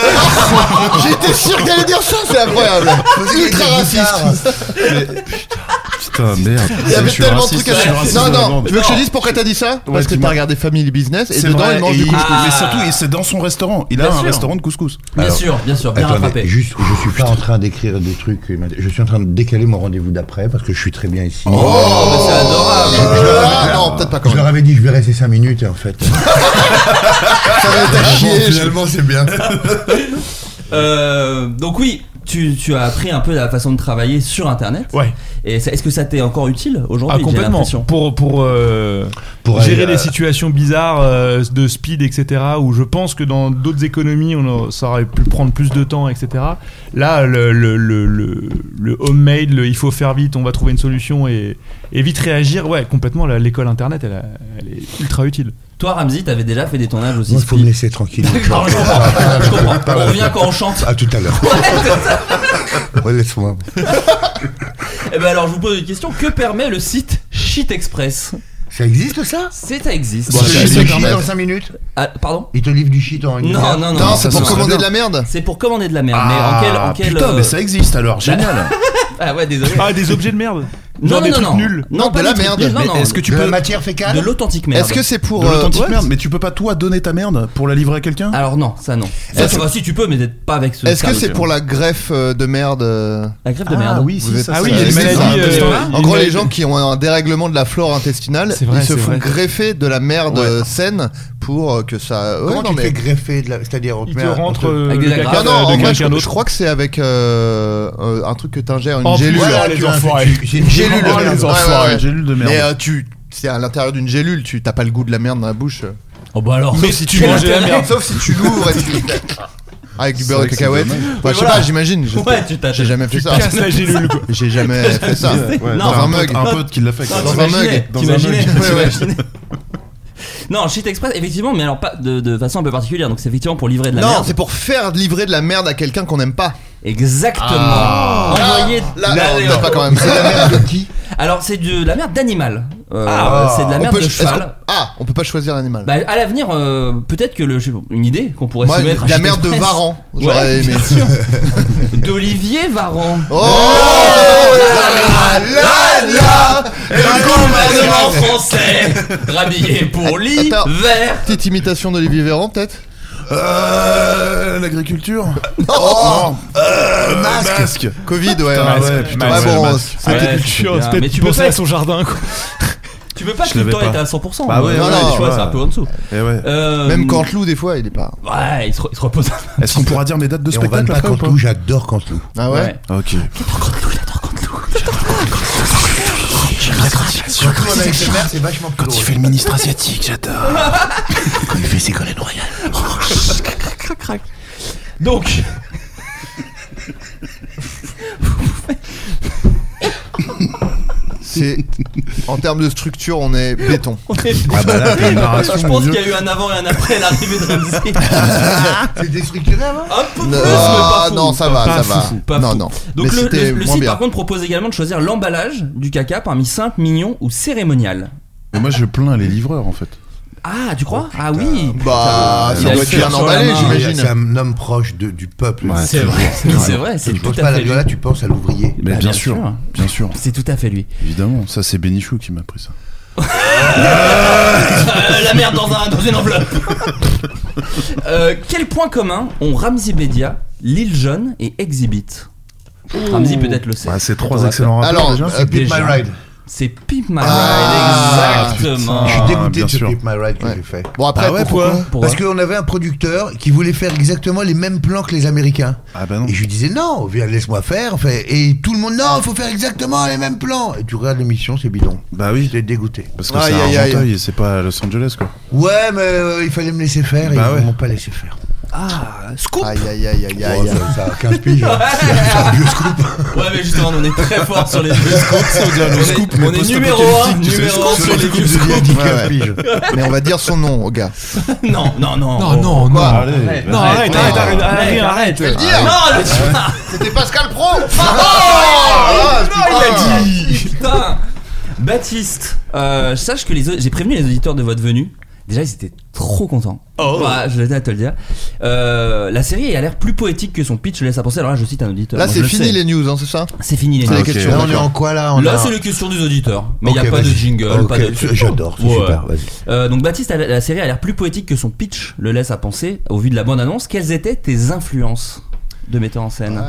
Speaker 7: J'étais sûr qu'elle allait dire ça, c'est incroyable. Ultra raciste.
Speaker 8: Ah, Putain, merde.
Speaker 7: Il y avait
Speaker 8: Je suis
Speaker 7: tellement de
Speaker 8: raciste,
Speaker 7: trucs à
Speaker 8: je suis
Speaker 7: dire.
Speaker 8: raciste,
Speaker 7: Non, non,
Speaker 8: vraiment.
Speaker 7: tu veux que je te dise pourquoi t'as dit ça Parce que t'as
Speaker 8: dis-moi.
Speaker 7: regardé Family Business et
Speaker 8: C'est
Speaker 7: dedans
Speaker 8: vrai,
Speaker 7: il mange
Speaker 8: et
Speaker 7: du
Speaker 8: il- Ah.
Speaker 7: couscous.
Speaker 8: Mais surtout, il- c'est dans son restaurant. Il
Speaker 6: Bien
Speaker 8: a un
Speaker 6: sûr.
Speaker 8: restaurant de couscous.
Speaker 6: Bien sûr, bien sûr, bien
Speaker 5: Attendez,
Speaker 6: rattrapé.
Speaker 5: juste, je suis pas en train d'écrire des trucs. euh, Je suis en train de décaler mon rendez-vous d'après parce que je suis très bien ici.
Speaker 6: Oh, mais c'est adorable.
Speaker 7: Ah, Non, peut-être pas quand
Speaker 5: Je leur
Speaker 7: même.
Speaker 5: avais dit je vais rester 5 minutes et en fait.
Speaker 7: Ça va être à chier. je-
Speaker 5: Ah, c'est bien.
Speaker 6: Euh, donc oui, tu, tu as appris un peu la façon de travailler sur Internet.
Speaker 2: Ouais.
Speaker 6: Et ça- est-ce que ça t'est encore utile
Speaker 2: Ah,
Speaker 6: aujourd'hui j'ai
Speaker 2: complètement.
Speaker 6: l'impression.
Speaker 2: Pour, pour, euh,
Speaker 5: Pour
Speaker 2: gérer
Speaker 5: aller,
Speaker 2: des
Speaker 5: euh,
Speaker 2: situations bizarres euh, de speed, etc., où je pense que dans d'autres économies, on aurait- ça aurait pu prendre plus de temps, etc. Là, le, le, le, le, le homemade, le il faut faire vite, on va trouver une solution et, et vite réagir, ouais, complètement, la- l'école Internet, elle, a- elle est ultra utile.
Speaker 6: Toi, Ramzi, t'avais déjà fait des tournages aussi.
Speaker 5: Moi, faut
Speaker 6: speed.
Speaker 5: me laisser tranquille.
Speaker 6: D'accord, je comprends. Je comprends. On revient quand on chante.
Speaker 5: À tout à l'heure. Ouais, laisse-moi.
Speaker 6: Et ben alors, je vous pose une question. Que permet le site Shit Express
Speaker 5: Ça existe ça
Speaker 6: C'est ça existe.
Speaker 7: Bon,
Speaker 5: Il te
Speaker 7: ça
Speaker 5: livre
Speaker 7: existe,
Speaker 5: du
Speaker 7: quand
Speaker 5: shit
Speaker 7: même.
Speaker 5: en 5 minutes
Speaker 6: Ah, pardon
Speaker 5: Il te livre du shit en une
Speaker 6: Non,
Speaker 5: minute
Speaker 6: non, non.
Speaker 7: Non, c'est pour
Speaker 8: serait
Speaker 7: commander
Speaker 8: bien.
Speaker 7: de la merde.
Speaker 6: C'est pour commander de la merde.
Speaker 8: Ah,
Speaker 6: mais en quel, en quel
Speaker 8: Putain,
Speaker 6: euh,
Speaker 8: mais ça existe alors. Génial.
Speaker 6: Ah ouais, désolé.
Speaker 2: Ah, des objets de merde
Speaker 6: non,
Speaker 2: genre
Speaker 6: non,
Speaker 2: des
Speaker 6: non,
Speaker 2: trucs
Speaker 6: non.
Speaker 2: nuls.
Speaker 6: Non,
Speaker 7: Non,
Speaker 6: pas
Speaker 7: de la
Speaker 6: des trucs
Speaker 7: merde.
Speaker 6: nuls, non,
Speaker 8: Mais
Speaker 6: non,
Speaker 8: est-ce que tu
Speaker 5: De la
Speaker 8: peux.
Speaker 5: matière fécale
Speaker 6: de l'authentique merde
Speaker 7: Est-ce que c'est pour.
Speaker 8: De
Speaker 7: euh,
Speaker 8: l'authentique
Speaker 7: ouais.
Speaker 8: merde, mais tu peux pas toi donner ta merde pour la livrer à quelqu'un
Speaker 6: Alors non, ça non. Ça,
Speaker 7: Est-ce
Speaker 6: tu vois, si tu peux, mais d'être pas avec ce.
Speaker 7: Est-ce que
Speaker 6: service.
Speaker 7: c'est pour la greffe euh, de merde euh,
Speaker 6: la grève de merde
Speaker 7: vous êtes-
Speaker 2: Ah
Speaker 7: ça
Speaker 2: oui, il y a des
Speaker 7: existe, ça
Speaker 2: maladies.
Speaker 7: existe.
Speaker 2: euh, il y a
Speaker 7: En gros,
Speaker 2: une
Speaker 7: les
Speaker 2: maladie-
Speaker 7: gens qui ont un dérèglement de la flore intestinale,
Speaker 2: C'est vrai,
Speaker 7: ils se
Speaker 2: c'est
Speaker 7: font
Speaker 2: vrai.
Speaker 7: greffer de la merde
Speaker 8: Ouais.
Speaker 7: euh, saine pour euh, que ça. Ouais,
Speaker 5: Comment
Speaker 7: non,
Speaker 5: tu te
Speaker 7: mais-
Speaker 5: fais greffer de la... C'est-à-dire, on
Speaker 2: Il
Speaker 5: met
Speaker 2: te
Speaker 5: un- on
Speaker 2: rentre
Speaker 5: te-
Speaker 2: euh,
Speaker 6: Avec
Speaker 2: le
Speaker 6: des agrafes.
Speaker 2: caca
Speaker 7: Ah
Speaker 2: de-
Speaker 7: non, en
Speaker 2: de
Speaker 7: vrai, je,
Speaker 2: quelqu'un
Speaker 7: je
Speaker 2: d'autre.
Speaker 7: crois que c'est avec euh, euh, un truc que t'ingères, une
Speaker 2: En plus,
Speaker 7: gélule.
Speaker 2: voilà, les
Speaker 5: tu as un
Speaker 2: enfoirés.
Speaker 5: fait- J'ai une
Speaker 7: Gélule,
Speaker 5: gélule.
Speaker 7: Oh, les
Speaker 5: Ouais, ouais,
Speaker 7: enfoirés.
Speaker 5: ouais.
Speaker 8: Une Gélule de
Speaker 7: Mais euh,
Speaker 8: merde.
Speaker 7: tu, c'est à l'intérieur d'une gélule, tu t'as pas le goût de la merde dans la bouche.
Speaker 6: Oh bah alors.
Speaker 2: Mais si tu manges de la merde.
Speaker 7: Sauf si tu l'ouvres et tu- Ah, avec du beurre de
Speaker 8: vrai que c'est
Speaker 7: cacahuète.
Speaker 8: dommage.
Speaker 7: Enfin, Bah, je sais
Speaker 6: voilà.
Speaker 7: pas, j'imagine. je-
Speaker 6: Ouais, tu t'as-
Speaker 7: J'ai jamais fait ça.
Speaker 2: Casse la gélule, quoi.
Speaker 7: J'ai jamais fait ça.
Speaker 8: Ouais,
Speaker 6: Non,
Speaker 7: dans
Speaker 8: t'as
Speaker 7: un
Speaker 8: un pote-
Speaker 7: mug.
Speaker 8: un pote qui l'a fait. quoi.
Speaker 7: Dans un
Speaker 6: T'imaginais,
Speaker 7: mug,
Speaker 8: dans un
Speaker 6: t'imaginais,
Speaker 8: mug.
Speaker 7: Ouais, ouais.
Speaker 6: t'imaginais. Non, Shit Express, effectivement, mais alors pas de, de façon un peu particulière. Donc c'est effectivement pour livrer de la
Speaker 7: Non,
Speaker 6: merde.
Speaker 7: c'est pour faire livrer de la merde à quelqu'un qu'on n'aime pas.
Speaker 6: Exactement.
Speaker 7: Ah.
Speaker 6: Envoyer.
Speaker 7: Là, là,
Speaker 6: Allez,
Speaker 7: non,
Speaker 6: hop.
Speaker 7: peut-être pas quand même. C'est la merde de qui
Speaker 6: Alors c'est de la merde d'animal. Euh, c'est de la
Speaker 7: On
Speaker 6: merde
Speaker 7: peut-
Speaker 6: de
Speaker 7: est-ce qu'on-
Speaker 6: cheval.
Speaker 7: Ah, on peut pas choisir l'animal.
Speaker 6: Bah, à l'avenir, euh, peut-être que le, je sais pas, une idée qu'on pourrait
Speaker 7: Moi,
Speaker 6: se mettre. à
Speaker 7: la
Speaker 6: Chute
Speaker 7: merde de
Speaker 6: Express.
Speaker 7: Varan,
Speaker 6: Ouais,
Speaker 7: j'aurais aimé.
Speaker 6: bien sûr. D'Olivier Varan.
Speaker 7: Oh Ah,
Speaker 6: là là là
Speaker 7: Le
Speaker 6: gouvernement français rhabillé pour l'hiver.
Speaker 7: Petite imitation d'Olivier Véran, peut-être
Speaker 8: Euh, L'agriculture
Speaker 7: Oh
Speaker 8: Euh,
Speaker 7: masque. Covid, ouais.
Speaker 8: Putain,
Speaker 7: hein.
Speaker 8: ouais, putain,
Speaker 7: Ouais,
Speaker 8: ouais,
Speaker 7: bon,
Speaker 8: masque.
Speaker 7: c'était
Speaker 6: Ouais,
Speaker 7: culture,
Speaker 6: c'est bien.
Speaker 7: c'était
Speaker 6: Mais tu
Speaker 7: penser
Speaker 6: peux pas
Speaker 7: à
Speaker 6: être-
Speaker 7: son
Speaker 2: jardin, quoi.
Speaker 6: Tu veux pas
Speaker 7: Je
Speaker 6: que le
Speaker 7: l'avais
Speaker 6: temps
Speaker 7: pas.
Speaker 6: est à 100%.
Speaker 7: Bah ouais, ouais,
Speaker 6: euh, tu
Speaker 7: ouais,
Speaker 6: vois,
Speaker 7: ouais.
Speaker 6: c'est un peu en dessous.
Speaker 8: Et Eh ouais.
Speaker 6: Euh,
Speaker 7: Même quand Lou, des fois, il est pas.
Speaker 6: Ouais, il se, il se repose. un
Speaker 8: Est-ce qu'on pourra dire les dates de
Speaker 5: Et on vanne
Speaker 8: spectacle
Speaker 5: pas
Speaker 8: après ou
Speaker 5: Cantelou, j'adore Cantelou.
Speaker 7: Ah ouais,
Speaker 6: Ouais.
Speaker 8: Ok.
Speaker 5: Surtout avec le maire, c'est vachement plus drôle.
Speaker 8: fait le ministre asiatique, j'adore.
Speaker 5: Quand il fait ses colonnes royales.
Speaker 6: Donc.
Speaker 7: C'est. En termes de structure, on est béton.
Speaker 8: Ah bah là, t'as une narration,
Speaker 6: Je pense qu'il y a eu un avant et un après l'arrivée de Ramsey.
Speaker 5: C'est déstructuré avant
Speaker 6: Un peu plus,
Speaker 7: Non,
Speaker 6: mais pas fou.
Speaker 7: Ah, non, ça va,
Speaker 6: Pas
Speaker 7: ça va.
Speaker 6: fou, pas
Speaker 7: Non,
Speaker 6: fou.
Speaker 7: non.
Speaker 6: Donc
Speaker 7: Mais
Speaker 6: le,
Speaker 7: c'était
Speaker 6: le- le
Speaker 7: moins
Speaker 6: site
Speaker 7: bien.
Speaker 6: par contre propose également de choisir l'emballage du caca parmi simple, mignon ou cérémonial.
Speaker 8: Mais moi, je plains les livreurs en fait.
Speaker 6: Ah, tu crois Ah oui
Speaker 7: Bah,
Speaker 6: Il
Speaker 7: ça
Speaker 6: a
Speaker 7: doit
Speaker 6: fait
Speaker 7: être bien
Speaker 6: sur la
Speaker 7: emballé,
Speaker 6: main. hein.
Speaker 7: j'imagine.
Speaker 5: C'est un homme proche de- du peuple.
Speaker 8: Ouais,
Speaker 6: C'est vrai, c'est vrai, c'est
Speaker 5: Tu
Speaker 6: tout
Speaker 5: penses pas
Speaker 6: à
Speaker 5: à la
Speaker 6: fait lui.
Speaker 5: viola, tu penses à l'ouvrier.
Speaker 8: Mais
Speaker 6: Bah,
Speaker 8: bien
Speaker 6: bien
Speaker 8: sûr,
Speaker 6: sûr.
Speaker 8: bien sûr,
Speaker 6: C'est tout à fait lui.
Speaker 8: évidemment. Ça, c'est Bénichou qui m'a pris ça.
Speaker 6: Euh, la merde dans, un, dans une enveloppe Euh, Quel point commun ont Ramsey Media, Lille Jeune et Exhibit Ramsey peut-être le sait.
Speaker 8: Bah, c'est
Speaker 6: On
Speaker 8: trois
Speaker 6: va
Speaker 8: excellents
Speaker 7: faire.
Speaker 8: rapports
Speaker 7: Alors,
Speaker 8: déjà.
Speaker 5: C'est Pip My
Speaker 6: Déjà.
Speaker 5: Ride.
Speaker 6: C'est Pimp My Ride,
Speaker 7: Ah,
Speaker 6: exactement.
Speaker 5: Je suis dégoûté
Speaker 8: bien
Speaker 5: de ce
Speaker 8: sûr.
Speaker 5: Pip My Ride que
Speaker 7: Ouais.
Speaker 5: j'ai fait.
Speaker 7: Bon, après,
Speaker 8: Ah ouais,
Speaker 7: pourquoi
Speaker 8: pourquoi
Speaker 6: Pourquoi
Speaker 5: Parce qu'on avait un producteur qui voulait faire exactement les mêmes plans que les Américains.
Speaker 8: Ah bah non.
Speaker 5: Et je lui disais non, viens, laisse-moi faire. Enfin, Et tout le monde, non, il faut faire exactement les mêmes plans. Et tu regardes l'émission, c'est bidon.
Speaker 8: Bah oui,
Speaker 5: J'étais dégoûté.
Speaker 8: parce que
Speaker 7: Aïe,
Speaker 8: c'est à
Speaker 7: aïe, aïe.
Speaker 8: Argenteuil et c'est pas à Los Angeles quoi.
Speaker 5: Ouais, mais euh, il fallait me laisser faire et
Speaker 8: Bah ouais.
Speaker 5: ils m'ont pas laissé faire.
Speaker 6: Ah, scoop
Speaker 7: Aïe, aïe, aïe, aïe,
Speaker 5: Oh,
Speaker 7: aïe.
Speaker 5: ça, ça a 15 piges. hein.
Speaker 6: Ouais, mais justement, on est très fort sur les vieux scoops.
Speaker 8: dirait
Speaker 6: On
Speaker 8: le
Speaker 6: est-
Speaker 8: scoop, mais
Speaker 6: on est numéro
Speaker 8: post-apocalyptique, tu
Speaker 6: 1
Speaker 8: sais,
Speaker 6: numéro un
Speaker 8: scoop
Speaker 6: sur les vieux scoops.
Speaker 7: Ouais, ouais. Mais on va dire son nom au gars.
Speaker 6: Non, non,
Speaker 2: Non,
Speaker 6: non. Oh,
Speaker 2: non, non.
Speaker 7: Quoi
Speaker 8: Allez, vas-y.
Speaker 6: arrête,
Speaker 2: Non, arrête,
Speaker 7: arrête,
Speaker 2: arrête, arrête, arrête, arrête.
Speaker 7: le
Speaker 6: Non,
Speaker 7: dire
Speaker 6: le-
Speaker 7: C'était Pascal Pro Oh Ah,
Speaker 6: Ah,
Speaker 7: putain.
Speaker 6: non, il a dit Putain Baptiste, euh, sache que les au- j'ai prévenu les auditeurs de votre venue. Déjà, ils étaient trop contents. Bah, je vais te le dire. Euh, la série a l'air plus poétique que son pitch le laisse à penser. Alors là, je cite un auditeur.
Speaker 7: Là,
Speaker 6: Moi,
Speaker 7: c'est
Speaker 6: je le
Speaker 7: fini
Speaker 6: sais.
Speaker 7: les news, hein, c'est ça
Speaker 6: C'est fini les
Speaker 7: C'est les
Speaker 6: news.
Speaker 8: ok.
Speaker 7: questions.
Speaker 5: Là, on est
Speaker 7: d'accord.
Speaker 5: en quoi là on
Speaker 6: Là,
Speaker 5: a-
Speaker 6: c'est les questions des auditeurs. Mais il
Speaker 5: Ok,
Speaker 6: n'y a pas de
Speaker 5: vas-y.
Speaker 6: jingle,
Speaker 5: Ok,
Speaker 6: pas de.
Speaker 5: c'est- J'adore, c'est
Speaker 6: Ouais.
Speaker 5: super, vas-y.
Speaker 6: Euh, donc Baptiste, la, la série a l'air plus poétique que son pitch le laisse à penser au vu de la bande-annonce. Quelles étaient tes influences de metteur en scène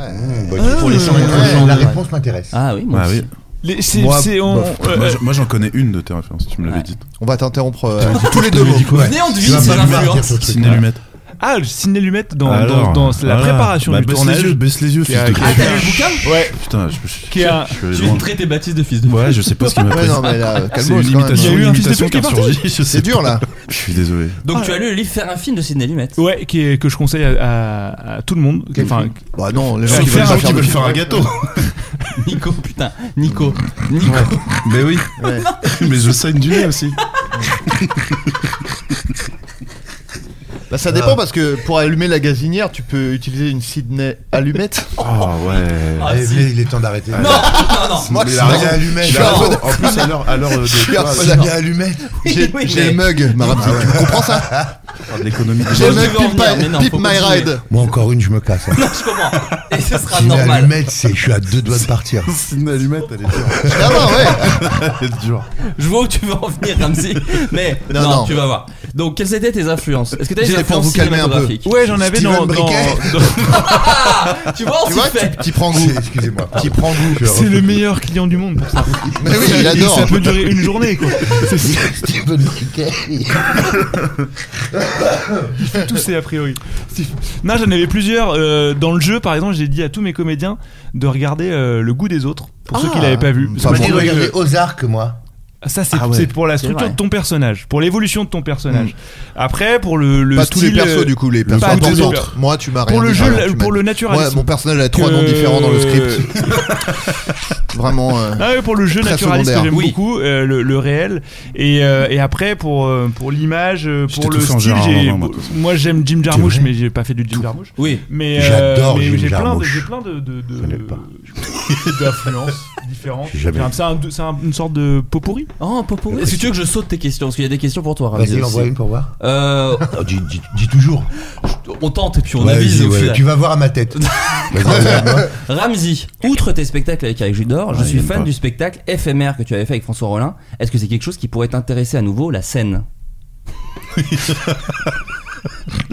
Speaker 5: pour
Speaker 6: les gens, pour les gens,
Speaker 5: la
Speaker 6: ouais.
Speaker 5: réponse m'intéresse.
Speaker 6: Ah oui, moi
Speaker 8: Ah
Speaker 6: aussi.
Speaker 8: oui.
Speaker 2: Les- c'est-
Speaker 5: Moi,
Speaker 2: c'est- on-
Speaker 5: bof.
Speaker 2: euh,
Speaker 8: Moi, je- Moi j'en connais une de tes références, tu me l'avais
Speaker 6: Ouais.
Speaker 8: dit.
Speaker 7: On va t'interrompre euh, tous les deux mots.
Speaker 6: Venez, on devine
Speaker 5: Tu vas
Speaker 6: ses
Speaker 5: pas me
Speaker 6: influences.
Speaker 5: dire ce truc-là.
Speaker 8: Ciné Lumette.
Speaker 2: Ah, Sidney Lumet dans, dans-
Speaker 8: Alors,
Speaker 2: dans la
Speaker 8: voilà.
Speaker 2: préparation
Speaker 8: Bah,
Speaker 2: du
Speaker 8: baisse
Speaker 2: tournage.
Speaker 8: Les yeux, baisse les yeux, fils
Speaker 7: Ah,
Speaker 8: de
Speaker 7: t'as
Speaker 6: Ah,
Speaker 8: Christ.
Speaker 6: t'as lu le bouquin
Speaker 2: Ouais.
Speaker 8: Putain, je, je-
Speaker 2: Qui est un-
Speaker 8: je suis allé
Speaker 6: Tu
Speaker 8: loin.
Speaker 6: veux traiter Baptiste de fils de
Speaker 8: Ouais, je sais pas ce qui m'a
Speaker 7: Ouais,
Speaker 8: pris.
Speaker 7: non, mais là, euh,
Speaker 8: C'est
Speaker 7: calme-toi,
Speaker 8: une
Speaker 7: c'est quand même-
Speaker 8: imitation,
Speaker 2: Il y a eu un
Speaker 8: une
Speaker 2: fils de
Speaker 8: imitation
Speaker 2: pute
Speaker 8: qui a
Speaker 2: qui est parti.
Speaker 8: surgi. je sais
Speaker 7: C'est dur
Speaker 8: pas.
Speaker 7: là.
Speaker 8: Je suis désolé.
Speaker 6: Donc
Speaker 2: Ah,
Speaker 6: tu as lu le livre Faire un film de Sidney Lumet.
Speaker 2: Ouais, qui est, que je conseille à, à- à tout le monde. Enfin,
Speaker 7: Bah non, les gens
Speaker 2: Ceux
Speaker 7: qui
Speaker 2: qui
Speaker 7: veulent pas
Speaker 2: font- ceux
Speaker 7: faire
Speaker 2: qui
Speaker 7: de
Speaker 2: veulent
Speaker 7: film.
Speaker 8: un gâteau.
Speaker 6: Nico, putain, Nico, Nico.
Speaker 8: Mais oui.
Speaker 7: Ouais.
Speaker 8: Mais je saigne du nez aussi.
Speaker 7: Bah, ça dépend parce que pour allumer la gazinière, tu peux utiliser une Sydney allumette.
Speaker 8: Oh ouais.
Speaker 6: Ah,
Speaker 5: Allez,
Speaker 6: si.
Speaker 5: venez, il est temps d'arrêter.
Speaker 6: Non, non, non.
Speaker 7: Moi,
Speaker 8: Mais
Speaker 7: je
Speaker 8: la
Speaker 7: suis
Speaker 8: raison-
Speaker 7: un-
Speaker 5: allumé,
Speaker 7: je suis
Speaker 8: la
Speaker 7: un
Speaker 8: raison-
Speaker 7: bon-
Speaker 8: En plus, à l'heure à l'heure de-
Speaker 7: Je suis un
Speaker 8: de
Speaker 7: bon-
Speaker 5: Ça vient allumer.
Speaker 7: J'ai
Speaker 6: Oui,
Speaker 7: j'ai le
Speaker 6: mais-
Speaker 7: mug, ma rapide. Tu comprends ça
Speaker 8: de l'économie.
Speaker 7: J'ai le
Speaker 6: je
Speaker 7: mug
Speaker 6: veux en
Speaker 7: Pimp
Speaker 6: venir, mais non,
Speaker 7: My- Pimp
Speaker 6: faut
Speaker 7: My
Speaker 6: continuer.
Speaker 7: Ride.
Speaker 5: Moi, encore une, je me casse. hein.
Speaker 6: Je comprends. Et ce sera
Speaker 5: Si j'ai
Speaker 6: normal.
Speaker 5: allumé, c'est, je suis à deux doigts de partir.
Speaker 8: C'est une allumette, elle est dure.
Speaker 7: Ah non, ouais.
Speaker 8: Elle est dure.
Speaker 6: Je vois où tu veux en venir, Ramsey. Mais non,
Speaker 7: Non, non.
Speaker 6: tu vas voir. Donc, quelles étaient tes influences Est-ce que t'as des
Speaker 7: J'étais pour
Speaker 6: influences
Speaker 7: vous calmer un peu.
Speaker 6: cinématographiques
Speaker 2: ouais, j'en avais
Speaker 5: Steven
Speaker 2: dans. dans-
Speaker 5: Briquet.
Speaker 2: dans-
Speaker 6: Tu vois, on
Speaker 7: Tu
Speaker 6: s'y
Speaker 7: vois, tu
Speaker 6: fait.
Speaker 7: tu prends goût.
Speaker 5: C'est- Excusez-moi.
Speaker 7: Tu prends goût.
Speaker 2: C'est le meilleur client du monde.
Speaker 7: Mais oui, il adore.
Speaker 2: Ça peut durer une journée, quoi.
Speaker 5: Steven Briquet.
Speaker 2: tous c'est a priori. Non, j'en avais plusieurs. euh, dans le jeu, par exemple, j'ai dit à tous mes comédiens de regarder euh, Le goût des autres, pour ceux qui l'avaient pas vu.
Speaker 7: ça,
Speaker 5: Moi,
Speaker 7: bon.
Speaker 5: j'ai regardé
Speaker 8: euh,
Speaker 5: Ozark, moi.
Speaker 2: euh, Ça, c'est
Speaker 8: Ah ouais.
Speaker 2: c'est pour la structure
Speaker 6: vrai.
Speaker 2: de ton personnage, pour l'évolution de ton personnage. Après, pour le, le
Speaker 7: Pas tous
Speaker 2: style,
Speaker 7: les persos
Speaker 2: euh,
Speaker 7: du coup, les
Speaker 2: pas
Speaker 7: persos
Speaker 2: tous les
Speaker 7: importants.
Speaker 2: persos.
Speaker 7: Moi, tu m'as rien
Speaker 2: Pour le
Speaker 7: dit,
Speaker 2: jeu,
Speaker 7: vraiment, tu
Speaker 2: pour
Speaker 7: m'as
Speaker 2: le
Speaker 7: dit.
Speaker 2: naturalisme.
Speaker 7: Ouais, mon personnage a trois
Speaker 2: Que-
Speaker 7: noms différents dans le script. Vraiment. euh,
Speaker 2: Ah ouais, pour le jeu
Speaker 7: Très
Speaker 2: naturaliste que
Speaker 7: secondaire.
Speaker 2: j'aime
Speaker 7: Oui.
Speaker 2: beaucoup, euh, le, le réel. Et, euh, et après, pour, euh, pour l'image, euh,
Speaker 8: J'étais
Speaker 2: pour le
Speaker 8: tout sans
Speaker 2: style,
Speaker 8: Gérard
Speaker 2: j'ai-
Speaker 8: Lanvin, moi, de toute façon.
Speaker 2: moi j'aime Jim Jarmusch,
Speaker 5: vrai
Speaker 2: mais j'ai pas fait du Jim Jarmusch.
Speaker 6: Oui.
Speaker 2: Mais,
Speaker 5: J'adore
Speaker 2: mais
Speaker 5: Jim
Speaker 2: j'ai plein de,
Speaker 5: Jarmusch.
Speaker 2: j'ai plein de, de, de-
Speaker 5: connais pas.
Speaker 3: d'influences différentes.
Speaker 6: J'ai jamais-
Speaker 3: Enfin, C'est un- c'est un- une sorte de pot pourri.
Speaker 6: Oh, un pot pourri. Est-ce que tu veux que je saute tes questions Parce qu'il y a des questions pour toi.
Speaker 3: Vas-y,
Speaker 6: Ramzi,
Speaker 3: envoie
Speaker 6: aussi.
Speaker 3: une pour voir.
Speaker 6: Euh...
Speaker 5: dis, toujours.
Speaker 6: On tente et puis on
Speaker 5: Ouais,
Speaker 6: avise.
Speaker 5: vas-y,
Speaker 6: au
Speaker 5: ouais,
Speaker 6: final.
Speaker 5: tu vas voir à ma tête. Vas-y, regarde-moi.
Speaker 6: Ramzi, outre tes spectacles avec Eric Judor, je
Speaker 5: Ouais,
Speaker 6: suis
Speaker 5: j'aime
Speaker 6: fan
Speaker 5: pas.
Speaker 6: du spectacle éphémère que tu avais fait avec François Rollin. Est-ce que c'est quelque chose qui pourrait t'intéresser à nouveau, la scène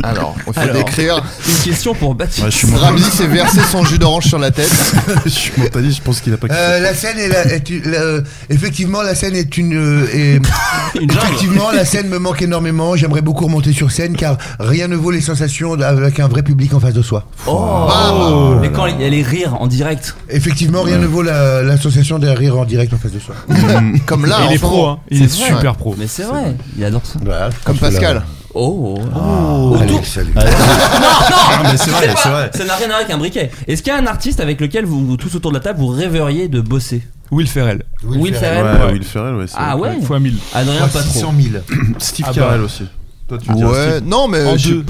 Speaker 8: Alors, on fait
Speaker 6: Alors,
Speaker 8: décrire.
Speaker 6: Une question pour Baptiste.
Speaker 1: Ouais, je suis
Speaker 8: Ramzi s'est versé son jus d'orange sur la tête.
Speaker 1: je suis mentaliste, je pense qu'il a pas
Speaker 5: Euh, la scène est, la- est une- la- euh, effectivement la scène est une euh, est-
Speaker 6: Une jungle.
Speaker 5: effectivement la scène me manque énormément j'aimerais beaucoup remonter sur scène car rien ne vaut les sensations avec un vrai public en face de soi
Speaker 6: Oh, Mais quand il y a les rires en direct.
Speaker 5: effectivement rien
Speaker 6: Ouais.
Speaker 5: ne vaut la, la sensation d'un rire en direct en face de soi
Speaker 8: Comme là, en
Speaker 3: il est
Speaker 8: ce
Speaker 3: pro,
Speaker 8: moment.
Speaker 3: hein. il est,
Speaker 8: C'est vrai.
Speaker 3: super pro.
Speaker 6: Mais c'est vrai, il adore ça.
Speaker 8: Comme Pascal.
Speaker 6: Oh,
Speaker 5: Allez, salut.
Speaker 1: mais c'est vrai,
Speaker 6: Je sais pas,
Speaker 1: c'est vrai.
Speaker 6: Ça n'a rien à voir avec un briquet. Est-ce qu'il y a un artiste avec lequel vous, vous tous autour de la table, vous rêveriez de bosser
Speaker 3: Will Ferrell.
Speaker 6: Will, Ferrell.
Speaker 1: Ouais, Will Ferrell, ouais. c'est
Speaker 6: Ah
Speaker 1: vrai.
Speaker 6: ouais
Speaker 3: Fois 1000.
Speaker 6: Adrien, pas trop.
Speaker 5: 600 000
Speaker 1: Steve
Speaker 3: Ah bah.
Speaker 1: Carell aussi. Toi, tu veux dire
Speaker 8: Ouais,
Speaker 1: Steve
Speaker 8: non, mais.
Speaker 3: En
Speaker 8: je sais-
Speaker 3: deux.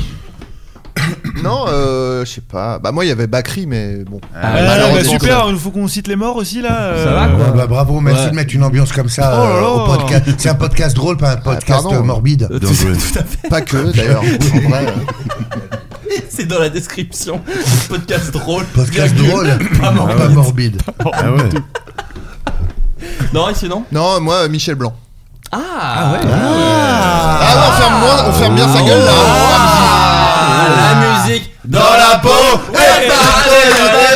Speaker 8: Non, euh, je sais pas. Bah, moi, il y avait Bakri, mais bon.
Speaker 6: Ah,
Speaker 3: Ah, bah,
Speaker 8: Malheureusement,
Speaker 3: super, il faut qu'on cite les morts aussi là.
Speaker 6: Ça va, quoi.
Speaker 5: Ouais, bah, bravo merci
Speaker 6: Ouais.
Speaker 5: de mettre une ambiance comme ça
Speaker 3: Oh là
Speaker 5: euh,
Speaker 3: là.
Speaker 5: au podcast c'est un podcast drôle pas un podcast
Speaker 8: Ah, pardon.
Speaker 5: euh, morbide
Speaker 1: Bien joué.
Speaker 8: Pas que, d'ailleurs. en vrai. euh,
Speaker 6: C'est dans la description. Podcast drôle.
Speaker 5: podcast
Speaker 6: virgule,
Speaker 5: drôle
Speaker 6: Pas mort.
Speaker 5: pas morbide
Speaker 1: Ah ouais.
Speaker 6: Non, et sinon
Speaker 8: Non, moi, euh, Michel Blanc.
Speaker 6: Ah, ouais.
Speaker 8: Ah, ouais, on ferme, moins- on ferme bien sa gueule là.
Speaker 6: Ah, la musique dans la peau.
Speaker 8: Eh, bah,
Speaker 6: et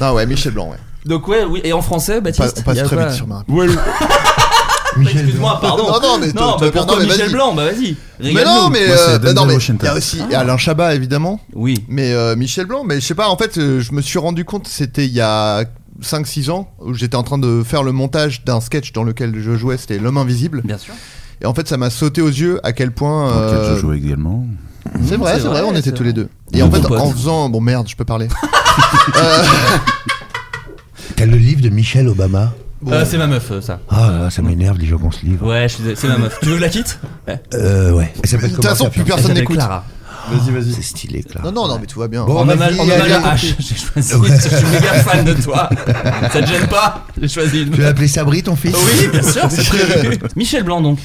Speaker 8: Non, ouais, Michel Blanc, ouais.
Speaker 6: Donc ouais, oui. Et en français,
Speaker 8: Pa-
Speaker 6: Baptiste
Speaker 8: on
Speaker 6: il y
Speaker 8: passe
Speaker 6: a
Speaker 8: très
Speaker 6: quoi
Speaker 8: vite sur Marc.
Speaker 5: Michel
Speaker 6: Excuse-moi, pardon.
Speaker 8: Non, non, mais toi-
Speaker 6: non,
Speaker 8: toi-
Speaker 6: bah, pourquoi
Speaker 8: non, mais
Speaker 6: Michel
Speaker 8: vas-y.
Speaker 6: Blanc Bah vas-y.
Speaker 8: Mais non, mais
Speaker 1: Moi, c'est
Speaker 8: euh, bah, non,
Speaker 1: Denzel
Speaker 8: mais il
Speaker 1: Washington.
Speaker 8: y a aussi Alain Chabat évidemment,
Speaker 6: Oui.
Speaker 8: mais euh, Michel Blanc. Mais je sais pas, en fait, euh, je me suis rendu compte, c'était il y a 5-6 ans où j'étais en train de faire le montage d'un sketch dans lequel je jouais, c'était L'homme invisible.
Speaker 6: Bien sûr.
Speaker 8: Et en fait, ça m'a sauté aux yeux à quel point.
Speaker 1: Dans lequel
Speaker 8: euh,
Speaker 1: je jouais également.
Speaker 8: C'est vrai,
Speaker 6: C'est
Speaker 8: c'est vrai,
Speaker 6: vrai,
Speaker 8: on
Speaker 6: c'est
Speaker 8: était tous
Speaker 6: vrai.
Speaker 8: les deux. Et
Speaker 6: Nos
Speaker 8: en fait,
Speaker 6: bons potes.
Speaker 8: en faisant. Bon, merde, je peux parler.
Speaker 5: t'as le livre de Michel Obama
Speaker 6: Euh, c'est ma meuf, euh, ça.
Speaker 5: ah là, là, ça m'énerve les gens qui ont ce livre
Speaker 6: Ouais, je suis- c'est ma meuf. Tu veux que je la quitte
Speaker 5: euh, ouais Elle s'appelle
Speaker 8: De toute
Speaker 5: comment,
Speaker 8: façon,
Speaker 5: ta
Speaker 8: plus
Speaker 5: femme
Speaker 8: personne
Speaker 6: Elle s'appelle
Speaker 8: n'écoute.
Speaker 6: Clara.
Speaker 1: Vas-y, vas-y.
Speaker 5: c'est stylé Clara
Speaker 8: Non, non, non, mais tout va bien.
Speaker 5: Bon,
Speaker 6: On m'a mal,
Speaker 5: vas-y,
Speaker 6: on m'a mal
Speaker 5: allez,
Speaker 6: le H.
Speaker 5: compris.
Speaker 6: J'ai choisi. Je suis méga fan de toi. Ça te gêne pas J'ai choisi une.
Speaker 5: Tu l'as appelé Sabri ton fils
Speaker 6: Oui, bien sûr, c'est prévu. Michel Blanc, donc.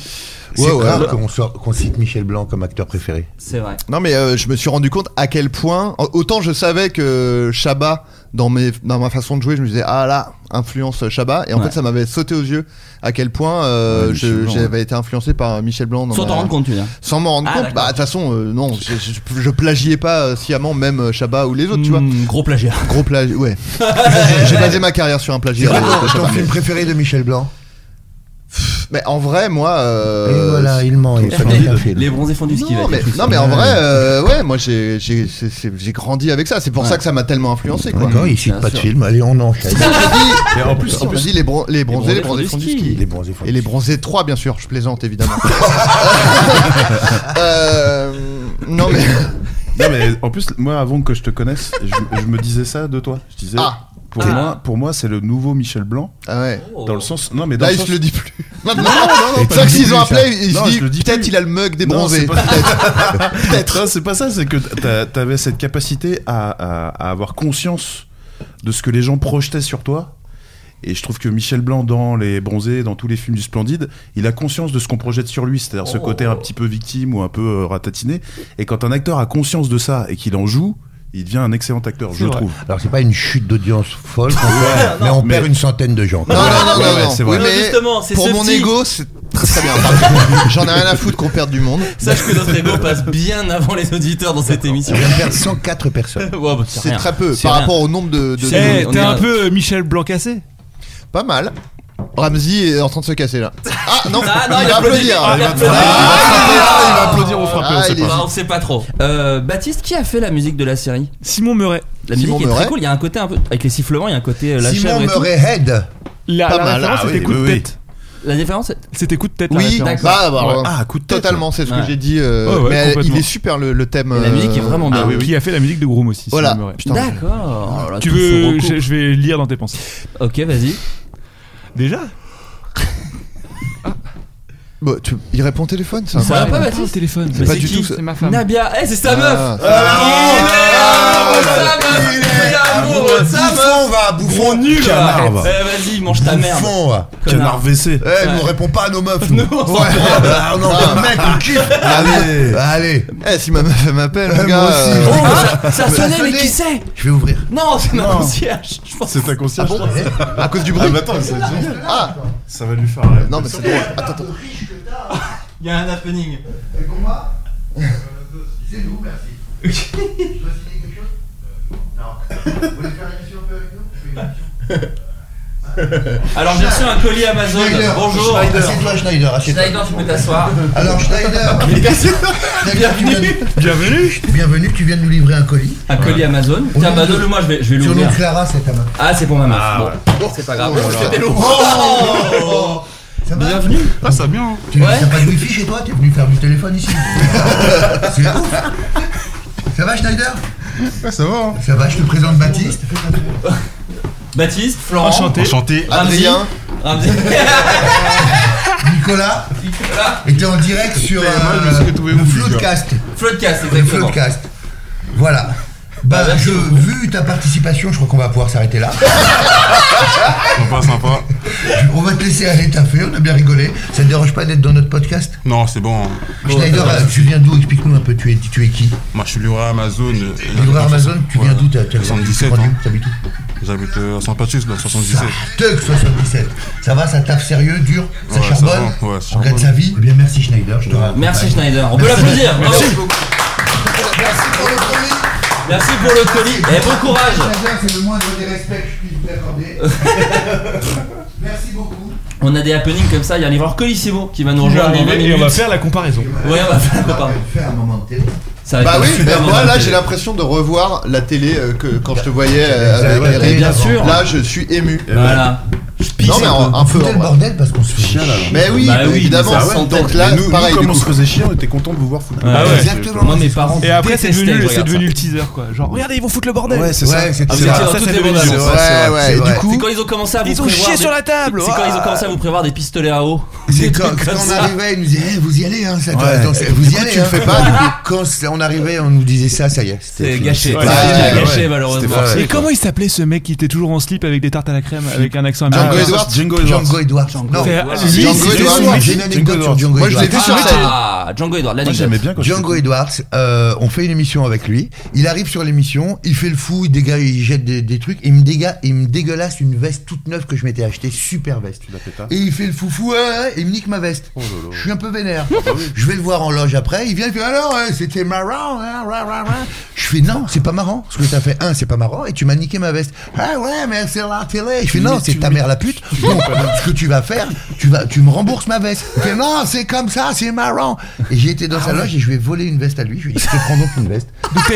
Speaker 5: C'est
Speaker 8: Ouais, ouais,
Speaker 5: rare
Speaker 8: ouais.
Speaker 5: qu'on sort- qu'on cite Michel Blanc comme acteur préféré.
Speaker 6: C'est vrai.
Speaker 8: Non mais euh, je me suis rendu compte à quel point autant je savais que Chabat dans mes dans ma façon de jouer je me disais ah là influence Chabat et en
Speaker 6: Ouais.
Speaker 8: fait ça m'avait sauté aux yeux à quel point euh,
Speaker 1: Ouais, Michel
Speaker 8: je-
Speaker 1: Blanc,
Speaker 8: j'avais été influencé par Michel Blanc dans
Speaker 6: Sans
Speaker 8: ma-
Speaker 6: t'en rendre compte, tu veux dire.
Speaker 8: sans m'en rendre
Speaker 6: Ah,
Speaker 8: compte
Speaker 6: d'accord.
Speaker 8: bah de toute façon euh, non je, je, je plagiais pas euh, sciemment même euh, Chabat ou les autres tu vois
Speaker 6: Hmm, Gros plagiat.
Speaker 8: gros plagiat ouais J'ai- j'ai basé ma carrière sur un plagiat Euh, de- de
Speaker 5: Ton
Speaker 8: Chabat.
Speaker 5: film préféré de Michel Blanc
Speaker 8: mais en vrai moi euh,
Speaker 5: Et voilà, il ment. Il fait un
Speaker 6: Les,
Speaker 5: film.
Speaker 6: les bronzés fondus qui va
Speaker 8: Non mais, non, mais en vrai, euh, ouais, moi j'ai j'ai- c'est- c'est- j'ai grandi avec ça. C'est pour ça que ça m'a tellement influencé. Quoi.
Speaker 5: D'accord, il
Speaker 6: Bien
Speaker 5: cite pas de
Speaker 6: sûr.
Speaker 5: film. Allez, on enchaîne.
Speaker 1: Et en plus,
Speaker 8: On dit les, bron- les bronzés, les
Speaker 6: bronzés
Speaker 8: bronzés
Speaker 6: font
Speaker 8: font
Speaker 6: du
Speaker 8: du
Speaker 6: ski.
Speaker 8: ski.
Speaker 5: Les bronzés font
Speaker 8: Et
Speaker 5: du
Speaker 8: les
Speaker 5: ski.
Speaker 8: bronzés 3, bien sûr, je plaisante évidemment. Euh, non mais.
Speaker 1: Non, mais en plus, moi, avant que je te connaisse, je, je me disais ça de toi. Je disais,
Speaker 8: Ah.
Speaker 1: pour
Speaker 6: Ah.
Speaker 1: moi, pour moi, c'est le nouveau Michel Blanc.
Speaker 8: Ah ouais.
Speaker 1: Dans le sens, non, mais dans
Speaker 8: Là,
Speaker 1: le
Speaker 8: il
Speaker 1: sens.
Speaker 8: se le dit plus. Maintenant, non,
Speaker 5: pas du
Speaker 8: qu'ils
Speaker 5: tout,
Speaker 8: ont
Speaker 5: ça.
Speaker 8: appelé, il
Speaker 1: Non, je
Speaker 8: se
Speaker 1: le
Speaker 8: dit
Speaker 1: dis
Speaker 8: peut-être
Speaker 1: plus.
Speaker 8: il a le mug des
Speaker 1: Non,
Speaker 8: bronzés.
Speaker 1: c'est pas-
Speaker 8: Peut-être.
Speaker 1: Non, c'est pas ça, c'est que t'as- t'avais cette capacité à, à- à avoir conscience de ce que les gens projetaient sur toi. Et je trouve que Michel Blanc, dans Les Bronzés, dans tous les films du Splendide, il a conscience de ce qu'on projette sur lui, c'est-à-dire
Speaker 6: Oh,
Speaker 1: ce côté un petit peu victime ou un peu euh, ratatiné. Et quand un acteur a conscience de ça et qu'il en joue, il devient un excellent acteur, je
Speaker 3: vrai.
Speaker 1: trouve.
Speaker 5: Alors, c'est pas une chute d'audience folle, qu'on fait, mais on
Speaker 1: mais-
Speaker 5: perd une centaine de gens.
Speaker 8: Non, non, non,
Speaker 1: Ouais,
Speaker 8: non,
Speaker 1: ouais,
Speaker 8: non.
Speaker 1: c'est
Speaker 8: Oui,
Speaker 1: vrai.
Speaker 8: mais
Speaker 6: Justement, c'est
Speaker 8: pour
Speaker 6: ce
Speaker 8: mon
Speaker 6: petit-
Speaker 8: ego, c'est très très bien. Pardon. J'en ai rien à foutre qu'on perde du monde.
Speaker 6: Sache que notre ego passe bien avant les auditeurs dans cette émission.
Speaker 5: On vient de perdre 104 personnes.
Speaker 6: Ouais, bah,
Speaker 8: C'est
Speaker 6: rien.
Speaker 8: très peu
Speaker 6: C'est
Speaker 8: par
Speaker 6: rien.
Speaker 8: rapport au nombre de. de-
Speaker 6: Tu sais-
Speaker 3: Eh,
Speaker 6: on
Speaker 3: t'es
Speaker 6: est
Speaker 3: un
Speaker 6: à-
Speaker 3: peu euh, Michel Blanc cassé.
Speaker 8: Pas mal. Ramsey est en train de se casser là. Ah non,
Speaker 6: Ah, non,
Speaker 8: il
Speaker 6: il
Speaker 8: va
Speaker 6: applaudit.
Speaker 8: applaudir.
Speaker 6: Ah, il
Speaker 8: Il va
Speaker 6: applaudit.
Speaker 8: applaudir.
Speaker 6: Ah,
Speaker 8: Il va applaudir au frappé, on
Speaker 1: Ah,
Speaker 8: sait
Speaker 1: il
Speaker 8: pas.
Speaker 6: Bah, on sait pas trop. Euh, Baptiste, qui a fait la musique de la série
Speaker 3: Simon Meuret.
Speaker 6: La
Speaker 8: Simon
Speaker 6: musique est très
Speaker 8: Meuret.
Speaker 6: cool. Il y a un côté un peu avec les sifflements, il y a un côté euh, la
Speaker 5: Simon
Speaker 6: chèvre et tout.
Speaker 5: Murray Head.
Speaker 3: La,
Speaker 8: Pas
Speaker 3: la
Speaker 8: mal,
Speaker 3: référence,
Speaker 1: ah oui,
Speaker 3: c'était coup de
Speaker 1: oui, oui.
Speaker 3: tête.
Speaker 6: La différence, c'est-
Speaker 3: C'était coup de tête. la
Speaker 8: Oui,
Speaker 3: référence.
Speaker 8: bah, bah,
Speaker 1: Ouais.
Speaker 8: bah,
Speaker 1: Ah, coup de tête.
Speaker 8: totalement, c'est ce
Speaker 6: Ouais.
Speaker 8: que j'ai dit. euh,
Speaker 3: Ouais, ouais,
Speaker 8: mais
Speaker 3: complètement.
Speaker 8: il est super le, le thème.
Speaker 6: Et la
Speaker 8: euh,
Speaker 6: musique est vraiment bien.
Speaker 1: ah oui, oui.
Speaker 3: Qui a fait la musique de Groom aussi.
Speaker 8: Voilà.
Speaker 3: Simon Meuret.
Speaker 8: Putain,
Speaker 6: D'accord. Oh là,
Speaker 3: Tu
Speaker 6: tout se
Speaker 3: veux,
Speaker 6: recoupe.
Speaker 3: je, je vais lire dans tes pensées.
Speaker 6: Ok, vas-y.
Speaker 3: Déjà
Speaker 7: Bon, tu... Il répond au téléphone, ça.
Speaker 2: Ça va
Speaker 7: incroyable.
Speaker 2: pas, Baptiste
Speaker 6: téléphone.
Speaker 7: C'est pas du tout. ça.
Speaker 2: C'est ma femme.
Speaker 6: Nabia, eh, c'est sa
Speaker 7: Ah.
Speaker 6: meuf
Speaker 8: ah,
Speaker 6: Il est amoureux de sa meuf
Speaker 5: Bouffon, va, bouffon nul
Speaker 6: Arrête. Eh, vas-y, mange ta merde
Speaker 5: Bouffon, va.
Speaker 8: Canard WC.
Speaker 5: Eh, nous répond pas à nos meufs.
Speaker 6: Nous, on s'en fout.
Speaker 5: Ah, on envoie un mec, on kiffe. Allez, allez.
Speaker 7: Eh, si ma meuf elle m'appelle, mon
Speaker 5: moi
Speaker 7: gars.
Speaker 5: aussi.
Speaker 7: euh,
Speaker 5: Oh,
Speaker 6: Ah, Ça a sonné, mais qui c'est
Speaker 5: Je vais ouvrir.
Speaker 6: Non, c'est ma
Speaker 8: Non.
Speaker 6: concierge je pense.
Speaker 8: C'est ta concierge
Speaker 7: Ah bon
Speaker 8: je pense.
Speaker 7: À cause du
Speaker 8: Ah,
Speaker 7: bruit.
Speaker 8: mais attends, ça va être génial.
Speaker 7: Ah
Speaker 8: Ça va lui faire. un-
Speaker 7: Non, mais c'est drôle. Attends, attends.
Speaker 6: Il y a un happening
Speaker 5: Euh, C'est nous, merci. Je dois signer quelque chose Euh, Non. Vous voulez faire une émission un peu avec nous
Speaker 6: Alors j'ai reçu un colis Amazon
Speaker 5: Schneider,
Speaker 6: Bonjour
Speaker 5: Schneider. Assieds-toi, Schneider. assieds-toi.
Speaker 6: Schneider, tu peux t'asseoir
Speaker 5: Alors, Schneider, Schneider, tu viens de-
Speaker 8: Bienvenue
Speaker 5: bienvenue, tu viens de nous livrer un colis.
Speaker 6: Un colis Amazon
Speaker 5: Au
Speaker 6: Tiens,
Speaker 5: nom
Speaker 6: bah
Speaker 5: de-
Speaker 6: donne-le-moi, je vais, je vais
Speaker 5: Sur
Speaker 6: l'ouvrir
Speaker 5: nos Clara, c'est ta main.
Speaker 6: Ah, c'est pour ma meuf
Speaker 8: Ah,
Speaker 6: Bon, c'est pas grave
Speaker 7: Oh,
Speaker 6: on va
Speaker 7: c'était
Speaker 6: voir.
Speaker 7: lourd.
Speaker 5: Ça va
Speaker 6: Bienvenue
Speaker 8: Ah, ça bien. hein.
Speaker 5: Tu
Speaker 6: Ouais.
Speaker 5: t'as pas de wifi chez toi T'es venu faire du téléphone ici C'est ouf Ça va, Schneider
Speaker 8: Ouais, ça va. hein.
Speaker 5: Ça va, je te présente Baptiste.
Speaker 6: Baptiste, Florent
Speaker 2: Enchanté.
Speaker 8: Enchanté.
Speaker 6: Ramzi.
Speaker 7: Ah, Adrien.
Speaker 6: Ramzi.
Speaker 5: Nicolas
Speaker 6: Nicolas.
Speaker 5: était en direct
Speaker 10: Eh,
Speaker 5: sur
Speaker 8: Putain, moi, je me
Speaker 5: euh,
Speaker 8: serais trouvé
Speaker 5: le
Speaker 8: ouf, les
Speaker 5: Floodcast.
Speaker 6: Floodcast,
Speaker 5: Le
Speaker 6: exactement
Speaker 5: Floodcast. Voilà.
Speaker 10: Ah,
Speaker 5: Bah,
Speaker 6: merci
Speaker 5: je, vu ta participation, je crois qu'on va pouvoir s'arrêter là.
Speaker 8: Sympa, sympa.
Speaker 5: on va te laisser aller taffer, on a bien rigolé. Ça te dérange pas d'être dans notre podcast
Speaker 10: Non, c'est bon.
Speaker 5: Schneider, euh, tu viens d'où Explique-nous un peu, tu es, tu es qui
Speaker 10: Moi, je suis livreur Amazon. euh,
Speaker 5: Livreur Amazon, tu viens
Speaker 10: Ouais.
Speaker 5: d'où T'as- t'as-
Speaker 10: 77,
Speaker 5: tu-
Speaker 10: hein.
Speaker 5: T'habites où
Speaker 10: J'habite euh, à Saint-Patrice, dans le 77.
Speaker 5: Ça teug 77. Ça va, ça taffe sérieux, dur, ça
Speaker 10: Ouais, ça
Speaker 5: charbonne,
Speaker 10: va, ouais, ça
Speaker 5: on gagne
Speaker 10: charbonne.
Speaker 5: sa vie. Eh bien, merci Schneider, je te raconte.
Speaker 6: Merci Schneider, on peut l'applaudir Bravo.
Speaker 5: Merci pour le colis.
Speaker 6: Merci pour le colis et bon courage
Speaker 5: Schneider, c'est le moindre des respects que je puisse vous accorder. Merci beaucoup.
Speaker 6: On a des happenings comme ça, il y a un livreur colissimo qui va nous rejoindre dans 20
Speaker 2: Et on va
Speaker 6: minutes
Speaker 2: faire la comparaison.
Speaker 6: Ouais, on va faire la comparaison.
Speaker 5: Faire un moment de télé.
Speaker 6: Ça va
Speaker 7: Bah
Speaker 6: être
Speaker 7: oui,
Speaker 6: un super
Speaker 7: mais
Speaker 6: moment
Speaker 7: moi là
Speaker 6: de
Speaker 7: j'ai
Speaker 6: télé.
Speaker 7: l'impression de revoir la télé euh, que quand je te voyais euh,
Speaker 5: Ouais,
Speaker 7: avec
Speaker 5: ouais,
Speaker 7: Eric.
Speaker 5: télé
Speaker 6: Bien sûr.
Speaker 7: Là je suis ému.
Speaker 6: Voilà.
Speaker 7: Non mais un, un peu.
Speaker 5: Foutez
Speaker 7: en
Speaker 5: le
Speaker 7: vrai.
Speaker 5: bordel parce qu'on se fait chier.
Speaker 7: Mais oui,
Speaker 6: Bah
Speaker 7: mais
Speaker 6: oui,
Speaker 7: évidemment.
Speaker 6: mais ça, ouais.
Speaker 7: donc
Speaker 8: Mais
Speaker 7: là
Speaker 8: nous,
Speaker 7: pareil.
Speaker 8: nous,
Speaker 7: du
Speaker 8: comme on
Speaker 7: coup.
Speaker 8: se faisait chier, on était content de vous voir foutre. le
Speaker 6: Ah
Speaker 8: bordel.
Speaker 6: ouais.
Speaker 5: Exactement.
Speaker 6: Moi, mes parents.
Speaker 2: Et après, c'est
Speaker 6: détestaient que
Speaker 2: devenu,
Speaker 6: je
Speaker 2: c'est
Speaker 6: regarde
Speaker 2: devenu
Speaker 6: ça.
Speaker 2: le teaser, quoi. Genre, regardez, ils vont foutre le bordel.
Speaker 8: Ouais, c'est
Speaker 5: Ouais,
Speaker 8: ça.
Speaker 5: c'est c'est
Speaker 6: Ah, vous étiez
Speaker 5: vrai.
Speaker 6: dans
Speaker 2: ça,
Speaker 6: toutes
Speaker 2: c'est
Speaker 6: les
Speaker 2: devenu
Speaker 6: bandes
Speaker 2: dur.
Speaker 6: annonces.
Speaker 7: Ouais, ouais.
Speaker 5: Et
Speaker 7: bah,
Speaker 5: du coup,
Speaker 6: C'est quand ils ont commencé à vous
Speaker 2: Ils ont
Speaker 6: prévoir
Speaker 2: chié
Speaker 6: des-
Speaker 2: sur la table. Ah.
Speaker 6: C'est quand ils ont commencé à vous prévoir des pistolets à eau.
Speaker 5: C'est
Speaker 6: Des
Speaker 5: quand,
Speaker 6: trucs
Speaker 5: quand
Speaker 6: comme
Speaker 5: on
Speaker 6: ça.
Speaker 5: arrivait, ils nous disaient Eh, vous y allez, hein, ça doit-
Speaker 8: Ouais.
Speaker 5: attends, c'est- vous
Speaker 7: Du
Speaker 5: y
Speaker 7: coup,
Speaker 5: allez.
Speaker 7: tu le
Speaker 5: hein.
Speaker 7: fais pas, du coup.
Speaker 5: Quand c'est- on arrivait, on nous disait ça, ça y est. c'était
Speaker 6: C'est
Speaker 5: fini.
Speaker 6: gâché.
Speaker 5: Ouais,
Speaker 6: C'est
Speaker 5: ouais,
Speaker 6: gâché, bah.
Speaker 5: ouais.
Speaker 6: malheureusement.
Speaker 5: C'était
Speaker 2: Et
Speaker 5: vrai.
Speaker 2: comment il s'appelait ce mec qui était toujours en slip avec des tartes à la crème avec un accent
Speaker 7: Django
Speaker 2: américain
Speaker 7: Edwards.
Speaker 8: Jingo Ah, Edwards.
Speaker 5: Django Edwards. Non,
Speaker 2: C'est-
Speaker 5: lui,
Speaker 2: lui,
Speaker 7: Django
Speaker 5: c'était
Speaker 7: Edwards.
Speaker 5: moi. J'ai une anecdote sur Django
Speaker 7: Moi, je
Speaker 5: Edwards.
Speaker 7: l'étais sur scène.
Speaker 6: Ah, Django Edward,
Speaker 8: Moi,
Speaker 6: l'anecdote.
Speaker 8: j'aimais bien quand
Speaker 5: Django
Speaker 8: j'étais-
Speaker 5: Edwards, euh, on fait une émission avec lui. Il arrive sur l'émission, il fait le fou, il, dégage, il jette des, des trucs. Il me, déga- il me dégueulasse une veste toute neuve que je m'étais achetée, super veste.
Speaker 8: Tu l'as pété.
Speaker 5: Et il fait le foufou, ouais, ouais, et il me nique ma veste.
Speaker 8: lolo.
Speaker 5: je suis un peu vénère. je vais le voir en loge après. Il vient, il fait alors, ouais, c'était marrant. hein, rah, rah, rah. Je fais non, c'est pas marrant. Ce que t'as fait, un, c'est pas marrant, et tu m'as niqué ma veste. Ah ouais, mais c'est la télé. Je fais non, c'est ta mère la pute. Donc, ce que tu vas faire, tu vas, tu me rembourses ma veste. Il fait non, c'est comme ça, c'est marrant. Et j'ai été
Speaker 8: Ah
Speaker 5: dans sa loge et je vais voler une veste à lui. Je lui dis, je te prends donc une veste.
Speaker 2: Donc t'as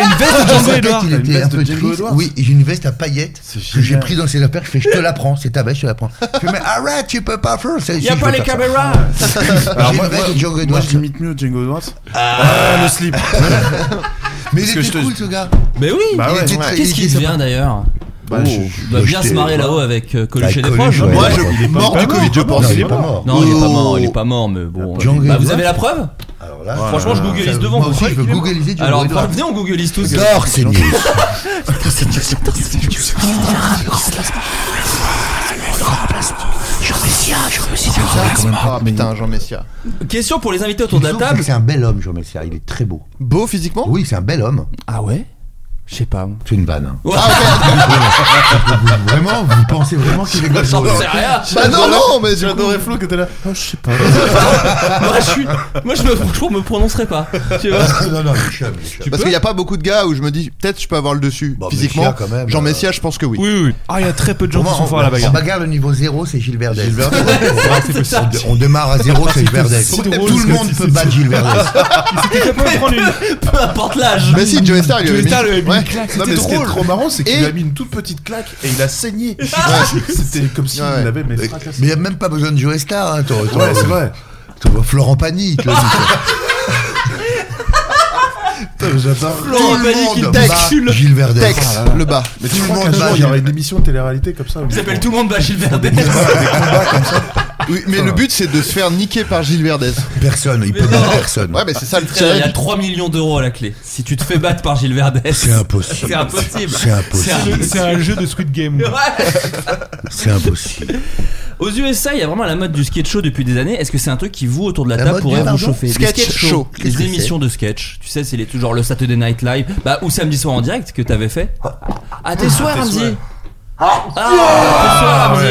Speaker 2: une veste de Django Edwards.
Speaker 8: Ah une veste de
Speaker 5: Dans sa tête, il était un peu
Speaker 8: Django
Speaker 5: triste.
Speaker 8: Edwards.
Speaker 5: Oui, et j'ai une veste à paillettes
Speaker 8: C'est
Speaker 5: que j'ai
Speaker 8: génial.
Speaker 5: pris dans ses affaires. Je fais, je te la prends, c'est ta veste, je te la prends. Je fais, mais arrête, tu peux pas faire ça.
Speaker 6: Il y a
Speaker 5: Si,
Speaker 6: pas
Speaker 5: je
Speaker 6: les
Speaker 5: peux faire ça.
Speaker 6: caméras.
Speaker 5: J'ai une veste de Django
Speaker 8: moi,
Speaker 5: Edwards.
Speaker 8: je limite mieux Django Edwards. Ah, le slip.
Speaker 5: Mais
Speaker 8: Parce
Speaker 5: il
Speaker 8: que je
Speaker 5: était
Speaker 8: te-
Speaker 5: cool, ce gars.
Speaker 6: Mais oui.
Speaker 8: Bah
Speaker 5: Il
Speaker 8: ouais.
Speaker 5: était très-
Speaker 6: Qu'est-ce
Speaker 5: il
Speaker 6: qui
Speaker 5: était sympa.
Speaker 6: devient d'ailleurs
Speaker 8: Bah, je- je-
Speaker 6: Il doit bien
Speaker 5: Oh. j'étais-
Speaker 6: se marrer là-haut avec
Speaker 2: Bah,
Speaker 6: euh, Coluche et des
Speaker 5: Coluche,
Speaker 6: proches.
Speaker 5: ouais.
Speaker 7: Moi
Speaker 5: Ouais.
Speaker 7: je
Speaker 8: Il est pas
Speaker 7: mort du
Speaker 8: mort.
Speaker 7: Covid, je
Speaker 8: Ah non,
Speaker 7: pense.
Speaker 8: il est pas mort.
Speaker 6: Non, il est pas mort,
Speaker 7: Oh.
Speaker 6: il est pas mort, mais bon.
Speaker 5: Django
Speaker 6: Bah, vous
Speaker 5: Edwards.
Speaker 6: avez la preuve
Speaker 5: Alors là,
Speaker 6: Franchement, je googleise devant.
Speaker 5: Moi
Speaker 6: vous
Speaker 5: aussi,
Speaker 6: croyez
Speaker 5: je veux
Speaker 6: qu'il est mort
Speaker 5: googliser Django
Speaker 6: Alors,
Speaker 5: Edwards.
Speaker 6: venez, on googleise tous.
Speaker 5: J'adore ces news.
Speaker 7: Ah, ah, putain, Jean Messia.
Speaker 6: Question pour les invités autour de la
Speaker 5: Sauf que
Speaker 6: table.
Speaker 5: C'est un bel homme, Jean Messia. Il est très beau.
Speaker 7: Beau physiquement
Speaker 5: Oui, c'est un bel homme.
Speaker 6: Ah ouais Je sais pas.
Speaker 5: C'est une vanne. hein.
Speaker 7: Ah,
Speaker 5: Vous- Vraiment, vous pensez vraiment qu'il est comme ça
Speaker 6: J'en sais rien.
Speaker 7: ok. Bah non, non, mais du coup.
Speaker 8: Flo qui était là. Oh, je sais pas.
Speaker 6: Moi, je suis. Moi, je me, franchement, me prononcerai pas. Tu vois
Speaker 5: Non, non, il est chum, il est chum.
Speaker 7: Parce qu'il n'y a pas beaucoup de gars où je me dis peut-être je peux avoir le dessus
Speaker 5: Bon,
Speaker 7: physiquement.
Speaker 5: Messia, quand même,
Speaker 7: Jean
Speaker 5: euh,
Speaker 7: Messia, je pense que oui.
Speaker 2: Oui, oui. Ah, il y a très peu de gens
Speaker 5: Pour moi,
Speaker 2: qui sont
Speaker 5: on-
Speaker 2: forts à la
Speaker 5: on
Speaker 2: bagarre.
Speaker 5: bagarre, le niveau zéro, c'est Gilles Verdez.
Speaker 6: c'est ça.
Speaker 5: On- On démarre à zéro, c'est Gilles Verdez.
Speaker 2: c'est
Speaker 5: Tout
Speaker 2: drôle,
Speaker 5: le
Speaker 2: ce que
Speaker 5: monde
Speaker 2: tu
Speaker 5: peut
Speaker 2: dis.
Speaker 5: battre Gilles Verdez.
Speaker 2: Quelqu'un peut en prendre une.
Speaker 6: Peu importe l'âge.
Speaker 7: Mais si, Joe Star, il lui avait
Speaker 2: Joey Star,
Speaker 7: mis-
Speaker 2: lui avait mis
Speaker 7: Ouais.
Speaker 2: une claque.
Speaker 8: Non,
Speaker 2: C'était
Speaker 8: mais ce qui est
Speaker 2: drôle.
Speaker 8: trop marrant, c'est qu'il
Speaker 7: Et-
Speaker 8: a mis une toute petite claque et il a saigné. C'était comme s'il
Speaker 7: Ouais.
Speaker 8: avait mais
Speaker 5: Mais il n'y a même pas besoin de jouer star. Hein, t'aurais-
Speaker 8: Ouais,
Speaker 5: t'aurais-
Speaker 8: c'est vrai.
Speaker 5: t'aurais- Florent Pagny, il te le dit. quoi.
Speaker 8: Putain, J'adore.
Speaker 6: Florent
Speaker 5: Tout le
Speaker 6: Pagny qui
Speaker 5: monde
Speaker 6: tec.
Speaker 5: bat
Speaker 7: Jules-
Speaker 5: Gilles Verdez.
Speaker 7: Tex,
Speaker 5: Ah là là.
Speaker 7: le bas.
Speaker 8: Mais
Speaker 5: Tout
Speaker 8: tu
Speaker 5: le
Speaker 8: crois
Speaker 5: monde
Speaker 8: qu'un
Speaker 5: bat
Speaker 8: jour il y
Speaker 5: Gilles
Speaker 8: aurait une émission de télé-réalité comme ça où
Speaker 6: Il
Speaker 8: ils
Speaker 6: s'appelle
Speaker 8: font-
Speaker 6: tout le monde Bachil Verdez.
Speaker 8: ils font des combats comme ça. Oui, mais le but, c'est de se faire niquer par Gilles Verdez.
Speaker 5: Personne, il peut
Speaker 6: non.
Speaker 5: battre personne.
Speaker 8: Ouais, mais c'est ça le
Speaker 6: Tiens, Il y a
Speaker 8: trait.
Speaker 6: 3 millions d'euros à la clé. Si tu te fais battre par Gilles Verdez, c'est
Speaker 5: impossible.
Speaker 6: C'est impossible.
Speaker 5: C'est impossible.
Speaker 2: C'est un jeu de Squid Game.
Speaker 5: C'est impossible.
Speaker 6: Aux USA, il y a vraiment la mode du sketch show depuis des années. Est-ce que c'est un truc qui vous autour de la,
Speaker 5: La
Speaker 6: table
Speaker 5: mode
Speaker 6: pourrait
Speaker 5: du,
Speaker 6: vous
Speaker 5: pardon
Speaker 6: chauffer
Speaker 5: Sketch
Speaker 6: Les sketch
Speaker 5: show.
Speaker 6: shows,
Speaker 5: Qu'est-ce
Speaker 6: les
Speaker 5: que
Speaker 6: émissions de sketch. Tu sais, c'est les toujours le Saturday Night Live, bah ou samedi soir en direct que t'avais fait. À tes soirs,
Speaker 5: Ah, tes
Speaker 6: Ramzi.
Speaker 5: soirs.
Speaker 6: Ah, à tes soirs, Ramzi.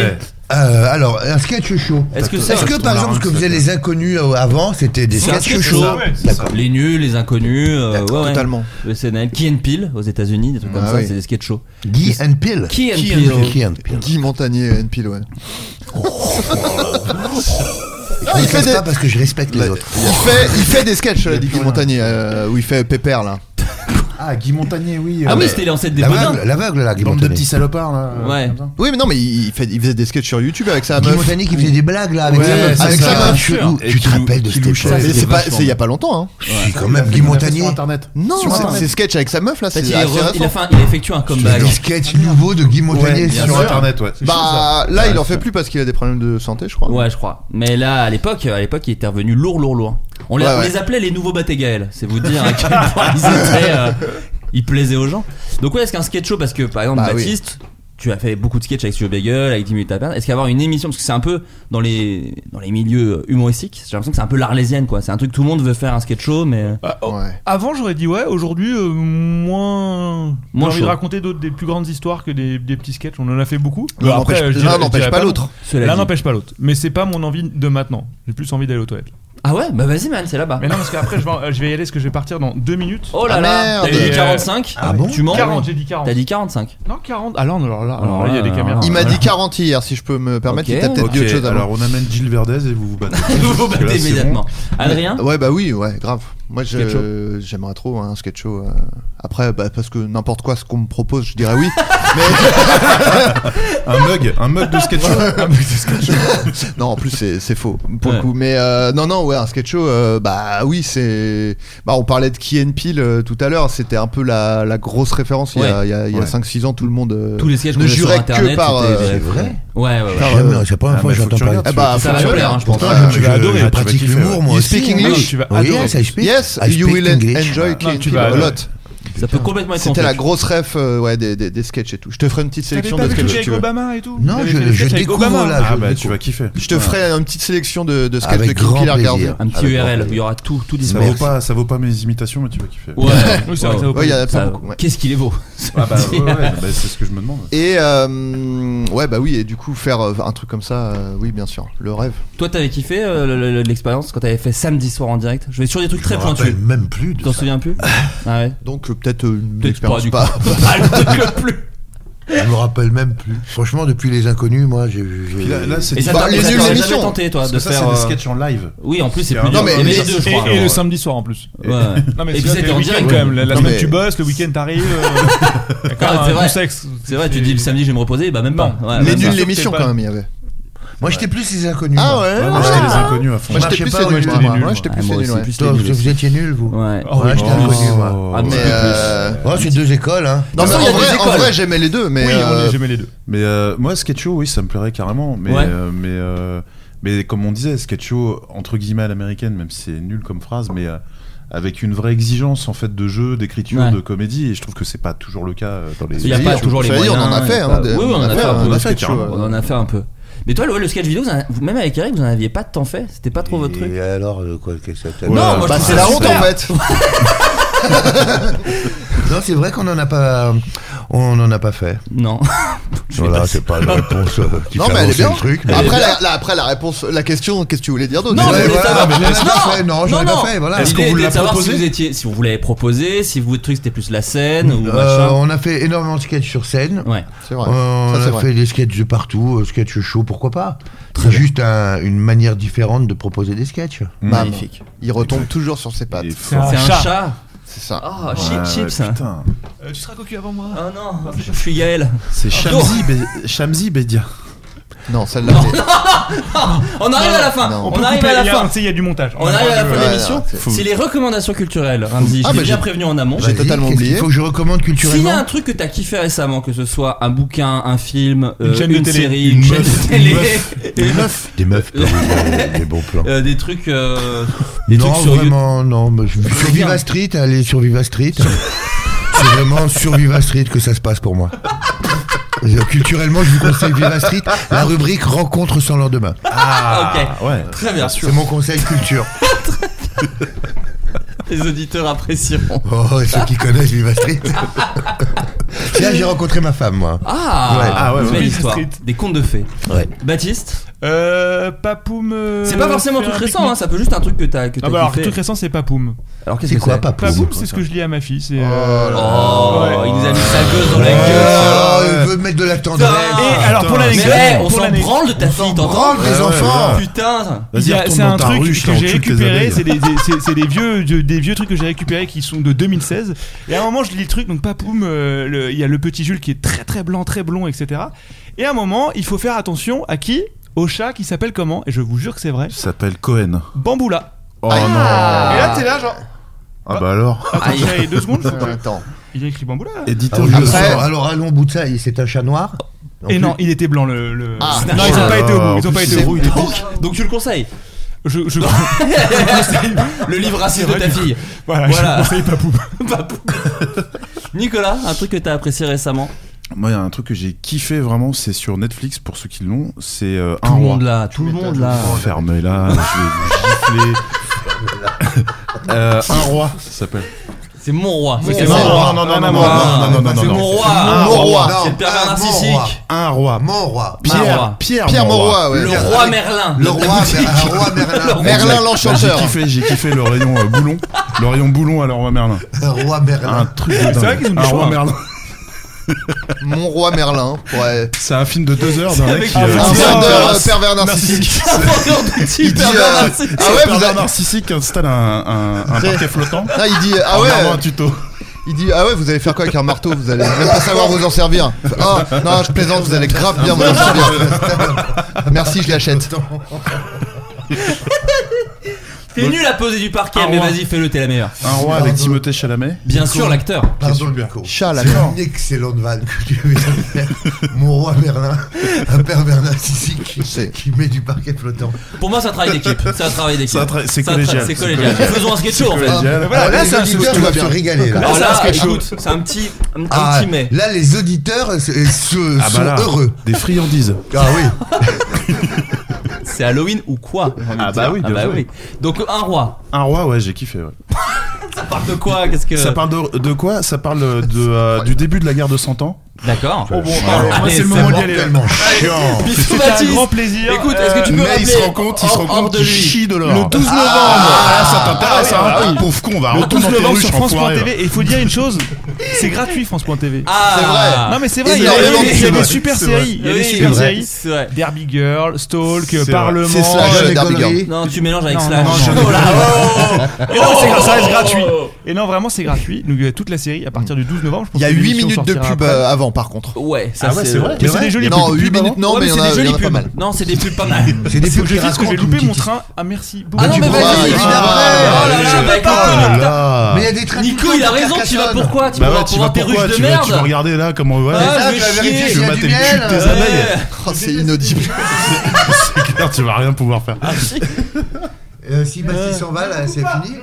Speaker 5: Euh, alors, un sketch show.
Speaker 6: Est-ce que c'est
Speaker 5: Est-ce
Speaker 6: un-
Speaker 5: que par
Speaker 6: on a
Speaker 5: exemple ce que
Speaker 6: un
Speaker 5: faisaient
Speaker 6: sketch.
Speaker 5: les inconnus euh, avant, c'était des
Speaker 6: C'est un
Speaker 5: sketchs
Speaker 6: sketch
Speaker 5: show
Speaker 6: show. Les nuls, les inconnus, euh, ouais, ouais.
Speaker 8: totalement.
Speaker 6: Le SNL, Key and Peele aux États-Unis, des trucs comme
Speaker 8: Ah
Speaker 6: ça,
Speaker 8: oui.
Speaker 6: c'est des sketch shows.
Speaker 5: Guy and Peel.
Speaker 6: Key and Peele.
Speaker 5: Key and Peele.
Speaker 8: Guy Montagnier, NPL, ouais.
Speaker 5: Je ne
Speaker 8: il fait
Speaker 5: casse
Speaker 8: des-
Speaker 5: pas parce que je respecte les autres.
Speaker 8: Il fait, il fait des sketchs, là, Guy Montagnier, euh, où il fait Pépère, là.
Speaker 11: Ah, Guy Montagnier, oui.
Speaker 6: Ah
Speaker 11: euh,
Speaker 6: oui, c'était lancé des
Speaker 5: L'aveugle, l'aveugle là, Guy
Speaker 11: Bande de
Speaker 5: Montagnier.
Speaker 11: petits salopards, là. euh,
Speaker 6: Ouais.
Speaker 11: comme ça.
Speaker 8: Oui, mais non, mais il, fait, il faisait des sketchs sur YouTube avec sa
Speaker 5: Guy
Speaker 8: meuf.
Speaker 5: Montagnier qui faisait des blagues là avec
Speaker 8: Ah bah, Ouais,
Speaker 5: sa meuf.
Speaker 8: c'est
Speaker 5: Avec
Speaker 8: ça.
Speaker 5: sa meuf
Speaker 8: Bien sûr.
Speaker 5: chelou.
Speaker 8: Et
Speaker 5: Tu te
Speaker 8: qui-
Speaker 5: rappelles de
Speaker 8: qui
Speaker 5: cette
Speaker 8: louchait.
Speaker 5: époque
Speaker 8: Mais c'est pas- c'est il y a pas longtemps, hein.
Speaker 5: Si, quand
Speaker 11: Il a
Speaker 5: même,
Speaker 11: fait
Speaker 5: Guy
Speaker 11: une version
Speaker 5: Montagnier.
Speaker 11: Internet.
Speaker 8: Non,
Speaker 11: Sur
Speaker 8: c'est-
Speaker 11: Internet.
Speaker 8: c'est sketch avec sa meuf, là,
Speaker 6: Peut-être
Speaker 8: c'est
Speaker 6: qu'il est
Speaker 8: assez
Speaker 6: re- il, a
Speaker 8: récent.
Speaker 6: fait un- il a effectué un comeback.
Speaker 5: Le sketch nouveau de Guy Montagnier
Speaker 6: bien
Speaker 5: sur
Speaker 6: sûr.
Speaker 11: Internet, ouais.
Speaker 8: Bah, là,
Speaker 6: Ouais,
Speaker 8: il en
Speaker 6: c'est
Speaker 8: fait
Speaker 6: ça.
Speaker 8: plus parce qu'il a des problèmes de santé, je crois.
Speaker 6: Ouais, je crois. Mais là, à l'époque, à l'époque, il était revenu lourd, lourd, lourd. On les,
Speaker 8: Ouais,
Speaker 6: on
Speaker 8: ouais.
Speaker 6: les appelait les nouveaux Batégaël. C'est vous dire à quel point ils étaient, euh, ils plaisaient aux gens. Donc ouais, est-ce qu'un sketch show, parce que par exemple
Speaker 8: Bah oui.
Speaker 6: Baptiste, tu as fait beaucoup de sketchs avec Studio Bagel, avec 10 minutes à perdre. Est-ce qu'avoir une émission, parce que c'est un peu dans les dans les milieux euh, humoristiques, j'ai l'impression que c'est un peu l'arlésienne, quoi. C'est un truc tout le monde veut faire un sketch show, mais euh.
Speaker 8: Bah. Ouais.
Speaker 2: Avant, j'aurais dit ouais, aujourd'hui, euh, moins.
Speaker 6: Moins
Speaker 2: J'ai envie
Speaker 6: chaud.
Speaker 2: de raconter d'autres, des plus grandes histoires que des, des petits sketchs. On en a fait beaucoup. Après,
Speaker 8: L'un n'empêche-
Speaker 2: je dirais-
Speaker 8: l'un
Speaker 2: je
Speaker 8: n'empêche
Speaker 2: dirais
Speaker 8: pas
Speaker 2: non.
Speaker 8: l'autre.
Speaker 6: cela
Speaker 2: L'un
Speaker 6: dit.
Speaker 2: n'empêche pas l'autre. Mais c'est pas mon envie de maintenant. J'ai plus envie d'aller aux toilettes.
Speaker 6: Ah ouais, bah vas-y man, c'est là-bas.
Speaker 2: Mais non, parce qu'après, je vais, euh, je vais y aller parce que je vais partir dans deux minutes.
Speaker 6: Oh là
Speaker 8: Ah
Speaker 6: là,
Speaker 8: merde.
Speaker 6: t'as dit
Speaker 2: Et, euh,
Speaker 6: 45
Speaker 5: Ah bon
Speaker 6: Tu mens
Speaker 2: 40, j'ai dit 40.
Speaker 6: T'as dit Ah. 45
Speaker 2: Non, 40. Alors, alors là,
Speaker 6: Alors
Speaker 2: alors là, il y a des
Speaker 6: là,
Speaker 2: caméras.
Speaker 8: Il m'a
Speaker 2: Voilà.
Speaker 8: dit 40 hier, si je peux me permettre.
Speaker 6: Ok.
Speaker 8: Il t'a peut-être
Speaker 3: Ok,
Speaker 8: dit autre chose avant.
Speaker 3: alors on amène Gilles Verdez et vous vous battez.
Speaker 6: Vous vous
Speaker 3: Parce que là,
Speaker 6: battez
Speaker 3: c'est
Speaker 6: immédiatement. Adrien
Speaker 8: Ouais, bah oui, ouais, grave. Moi, je-
Speaker 6: Sketch show.
Speaker 8: j'aimerais trop un sketch show. euh, Après, bah, parce que n'importe quoi, ce qu'on me propose, je dirais oui.
Speaker 3: bon. Un mug, un mug de sketch show. Un mug de sketch show.
Speaker 8: non, en plus, c'est c'est faux, pour
Speaker 6: Ouais.
Speaker 8: le coup. Mais euh, non, non, ouais, un sketch show, euh, bah oui, c'est. Bah, on parlait de Key and Peele euh, tout à l'heure, c'était un peu la, la grosse référence. Il y a,
Speaker 6: Ouais.
Speaker 8: il y a- il y a
Speaker 3: Ouais.
Speaker 8: 5-6 ans, tout le monde euh,
Speaker 6: Tous les sketchs
Speaker 8: ne
Speaker 6: qu'on faisait sur
Speaker 8: jurait
Speaker 6: Internet,
Speaker 8: que par.
Speaker 6: c'était
Speaker 8: euh,
Speaker 6: des-
Speaker 5: C'est vrai
Speaker 6: Ouais, ouais, ouais.
Speaker 5: Jamais, C'est la
Speaker 3: Ah,
Speaker 5: première
Speaker 3: mais
Speaker 5: fois que
Speaker 3: faut que
Speaker 5: j'entends
Speaker 3: tu
Speaker 5: parler.
Speaker 3: regardes,
Speaker 8: eh bah,
Speaker 6: Ça
Speaker 8: faut
Speaker 6: va
Speaker 8: que
Speaker 6: lui
Speaker 8: tu
Speaker 6: plaire, hein,
Speaker 8: regardes.
Speaker 6: je pense.
Speaker 8: Pourtant,
Speaker 3: Ah,
Speaker 5: Tu
Speaker 3: tu vas
Speaker 5: vas
Speaker 3: adorer,
Speaker 5: adorer.
Speaker 3: tu
Speaker 5: Je
Speaker 3: vas
Speaker 5: pratique
Speaker 3: kiffer.
Speaker 5: l'humour, moi
Speaker 8: You
Speaker 5: aussi.
Speaker 8: speak
Speaker 5: hein.
Speaker 8: English?
Speaker 2: tu vas
Speaker 5: Oh,
Speaker 2: adorer.
Speaker 5: yes, I speak.
Speaker 8: Yes,
Speaker 5: I
Speaker 8: you
Speaker 5: speak
Speaker 8: will
Speaker 5: English.
Speaker 8: enjoy Key
Speaker 2: Non,
Speaker 8: and
Speaker 2: tu
Speaker 8: Peele
Speaker 2: vas
Speaker 8: a
Speaker 2: adorer.
Speaker 8: lot.
Speaker 6: Ça peut complètement être
Speaker 8: C'était la grosse
Speaker 6: complexe.
Speaker 8: ref euh, ouais, des, des, des sketchs et tout. Je te ferai une petite
Speaker 2: T'avais
Speaker 8: sélection
Speaker 2: pas
Speaker 8: de
Speaker 2: vu le
Speaker 8: sketchs.
Speaker 2: truc
Speaker 8: si
Speaker 2: avec
Speaker 8: tu veux.
Speaker 2: Obama et tout
Speaker 5: Non,
Speaker 2: T'avais
Speaker 5: je-
Speaker 2: fait le
Speaker 5: je
Speaker 2: sketch avec
Speaker 5: découvre,
Speaker 2: Obama.
Speaker 5: là.
Speaker 3: Ah bah tu vas kiffer.
Speaker 8: Je te ferai une petite sélection de, de sketchs
Speaker 5: Avec
Speaker 8: de
Speaker 5: grand
Speaker 8: Kim Killer
Speaker 5: plaisir.
Speaker 8: Garden.
Speaker 6: Un petit
Speaker 5: Avec
Speaker 6: URL,
Speaker 5: grand
Speaker 6: il y aura tout, tout
Speaker 3: Ça
Speaker 6: disponible.
Speaker 3: vaut pas, ça vaut pas mes imitations, mais tu vas kiffer.
Speaker 6: Ouais,
Speaker 2: Oui, c'est vrai,
Speaker 6: ouais.
Speaker 2: ça vaut
Speaker 8: Ouais, il y en a
Speaker 6: Ça-
Speaker 8: pas beaucoup. ouais.
Speaker 6: Qu'est-ce qu'il est beau
Speaker 3: Ah bah ouais, ouais, bah, c'est ce que je me demande.
Speaker 8: Et euh, ouais, bah oui, et du coup, faire euh, un truc comme ça, euh, oui, bien sûr, le rêve.
Speaker 6: Toi, t'avais kiffé euh, le- le- le- l'expérience quand t'avais fait samedi soir en direct Je vais sur des trucs très
Speaker 5: Je me rappelle
Speaker 6: pointus.
Speaker 5: même plus de
Speaker 6: T'en
Speaker 5: ça.
Speaker 6: souviens plus Ah ouais
Speaker 8: Donc euh, peut-être euh, une
Speaker 6: Peut-être pas
Speaker 8: expérience
Speaker 6: du coup.
Speaker 8: pas.
Speaker 6: Ah, le truc le plus
Speaker 5: Je me rappelle même plus. Franchement, depuis les inconnus, moi, j'ai. j'ai-
Speaker 3: Puis là, là, c'est
Speaker 6: Et ça
Speaker 8: Bah,
Speaker 6: t'a-
Speaker 8: les
Speaker 6: ça
Speaker 8: nuls
Speaker 6: t'aurait
Speaker 8: d'émission.
Speaker 6: jamais tenté, toi,
Speaker 3: parce
Speaker 6: de
Speaker 3: que ça,
Speaker 6: faire.
Speaker 3: c'est des
Speaker 6: euh,
Speaker 3: sketchs en live.
Speaker 6: Oui, en plus, c'est
Speaker 3: Non,
Speaker 6: plus dur.
Speaker 8: mais-
Speaker 6: Il y avait
Speaker 8: mais-
Speaker 6: les deux, je
Speaker 2: Et,
Speaker 6: crois.
Speaker 2: et
Speaker 3: ouais.
Speaker 2: le samedi soir en plus.
Speaker 6: Ouais, ouais.
Speaker 2: Non mais c'est
Speaker 6: Et puis
Speaker 2: vrai,
Speaker 6: c'était
Speaker 2: t'es
Speaker 6: en direct,
Speaker 2: quand même. La, la
Speaker 8: Non,
Speaker 2: semaine
Speaker 8: mais-
Speaker 2: tu bosses, le week-end t'arrives. euh, t'as quand
Speaker 6: Ah,
Speaker 2: même
Speaker 6: c'est
Speaker 2: un
Speaker 6: vrai.
Speaker 2: bon sexe.
Speaker 6: C'est vrai, tu dis le samedi, je vais me reposer, bah même pas.
Speaker 2: Non.
Speaker 6: Ouais,
Speaker 8: les
Speaker 6: même
Speaker 8: nuls
Speaker 6: pas.
Speaker 8: l'émission
Speaker 2: T'es
Speaker 8: quand
Speaker 2: pas-
Speaker 8: même, il y avait.
Speaker 5: Moi, j'étais plus les inconnus.
Speaker 8: Ah
Speaker 5: moi.
Speaker 8: ouais.
Speaker 3: Ouais, moi j'étais les inconnus à fond.
Speaker 8: Moi j'étais
Speaker 5: marchait
Speaker 8: plus
Speaker 5: pas
Speaker 8: les
Speaker 5: au
Speaker 8: nuls,
Speaker 5: début.
Speaker 8: moi. Moi
Speaker 5: Ouais,
Speaker 8: j'étais
Speaker 6: Ah,
Speaker 8: plus
Speaker 6: moi
Speaker 8: les
Speaker 6: aussi,
Speaker 8: nuls. ouais.
Speaker 6: plus
Speaker 5: Toi,
Speaker 6: les nuls.
Speaker 5: vous étiez nuls, vous.
Speaker 6: Ouais.
Speaker 2: Oh,
Speaker 5: Ouais, j'étais
Speaker 2: non.
Speaker 5: inconnu, moi.
Speaker 6: Ah,
Speaker 8: Mais,
Speaker 6: mais-
Speaker 8: euh,
Speaker 5: Oh, c'est deux écoles, hein.
Speaker 8: Non, mais
Speaker 6: façon, il y a
Speaker 8: en
Speaker 6: des
Speaker 8: vrai, en
Speaker 6: écoles.
Speaker 8: vrai, j'aimais les deux, mais.
Speaker 2: Oui,
Speaker 8: euh,
Speaker 2: on est jamais les deux.
Speaker 3: Mais euh, moi, sketch show, oui, ça me plairait carrément. Mais,
Speaker 6: Ouais.
Speaker 3: euh, mais, euh, mais comme on disait, sketch show entre guillemets à l'américaine, même si c'est nul comme phrase, mais euh, avec une vraie exigence en fait de jeu, d'écriture,
Speaker 6: Ouais.
Speaker 3: de comédie. Et je trouve que c'est pas toujours le cas euh, dans les.
Speaker 6: Il n'y a
Speaker 8: Oui,
Speaker 6: pas
Speaker 8: je-
Speaker 6: toujours les
Speaker 8: ça veut
Speaker 6: moyens.
Speaker 8: dire, on en a
Speaker 6: il y
Speaker 8: fait,
Speaker 6: a
Speaker 8: hein,
Speaker 6: pas-
Speaker 8: des-
Speaker 6: Oui, oui, on en a fait un
Speaker 8: on
Speaker 6: peu.
Speaker 8: a fait, tu vois.
Speaker 6: On en a fait un peu. Mais toi, le, le sketch vidéo, vous en- même avec Eric, vous en aviez pas tant fait. C'était pas trop votre truc.
Speaker 5: Et alors, euh, quoi, qu'est-ce que ça
Speaker 3: Ouais.
Speaker 6: Non, moi,
Speaker 8: Bah,
Speaker 6: je trouve
Speaker 8: c'est
Speaker 6: ça
Speaker 8: la honte
Speaker 6: super.
Speaker 8: en fait.
Speaker 5: Non, c'est vrai qu'on en a pas. On en a pas fait.
Speaker 6: Non. Je vais
Speaker 5: Voilà,
Speaker 6: passer.
Speaker 5: c'est pas la réponse euh, qui
Speaker 8: Non,
Speaker 5: fait
Speaker 8: mais elle est
Speaker 5: avancer
Speaker 8: bien.
Speaker 5: le truc. mais-
Speaker 8: Après, la, la- après la réponse, la question, qu'est-ce que tu voulais dire d'autre
Speaker 6: Non,
Speaker 8: Ouais,
Speaker 6: mais
Speaker 8: voilà.
Speaker 6: ça va.
Speaker 5: mais je l'avais
Speaker 6: non,
Speaker 5: pas fait, non, je
Speaker 6: non,
Speaker 5: l'avais
Speaker 6: non.
Speaker 5: pas fait, voilà.
Speaker 6: L'idée
Speaker 5: Est-ce qu'on vous
Speaker 6: était de
Speaker 5: l'a
Speaker 6: savoir si
Speaker 5: proposé
Speaker 6: vous étiez, si vous l'avez proposé, si votre truc c'était plus la scène ou
Speaker 5: Euh,
Speaker 6: machin.
Speaker 5: on a fait énormément de sketchs sur scène.
Speaker 6: Ouais.
Speaker 8: C'est vrai.
Speaker 5: Euh, on
Speaker 8: Ça, c'est
Speaker 5: a
Speaker 8: vrai.
Speaker 5: fait des sketchs de partout, euh, sketchs chauds, pourquoi pas C'est juste un- une manière différente de proposer des sketchs.
Speaker 3: Mm.
Speaker 6: Magnifique.
Speaker 8: Il retombe toujours sur ses pattes.
Speaker 3: Il est
Speaker 2: C'est
Speaker 3: fort.
Speaker 6: C'est un
Speaker 2: un chat.
Speaker 6: chat.
Speaker 8: C'est ça.
Speaker 6: Oh,
Speaker 3: Ouais, ouais,
Speaker 6: shit, Oh, chips.
Speaker 3: putain.
Speaker 2: Euh, Tu seras cocu avant moi.
Speaker 6: Ah non, je suis Gaël.
Speaker 3: C'est Shamsi Bé- Shamsi Bédia.
Speaker 7: Non, celle-là. c'est-
Speaker 6: On arrive à la fin.
Speaker 7: Non.
Speaker 6: On, arrive à la fin.
Speaker 2: Il y a du montage.
Speaker 6: On arrive à la fin de
Speaker 7: Ouais,
Speaker 6: l'émission.
Speaker 7: non, c'est fou.
Speaker 6: C'est les recommandations culturelles. Ramzi,
Speaker 7: Ah,
Speaker 6: je t'ai
Speaker 7: bah,
Speaker 6: bien
Speaker 7: j'ai-
Speaker 6: prévenu en amont.
Speaker 7: J'ai totalement Vas-y, qu'est-ce qu'il oublié. faut que je recommande
Speaker 6: S'il y a
Speaker 7: culturellement
Speaker 6: un truc que t'as kiffé récemment, que ce soit un bouquin, un film, euh,
Speaker 7: Une chaîne de télé.
Speaker 6: série,
Speaker 7: Une
Speaker 6: une chaîne
Speaker 7: meuf.
Speaker 6: de télé,
Speaker 7: Une meuf. Des meufs. Des meufs, pardon,
Speaker 5: des- des bons plans.
Speaker 6: Euh, des trucs, euh, des
Speaker 5: non,
Speaker 6: trucs sur YouTube.
Speaker 5: vraiment, non. mais je- Sur Viva Street,
Speaker 7: hein,
Speaker 5: allez, sur Viva Street. C'est vraiment sur Viva Street que ça se passe pour moi. Je- Culturellement, je vous conseille Viva Street, la rubrique Rencontre sans lendemain.
Speaker 6: Ah, ok.
Speaker 5: ouais.
Speaker 6: Très bien.
Speaker 5: C'est mon conseil culture.
Speaker 6: Les auditeurs apprécieront.
Speaker 5: Oh, et ceux qui connaissent Viva Street. Tiens, j'ai rencontré ma femme, moi.
Speaker 6: Ah,
Speaker 5: Ouais.
Speaker 6: belle histoire. Des contes de fées.
Speaker 5: Ouais.
Speaker 6: Baptiste
Speaker 2: Euh, Papoum. euh,
Speaker 6: C'est pas forcément un
Speaker 2: fait
Speaker 6: truc
Speaker 2: un
Speaker 6: récent,
Speaker 2: pique-nique.
Speaker 6: hein, ça peut juste un truc que t'as que
Speaker 2: Ah
Speaker 6: t'as
Speaker 2: bah alors,
Speaker 6: kiffé.
Speaker 2: truc récent, c'est Papoum.
Speaker 6: Alors qu'est-ce
Speaker 2: C'est
Speaker 6: que
Speaker 2: quoi,
Speaker 6: c'est
Speaker 2: Papoum
Speaker 8: Ah,
Speaker 2: Papoum, c'est ce que je lis à ma fille. C'est.
Speaker 6: Oh, il nous a mis sa gueule dans la
Speaker 5: Oh,
Speaker 6: gueule.
Speaker 5: il veut mettre de la tendresse.
Speaker 2: Et alors, pour l'anecdote,
Speaker 6: Mais, on
Speaker 2: pour
Speaker 6: s'en
Speaker 2: l'anecdote-
Speaker 6: branle de ta fille, t'entends
Speaker 5: branle des Ouais, enfants. ouais.
Speaker 6: Putain
Speaker 2: Il y a- C'est un truc que j'ai récupéré, c'est des,
Speaker 6: des
Speaker 2: des- c'est- c'est des vieux, des, des vieux trucs que j'ai récupérés qui sont de 2016. Et à un moment, je lis le truc, donc papoum, euh, le- il y a le petit Jules qui est très très blanc, très blond, etc. Et à un moment, il faut faire attention à qui Au chat qui s'appelle comment Et je vous jure que c'est vrai.
Speaker 8: Il s'appelle Cohen.
Speaker 2: Bamboula.
Speaker 8: Oh
Speaker 5: Ah, bah
Speaker 2: Et
Speaker 8: non
Speaker 2: là, t'es là, genre.
Speaker 8: Ah bah alors
Speaker 2: Attends,
Speaker 8: Aïe.
Speaker 2: j'ai deux secondes. je-
Speaker 8: Attends.
Speaker 2: Il y a écrit Bamboula. là.
Speaker 8: Éditeur
Speaker 5: Alors,
Speaker 8: du
Speaker 5: après,
Speaker 8: sort.
Speaker 5: alors, allons au bout de ça, il- c'est un chat noir.
Speaker 2: Et non, il était blanc le. le- Ah,
Speaker 6: Ah,
Speaker 2: non, ils ont pas été au bout. Ils ont pas été au bout.
Speaker 6: Donc, donc tu le conseilles
Speaker 2: Je, je...
Speaker 6: Le livre raciste
Speaker 2: C'est
Speaker 6: de
Speaker 2: vrai,
Speaker 6: ta
Speaker 2: du coup.
Speaker 6: fille
Speaker 2: Voilà, je conseille Papoum.
Speaker 6: Papoum. Nicolas, un truc que t'as apprécié récemment
Speaker 8: Moi, il y a un truc que j'ai kiffé vraiment, c'est sur Netflix, pour ceux qui l'ont, c'est euh,
Speaker 6: Tout
Speaker 8: Un
Speaker 6: le
Speaker 8: Roi.
Speaker 6: monde là, tout le monde là.
Speaker 8: Fermez-la, je vais vous gifler. Euh, un Roi, ça s'appelle.
Speaker 6: C'est mon roi.
Speaker 8: Oui, c'est Ah, mon roi. Non, non, non, non, non, non, non, non, non,
Speaker 6: C'est
Speaker 8: non. Ah,
Speaker 6: mon roi.
Speaker 8: Un
Speaker 6: Mon
Speaker 8: roi.
Speaker 6: roi. C'est le
Speaker 8: Non,
Speaker 6: pervers
Speaker 8: un
Speaker 5: Ah, roi.
Speaker 6: narcissique.
Speaker 8: Un roi.
Speaker 5: Mon roi.
Speaker 8: Pierre- Pierre Pierre Mauroy, Mauroy, ouais.
Speaker 6: Le
Speaker 8: Pierre-
Speaker 6: roi
Speaker 8: avec-
Speaker 6: Merlin.
Speaker 5: Le roi, un roi Merlin.
Speaker 8: Bah, J'ai kiffé, j'ai kiffé le rayon euh, boulon. Le rayon boulon à le roi Merlin.
Speaker 5: Un roi Merlin.
Speaker 8: Un truc de
Speaker 5: Ah. C'est
Speaker 8: dingue.
Speaker 5: vrai qu'ils ont des
Speaker 8: Un roi
Speaker 5: choix.
Speaker 8: Merlin.
Speaker 7: Mon roi Merlin. Ouais.
Speaker 8: C'est un film de deux heures d'un mec qui.
Speaker 7: un
Speaker 8: euh,
Speaker 7: vendeur euh, pervers narcissique.
Speaker 6: Il
Speaker 7: dit,
Speaker 8: pervers
Speaker 7: euh,
Speaker 8: narcissique.
Speaker 7: Ah ouais,
Speaker 8: Un
Speaker 7: vous
Speaker 8: pervers
Speaker 7: avez-
Speaker 8: narcissique qui installe un, un, un parquet flottant.
Speaker 7: Ah, il dit
Speaker 8: en
Speaker 7: ah ouais.
Speaker 8: regardant un tuto.
Speaker 7: Il dit ah ouais, vous allez faire quoi avec un marteau Vous allez même pas savoir vous en servir. Ah non, je plaisante, vous allez grave bien vous en servir. Merci, je l'achète.
Speaker 6: T'es nul à poser du parquet,
Speaker 8: Un
Speaker 6: mais
Speaker 8: roi.
Speaker 6: vas-y, fais-le, t'es la meilleure.
Speaker 8: Un roi avec Timothée Chalamet.
Speaker 6: Bien sûr, l'acteur.
Speaker 5: Euh, Pardon, Nico.
Speaker 7: Chat,
Speaker 5: C'est une excellente vanne que tu viens de faire. Mon roi Merlin, un pervers narcissique qui, qui met du parquet flottant.
Speaker 6: Pour moi, c'est un travail d'équipe. C'est un travail d'équipe.
Speaker 8: C'est un travail- c'est
Speaker 6: un tra-
Speaker 8: collégial.
Speaker 6: C'est collégial. Faisons un sketch show en fait.
Speaker 8: collégial.
Speaker 5: Voilà, là, c'est un sketch show, tu vas te régaler, là.
Speaker 6: Alors
Speaker 5: Là,
Speaker 6: là,
Speaker 5: c'est un sketch show.
Speaker 6: écoute, c'est un petit, un petit
Speaker 5: Ah,
Speaker 6: mais.
Speaker 5: là, les auditeurs euh, se- se-
Speaker 8: Ah bah
Speaker 5: sont
Speaker 8: là,
Speaker 5: heureux.
Speaker 8: Des friandises.
Speaker 5: Ah oui.
Speaker 6: C'est Halloween ou quoi j'ai envie de
Speaker 8: Ah bah
Speaker 6: dire.
Speaker 8: oui,
Speaker 6: ah
Speaker 8: bien
Speaker 6: bah
Speaker 8: joué.
Speaker 6: oui. Donc un roi.
Speaker 8: Un roi, ouais, j'ai kiffé. ouais.
Speaker 2: Euh.
Speaker 6: Ça parle de quoi Qu'est-ce que
Speaker 8: Ça parle de, de quoi Ça parle de, euh, du début de la guerre de 100 ans.
Speaker 6: D'accord.
Speaker 8: Oh, bon,
Speaker 6: Allez,
Speaker 8: alors, moi, c'est le
Speaker 6: ça
Speaker 8: moment
Speaker 6: va.
Speaker 8: d'y aller, là.
Speaker 6: Tellement
Speaker 8: Chiant.
Speaker 6: Allez,
Speaker 8: C'était
Speaker 6: bisous,
Speaker 8: un
Speaker 6: Baptiste.
Speaker 8: grand plaisir.
Speaker 6: Écoute, est-ce que tu peux
Speaker 8: Euh, mais il se
Speaker 6: rappeler
Speaker 8: rend compte, il se
Speaker 6: hors-
Speaker 8: rend
Speaker 6: hors
Speaker 8: compte
Speaker 6: de
Speaker 8: qu'il
Speaker 6: lui.
Speaker 8: chie de l'or.
Speaker 2: Le 12 novembre.
Speaker 8: Ah, ça t'intéresse,
Speaker 2: Ah oui,
Speaker 8: hein
Speaker 2: oui.
Speaker 8: Pauvre con, on va
Speaker 2: Le
Speaker 8: retourner
Speaker 2: 12
Speaker 8: dans tes
Speaker 2: novembre
Speaker 8: ruches,
Speaker 2: sur
Speaker 8: enfoiré.
Speaker 2: France.tv. Et il faut dire une chose c'est gratuit, France.tv.
Speaker 6: Ah, C'est vrai.
Speaker 2: Non, mais c'est vrai, il y, a-
Speaker 6: Énormément
Speaker 2: il y a- il y a
Speaker 6: de
Speaker 2: des
Speaker 6: choses.
Speaker 2: super
Speaker 6: C'est vrai.
Speaker 2: séries. Il y a des
Speaker 6: Oui,
Speaker 2: super
Speaker 6: c'est vrai.
Speaker 2: séries.
Speaker 6: C'est vrai.
Speaker 2: Derby Girl, Stalk,
Speaker 8: C'est vrai.
Speaker 2: Parlement.
Speaker 8: C'est Slash,
Speaker 2: Jeune et
Speaker 8: Derby
Speaker 2: Conneries.
Speaker 8: Girl.
Speaker 6: Non, tu mélanges avec
Speaker 2: Non,
Speaker 6: Slash.
Speaker 2: non, je-
Speaker 6: Oh là, oh, oh, oh.
Speaker 2: Et non, c'est ça
Speaker 6: Oh,
Speaker 2: reste gratuit.
Speaker 6: oh,
Speaker 2: Et non, vraiment, c'est gratuit. Donc, il y a toute la série à partir du 12 novembre. Je pense
Speaker 7: Il y a
Speaker 2: que
Speaker 7: 8
Speaker 2: l'émission
Speaker 7: minutes de
Speaker 2: sortira
Speaker 7: pub
Speaker 2: après.
Speaker 7: euh, avant, par contre.
Speaker 6: Ouais, ça
Speaker 2: Ah ouais, c'est vrai. Mais c'est des jolies
Speaker 7: Non,
Speaker 2: pubs.
Speaker 7: 8 minutes, non,
Speaker 6: Ouais,
Speaker 7: mais il y
Speaker 6: c'est
Speaker 7: en a il
Speaker 6: des
Speaker 7: y en
Speaker 6: jolies
Speaker 7: a pas
Speaker 6: pubs.
Speaker 7: mal.
Speaker 6: Non, c'est des pubs pas mal.
Speaker 5: C'est des
Speaker 2: Faut
Speaker 5: pubs
Speaker 2: que je dise
Speaker 5: qui
Speaker 2: que
Speaker 5: racontent
Speaker 2: j'ai
Speaker 5: une
Speaker 2: loupé mon
Speaker 5: petite
Speaker 2: train. Ah, merci beaucoup.
Speaker 6: Ah non, mais
Speaker 5: Ouais,
Speaker 6: vas-y.
Speaker 5: évidemment.
Speaker 6: Ah, oh là là,
Speaker 5: Ouais,
Speaker 6: bah, écoute,
Speaker 8: Oh là
Speaker 6: putain.
Speaker 8: là.
Speaker 5: Mais il y a des trains
Speaker 6: Nico, il a raison, tu vas pourquoi Tu
Speaker 8: Bah
Speaker 6: vas
Speaker 8: ouais,
Speaker 6: voir
Speaker 8: tu
Speaker 6: pour
Speaker 8: vas
Speaker 6: voir tes
Speaker 8: pourquoi
Speaker 6: ruches de
Speaker 8: tu vas,
Speaker 6: merde
Speaker 8: tu vas regarder là comment ouais.
Speaker 6: Ah,
Speaker 5: ça,
Speaker 6: je
Speaker 5: tu vas
Speaker 6: vais
Speaker 5: vérifier
Speaker 6: chier.
Speaker 8: je vais
Speaker 5: y a
Speaker 8: mater
Speaker 5: du
Speaker 8: le cul
Speaker 5: miel.
Speaker 8: de tes
Speaker 5: Ouais.
Speaker 8: abeilles.
Speaker 7: Oh, c'est inaudible.
Speaker 8: C'est clair, tu vas rien pouvoir faire.
Speaker 6: Ah,
Speaker 5: Euh, si Bastille s'en va, là, c'est fini.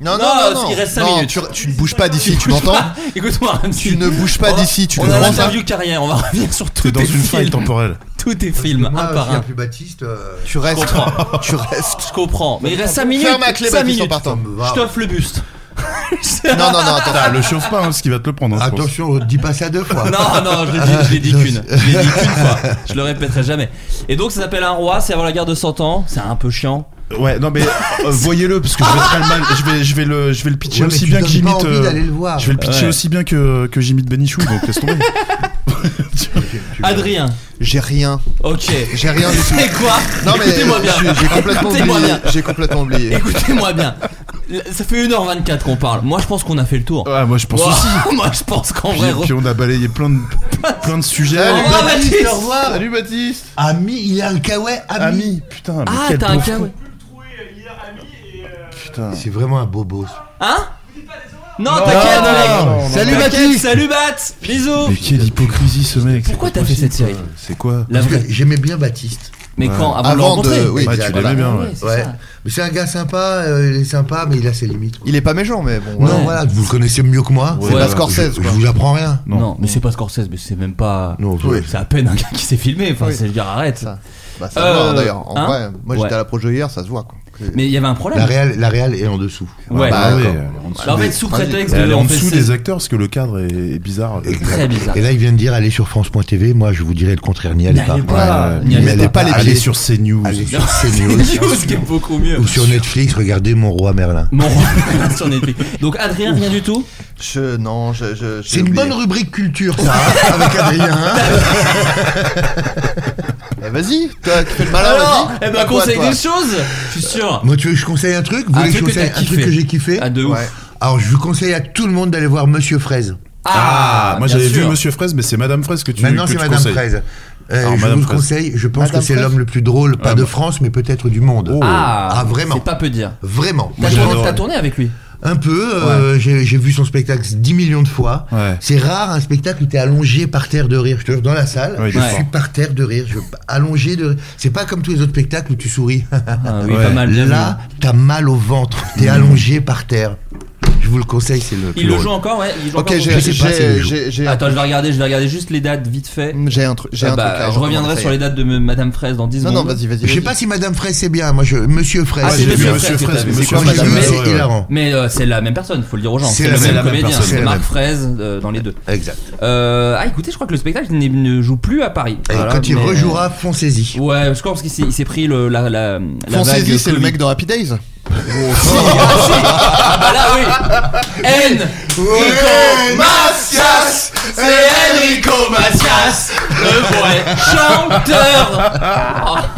Speaker 7: Non, non,
Speaker 6: Non,
Speaker 7: non,
Speaker 6: parce
Speaker 7: non.
Speaker 6: qu'il reste cinq
Speaker 7: Non,
Speaker 6: minutes.
Speaker 7: tu, tu ne bouges pas d'ici, tu m'entends
Speaker 6: Écoute-moi, Ramzi.
Speaker 7: Tu ne bouges
Speaker 6: On
Speaker 7: pas
Speaker 6: a-
Speaker 7: d'ici, tu
Speaker 6: On
Speaker 7: ne
Speaker 6: a
Speaker 7: rentres pas.
Speaker 6: l'interview carrière, on va revenir sur tout
Speaker 8: T'es dans
Speaker 6: tes
Speaker 8: une faille
Speaker 6: films.
Speaker 8: temporelle.
Speaker 6: Tous tes
Speaker 5: Parce que
Speaker 6: films,
Speaker 5: moi,
Speaker 6: un
Speaker 5: s'il
Speaker 6: par
Speaker 5: y a
Speaker 6: un.
Speaker 5: plus Baptiste. euh,
Speaker 7: Tu
Speaker 6: Je
Speaker 7: restes.
Speaker 6: comprends.
Speaker 7: Tu restes.
Speaker 6: Je comprends. Mais il reste 5 minutes.
Speaker 7: Ferme la clé,
Speaker 6: 5
Speaker 7: Baptiste, en
Speaker 6: minutes.
Speaker 7: partant. Bah,
Speaker 6: Je t'offre le buste.
Speaker 7: Non, non, non, attends. Ah,
Speaker 8: Ah, le chauffe pas, hein, parce qu'il va te le prendre. hein, je pense.
Speaker 5: Attention, dis pas ça deux fois.
Speaker 6: Non, non, je l'ai dit, je l'ai dit qu'une. Je l'ai dit qu'une fois. Je le répéterai jamais. Et donc, ça s'appelle Un Roi, c'est avant la guerre de 100 ans. C'est un peu chiant.
Speaker 8: Ouais, non mais euh, voyez-le parce que je vais très mal, je vais, je vais le, je vais le pitcher
Speaker 5: Ouais, mais
Speaker 8: aussi
Speaker 5: tu
Speaker 8: bien
Speaker 5: donnes
Speaker 8: que j'imite.
Speaker 5: pas envie d'aller le voir.
Speaker 8: Je vais le pitcher
Speaker 6: Ouais.
Speaker 8: aussi bien que que j'imite Benichou, donc laisse tomber.
Speaker 6: Adrien.
Speaker 7: J'ai rien.
Speaker 6: Ok.
Speaker 7: J'ai rien du tout.
Speaker 6: C'est quoi
Speaker 7: Non, mais
Speaker 6: Écoutez-moi bien.
Speaker 7: je- j'ai complètement
Speaker 6: Écoutez-moi
Speaker 7: oublié.
Speaker 6: bien.
Speaker 7: J'ai complètement oublié.
Speaker 6: Écoutez-moi bien. Ça fait 1h24 qu'on parle. Moi, je pense qu'on a fait le tour.
Speaker 8: Ah,
Speaker 12: Ouais, moi, je pense
Speaker 6: Wow,
Speaker 12: aussi.
Speaker 6: moi, je pense qu'en
Speaker 12: Puis-
Speaker 6: vrai.
Speaker 12: Puis on a balayé plein de, plein de sujets.
Speaker 5: Salut,
Speaker 8: Oh,
Speaker 12: Plein de-
Speaker 5: Baptiste,
Speaker 6: Baptiste.
Speaker 5: au revoir.
Speaker 12: Salut Baptiste.
Speaker 5: Ami, il a un kawaii. Ami.
Speaker 12: Ami, putain.
Speaker 5: mais
Speaker 6: Ah,
Speaker 5: quel
Speaker 6: t'as un
Speaker 5: pauvre
Speaker 6: kawaii.
Speaker 5: con. C'est vraiment un bobo.
Speaker 6: Hein Non,
Speaker 5: Non,
Speaker 6: t'inquiète,
Speaker 5: non,
Speaker 6: mec.
Speaker 5: non, non,
Speaker 6: Salut,
Speaker 5: non.
Speaker 6: Baptiste. Salut, Bat. Bisous.
Speaker 12: Mais quelle hypocrisie ce mec. Pourquoi
Speaker 6: t'as fait cette série
Speaker 12: Euh, C'est quoi
Speaker 6: La
Speaker 5: Parce
Speaker 6: vraie.
Speaker 5: que j'aimais bien Baptiste.
Speaker 6: Mais quand Avant de le rencontrer
Speaker 5: oui,
Speaker 12: Bah, tu l'aimais bien, ouais.
Speaker 5: ouais. Mais c'est un gars sympa, euh, il est sympa, mais il a ses limites.
Speaker 8: Il est pas méchant, mais bon.
Speaker 5: Non, voilà, vous le connaissez mieux que moi.
Speaker 8: C'est pas Scorsese,
Speaker 5: Je, je
Speaker 8: quoi.
Speaker 5: vous apprends rien.
Speaker 6: Non, mais c'est pas Scorsese, mais c'est même pas.
Speaker 5: oui.
Speaker 6: C'est à peine un gars qui s'est filmé. Enfin,
Speaker 8: Oui.
Speaker 6: c'est le gars, arrête.
Speaker 8: Bah, ça
Speaker 6: Euh,
Speaker 8: se voit d'ailleurs. En
Speaker 6: hein
Speaker 8: vrai, moi
Speaker 6: Ouais.
Speaker 8: j'étais à la projo hier, ça se voit. Quoi.
Speaker 6: Mais il y avait un problème.
Speaker 5: La réal, la réal est en dessous.
Speaker 6: Ouais.
Speaker 8: Bah,
Speaker 12: oui,
Speaker 8: d'accord.
Speaker 12: elle est en dessous
Speaker 6: Alors, en
Speaker 12: des-
Speaker 6: fait, sous prétexte
Speaker 12: Elle
Speaker 6: de-
Speaker 12: est en
Speaker 6: en fait,
Speaker 12: dessous
Speaker 6: c'est-
Speaker 12: des acteurs parce que le cadre est, est bizarre.
Speaker 6: Très bizarre.
Speaker 5: Et là, il vient de dire allez sur France.tv. Moi, je vous dirais le contraire. N'y allez
Speaker 6: N'y
Speaker 5: pas.
Speaker 6: allez pas,
Speaker 5: Ouais,
Speaker 6: n'y allez
Speaker 5: allez
Speaker 6: pas.
Speaker 5: Allez
Speaker 12: Allez
Speaker 5: sur
Speaker 12: sur CNews.
Speaker 5: allez sur
Speaker 6: C'est
Speaker 5: CNews.
Speaker 6: news qui est beaucoup mieux.
Speaker 5: Ou sur Netflix, regardez Mon Roi Merlin.
Speaker 6: Mon roi sur Netflix. Donc Adrien, rien du tout.
Speaker 8: Je, non, je. je- j'ai
Speaker 5: C'est une
Speaker 8: oublié.
Speaker 5: bonne rubrique culture, ça, hein, avec Adrien. hein.
Speaker 8: Eh, vas-y, toi, tu fais le malin.
Speaker 6: Alors,
Speaker 8: Ah, vas-y.
Speaker 6: eh ben
Speaker 8: T'as quoi,
Speaker 6: conseille
Speaker 8: toi
Speaker 6: des choses. Je suis sûr.
Speaker 5: Moi, tu veux que je conseille un truc Vous
Speaker 6: Un
Speaker 5: voulez que je
Speaker 6: truc que
Speaker 5: conseille
Speaker 6: t'as
Speaker 5: un truc
Speaker 6: kiffé.
Speaker 5: que j'ai kiffé
Speaker 6: Ah de ouf.
Speaker 8: Ouais.
Speaker 5: Alors, je vous conseille à tout le monde d'aller voir Monsieur Fraise.
Speaker 12: Ah, moi
Speaker 6: bien
Speaker 12: j'avais vu
Speaker 6: sûr.
Speaker 12: Monsieur Fraise, mais c'est Madame Fraise que tu
Speaker 5: Maintenant,
Speaker 12: que
Speaker 5: c'est
Speaker 12: tu
Speaker 5: Madame
Speaker 12: conseilles.
Speaker 5: Fraise. Euh,
Speaker 12: Alors,
Speaker 5: je
Speaker 12: Madame
Speaker 5: vous le
Speaker 12: Fraise.
Speaker 5: conseille, je pense
Speaker 8: Madame
Speaker 5: que c'est
Speaker 8: Fraise
Speaker 5: l'homme le plus drôle, pas
Speaker 12: Ah,
Speaker 5: de
Speaker 12: bah.
Speaker 5: France, mais peut-être du monde.
Speaker 12: Oh.
Speaker 6: Ah,
Speaker 5: Ah, vraiment.
Speaker 6: C'est pas peu dire.
Speaker 5: Vraiment.
Speaker 6: T'as
Speaker 5: Je
Speaker 6: tourné-
Speaker 5: pense-
Speaker 6: t'as tourné avec lui.
Speaker 5: Un peu, euh, j'ai j'ai vu son spectacle 10 millions de fois.
Speaker 12: Ouais.
Speaker 5: C'est rare un spectacle où t'es allongé par terre de rire. Je te jure, dans la salle,
Speaker 12: Ouais,
Speaker 5: je
Speaker 12: d'accord.
Speaker 5: suis par terre de rire. Je, allongé de C'est pas comme tous les autres spectacles où tu souris.
Speaker 6: Ah oui,
Speaker 12: Ouais.
Speaker 6: pas mal. bien
Speaker 5: Là,
Speaker 6: vu.
Speaker 5: t'as mal au ventre. T'es allongé par terre. Mm. Je vous le conseille, c'est le. plus
Speaker 6: il le
Speaker 5: drôle.
Speaker 6: joue encore, ouais. Il joue
Speaker 8: Ok,
Speaker 6: encore
Speaker 8: j'ai-
Speaker 5: sais pas s'il
Speaker 8: j'ai-
Speaker 5: joue.
Speaker 8: j'ai- j'ai un
Speaker 6: Attends, je
Speaker 8: truc-
Speaker 6: vais regarder, je vais regarder juste les dates vite fait.
Speaker 8: j'ai un truc. J'ai
Speaker 6: Ah
Speaker 8: un
Speaker 6: bah,
Speaker 8: truc à
Speaker 6: je reviendrai
Speaker 8: recommander,
Speaker 6: sur
Speaker 8: ça y
Speaker 6: les
Speaker 8: est.
Speaker 6: dates de me- Madame Fraise dans 10
Speaker 8: Non, non,
Speaker 6: secondes.
Speaker 8: vas-y, vas-y.
Speaker 5: Je sais
Speaker 8: vas-y.
Speaker 5: pas si Madame Fraise c'est bien. Moi, je Monsieur Fraise.
Speaker 6: Ah,
Speaker 12: Ah,
Speaker 6: c'est
Speaker 12: j'ai
Speaker 6: Monsieur
Speaker 12: vu
Speaker 6: Fraise
Speaker 12: Monsieur
Speaker 6: que t'as
Speaker 12: Fraise,
Speaker 6: vu.
Speaker 12: mais
Speaker 6: C'est
Speaker 12: Monsieur
Speaker 5: quoi,
Speaker 12: Fraise,
Speaker 5: Madame
Speaker 12: ouais,
Speaker 5: Fraise
Speaker 12: ouais.
Speaker 5: C'est hilarant.
Speaker 6: Mais euh, c'est la même personne, faut le dire aux gens.
Speaker 5: C'est
Speaker 6: C'est
Speaker 5: la
Speaker 6: le
Speaker 5: même
Speaker 6: même comédien,
Speaker 5: personne, c'est
Speaker 6: c'est
Speaker 5: la
Speaker 6: Marc
Speaker 5: même.
Speaker 6: Fraise euh, dans les deux.
Speaker 5: Exact.
Speaker 6: Euh, ah écoutez, je crois que le spectacle ne, ne joue plus à Paris.
Speaker 5: Et
Speaker 6: Voilà,
Speaker 5: quand il
Speaker 6: mais-
Speaker 5: rejouera, foncez-y.
Speaker 6: Ouais, je crois parce qu'il s'est- il s'est pris le, la, la, la vague
Speaker 8: Foncez-y, c'est le
Speaker 6: Covid.
Speaker 8: mec de Rapid Days.
Speaker 6: Si, ah, si. Ah bah là oui N Macias C'est Enrico Macias Le vrai
Speaker 8: Ah,
Speaker 6: chanteur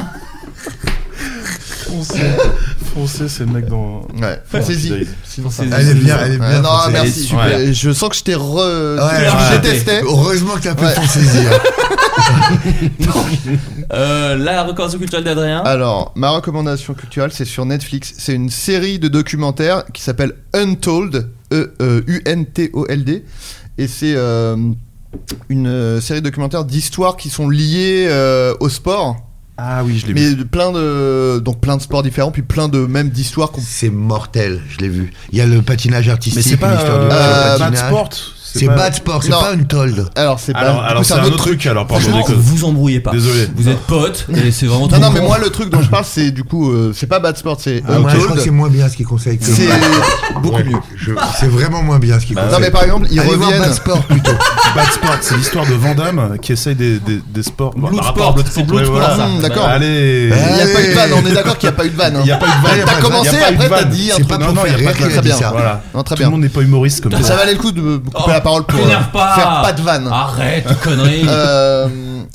Speaker 12: Foncez, c'est le mec dans.
Speaker 8: Ouais, foncez-y.
Speaker 12: Sinon, ça.
Speaker 5: Elle est bien, elle est
Speaker 8: Ouais,
Speaker 5: bien.
Speaker 8: non,
Speaker 5: foncez-y.
Speaker 8: merci.
Speaker 12: Ouais.
Speaker 8: super. Je sens que je t'ai re.
Speaker 5: Ouais,
Speaker 8: je
Speaker 5: ouais.
Speaker 8: détestais.
Speaker 5: Heureusement que t'as fait
Speaker 8: Ouais.
Speaker 5: foncez-y. hein.
Speaker 6: euh, La recommandation culturelle d'Adrien
Speaker 5: Hein
Speaker 8: Alors, ma recommandation culturelle, c'est sur Netflix. C'est une série de documentaires qui s'appelle Untold, E- euh, U-N-T-O-L-D. Et c'est euh, une euh, série de documentaires d'histoires qui sont liées euh, au sport.
Speaker 12: Ah oui, je l'ai vu.
Speaker 8: Mais de plein de donc plein de sports différents puis plein de même d'histoires qu'on
Speaker 5: C'est mortel, je l'ai vu. Il y a le patinage artistique,
Speaker 12: Mais c'est pas.
Speaker 5: l'histoire du
Speaker 8: euh,
Speaker 5: patinage.
Speaker 12: Bad Sport.
Speaker 5: C'est
Speaker 12: pas-
Speaker 5: bad sport, c'est
Speaker 8: Non.
Speaker 5: pas Ah, une tolde.
Speaker 8: alors c'est pas
Speaker 12: Alors,
Speaker 8: du
Speaker 12: alors
Speaker 8: coup,
Speaker 12: c'est un autre truc, alors pardon,
Speaker 6: Franchement,
Speaker 12: déconne.
Speaker 6: vous embrouillez pas.
Speaker 12: Désolé.
Speaker 6: Vous êtes potes et c'est
Speaker 8: Non
Speaker 6: vraiment trop
Speaker 8: non mais
Speaker 6: con.
Speaker 8: moi le truc dont je parle c'est du coup euh, c'est pas Bad Sport c'est
Speaker 5: Ah, moi, je crois que
Speaker 8: Untold.
Speaker 5: c'est Bah. moins bien ce qu'il conseille que
Speaker 8: C'est beaucoup
Speaker 5: Ouais,
Speaker 8: mieux.
Speaker 5: je- C'est vraiment moins bien ce qu'il conseille.
Speaker 8: Non mais par exemple ils
Speaker 5: Allez voir
Speaker 8: reviennent
Speaker 5: Bad Sport plutôt.
Speaker 12: Bad Sport, c'est l'histoire de Vandamme qui essaye des, des, des sports. par
Speaker 6: Blood Sport,
Speaker 12: rapport à Blood
Speaker 6: c'est
Speaker 12: Sport,
Speaker 6: Blood
Speaker 12: ouais,
Speaker 6: Sport, Bah,
Speaker 12: voilà.
Speaker 6: ça.
Speaker 8: Mmh, d'accord.
Speaker 12: Allez.
Speaker 8: Il n'y a
Speaker 5: Allez.
Speaker 8: pas eu de vanne, on est d'accord qu'il n'y a pas eu de vanne. hein.
Speaker 12: Il n'y a pas eu de vanne.
Speaker 8: T'as commencé,
Speaker 12: Il y a pas eu de
Speaker 8: après t'as
Speaker 12: vanne.
Speaker 8: dit un
Speaker 5: C'est
Speaker 8: truc.
Speaker 5: pas
Speaker 12: Non,
Speaker 5: pour
Speaker 12: non, il y
Speaker 5: faire
Speaker 12: a pas
Speaker 5: rire
Speaker 12: de
Speaker 5: qu'il
Speaker 12: vanne.
Speaker 5: a dit
Speaker 8: Très bien.
Speaker 5: ça.
Speaker 12: Voilà.
Speaker 8: Non, très
Speaker 12: Tout
Speaker 8: bien.
Speaker 12: le monde n'est pas humoriste comme
Speaker 8: Mais ça
Speaker 12: ça.
Speaker 8: valait le coup de me couper la parole pour euh,
Speaker 6: T'énerve pas Ah
Speaker 8: faire pas de vanne.
Speaker 6: Arrête, connerie
Speaker 8: Euh,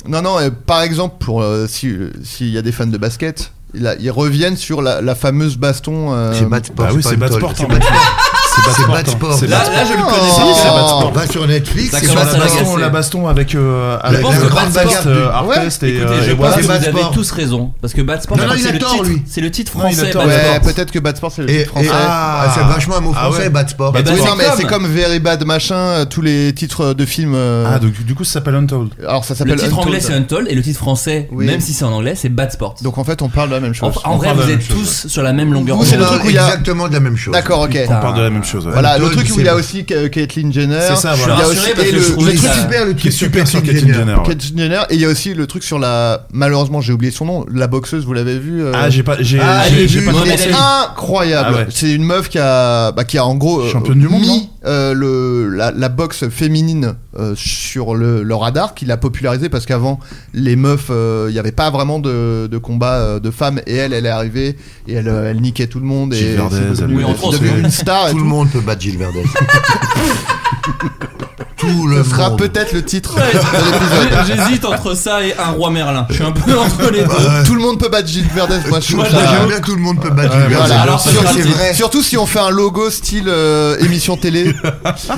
Speaker 8: non, non, euh, par exemple, pour euh, si, euh, s'il y a des fans de basket, là, ils reviennent sur la, la fameuse baston. euh,
Speaker 5: C'est bad sport.
Speaker 12: Bah oui,
Speaker 5: pas
Speaker 12: c'est
Speaker 5: une
Speaker 12: Bad
Speaker 5: tolde.
Speaker 12: Sport.
Speaker 5: C'est
Speaker 12: hein.
Speaker 5: bad sport.
Speaker 12: C'est
Speaker 5: C'est
Speaker 12: Bad
Speaker 5: Bad
Speaker 12: Sport. hein.
Speaker 5: Sport.
Speaker 12: C'est
Speaker 6: Là,
Speaker 12: Bad
Speaker 6: là, je le
Speaker 8: Oh.
Speaker 6: connaissais.
Speaker 12: Sport. C'est Bad
Speaker 5: On
Speaker 12: Sport.
Speaker 5: va sur Netflix.
Speaker 6: Ça
Speaker 5: c'est
Speaker 12: Sur
Speaker 6: commence
Speaker 12: la
Speaker 5: Bad
Speaker 6: à la
Speaker 5: Sport.
Speaker 12: baston,
Speaker 6: gasser.
Speaker 12: la baston avec euh, avec
Speaker 5: pense
Speaker 12: la
Speaker 5: que
Speaker 12: grande
Speaker 5: Bad Sport,
Speaker 12: bagarre
Speaker 5: euh,
Speaker 12: de Harpest et
Speaker 6: Écoutez,
Speaker 12: euh,
Speaker 6: je
Speaker 12: et
Speaker 6: pense
Speaker 12: Wallace.
Speaker 6: que vous
Speaker 5: Bad
Speaker 6: avez
Speaker 5: Sport.
Speaker 6: tous raison. Parce que Bad Sport,
Speaker 5: Non,
Speaker 6: je
Speaker 5: non,
Speaker 6: crois que
Speaker 5: il a
Speaker 6: c'est le
Speaker 5: tort,
Speaker 6: titre.
Speaker 5: lui.
Speaker 6: C'est le titre
Speaker 12: Non, il a
Speaker 6: français,
Speaker 12: tort.
Speaker 6: Bad
Speaker 8: ouais,
Speaker 6: Sport.
Speaker 8: peut-être que bad sport c'est le
Speaker 5: Et-
Speaker 8: titre français.
Speaker 5: et- ah, C'est vachement un mot
Speaker 12: Ah ouais.
Speaker 5: français, bad sport.
Speaker 12: Bah,
Speaker 8: Oui,
Speaker 12: c'est
Speaker 8: non, mais
Speaker 6: comme.
Speaker 8: c'est comme Very Bad machin, euh, tous les titres de films. euh,
Speaker 12: Ah, donc du coup, ça s'appelle Untold.
Speaker 8: alors ça
Speaker 6: Le
Speaker 8: s'appelle.
Speaker 6: titre
Speaker 8: Untold.
Speaker 6: anglais, c'est Untold. Et le titre français,
Speaker 8: Oui.
Speaker 6: même si c'est en anglais, c'est Bad Sport.
Speaker 8: Donc en fait, on parle de la même
Speaker 6: En,
Speaker 8: chose.
Speaker 6: en vrai,
Speaker 12: parle de
Speaker 6: vous
Speaker 12: la
Speaker 6: êtes
Speaker 12: même chose,
Speaker 6: tous sur la même longueur
Speaker 8: Vous,
Speaker 6: d'onde.
Speaker 8: c'est le truc où il y a-
Speaker 5: exactement de la même chose.
Speaker 8: D'accord, ok.
Speaker 12: On parle de la même chose. ouais.
Speaker 8: Voilà, le
Speaker 5: Untold,
Speaker 8: truc où il y
Speaker 5: c'est-
Speaker 8: a aussi Ka- Caitlyn Jenner.
Speaker 12: C'est ça,
Speaker 8: il y
Speaker 5: hein.
Speaker 12: voilà.
Speaker 8: a
Speaker 6: Rassuré,
Speaker 8: aussi-
Speaker 6: parce
Speaker 8: et
Speaker 6: que
Speaker 8: le-
Speaker 6: je trouve
Speaker 8: le
Speaker 5: Le
Speaker 8: truc
Speaker 5: truc
Speaker 6: Ça-
Speaker 5: super, le
Speaker 12: Qui est
Speaker 5: truc
Speaker 12: super sur
Speaker 5: Caitlyn
Speaker 12: Caitlyn
Speaker 5: Jenner.
Speaker 12: Jenner. Ah ouais.
Speaker 8: Caitlyn Jenner et il y a aussi le truc sur la malheureusement j'ai oublié son nom la boxeuse vous l'avez vu euh,
Speaker 12: Ah, j'ai pas. J'ai
Speaker 8: Ah,
Speaker 12: j'ai-
Speaker 8: j'ai
Speaker 12: j'ai
Speaker 8: vu,
Speaker 12: pas
Speaker 6: moi,
Speaker 12: trop-
Speaker 8: elle
Speaker 6: commencé.
Speaker 8: est incroyable.
Speaker 12: Ah ouais.
Speaker 8: C'est une meuf qui a, bah, qui a en gros euh,
Speaker 12: Championne du monde,
Speaker 8: mis
Speaker 12: non
Speaker 8: euh, le, la, la boxe féminine euh, sur le, le radar, qui l'a popularisée parce qu'avant les meufs, euh, il n'y avait pas vraiment de, de combat euh, de femmes et elle, elle est arrivée et elle, euh, elle niquait tout le monde et
Speaker 12: Gilles Verdez,
Speaker 8: c'est
Speaker 12: elle
Speaker 8: devenu-
Speaker 6: Oui, entre
Speaker 8: c'est devenu
Speaker 6: autres,
Speaker 8: une star. et
Speaker 5: Tout le monde peut battre Gilles Verdez. tout le
Speaker 8: Ce sera
Speaker 5: monde.
Speaker 8: peut-être le titre
Speaker 6: Ouais,
Speaker 8: de l'épisode.
Speaker 6: J'hésite entre ça et un roi Merlin. Je suis un peu entre les deux.
Speaker 8: Tout le monde peut battre Gilles Verdez, moi je trouve
Speaker 6: Moi,
Speaker 8: ça-
Speaker 5: j'aime bien tout le monde peut battre
Speaker 8: Ouais,
Speaker 5: Gilles
Speaker 8: voilà.
Speaker 5: Verdez.
Speaker 8: Alors,
Speaker 5: Ça,
Speaker 8: surtout-
Speaker 5: c'est vrai.
Speaker 8: Surtout si on fait un logo style euh, émission télé.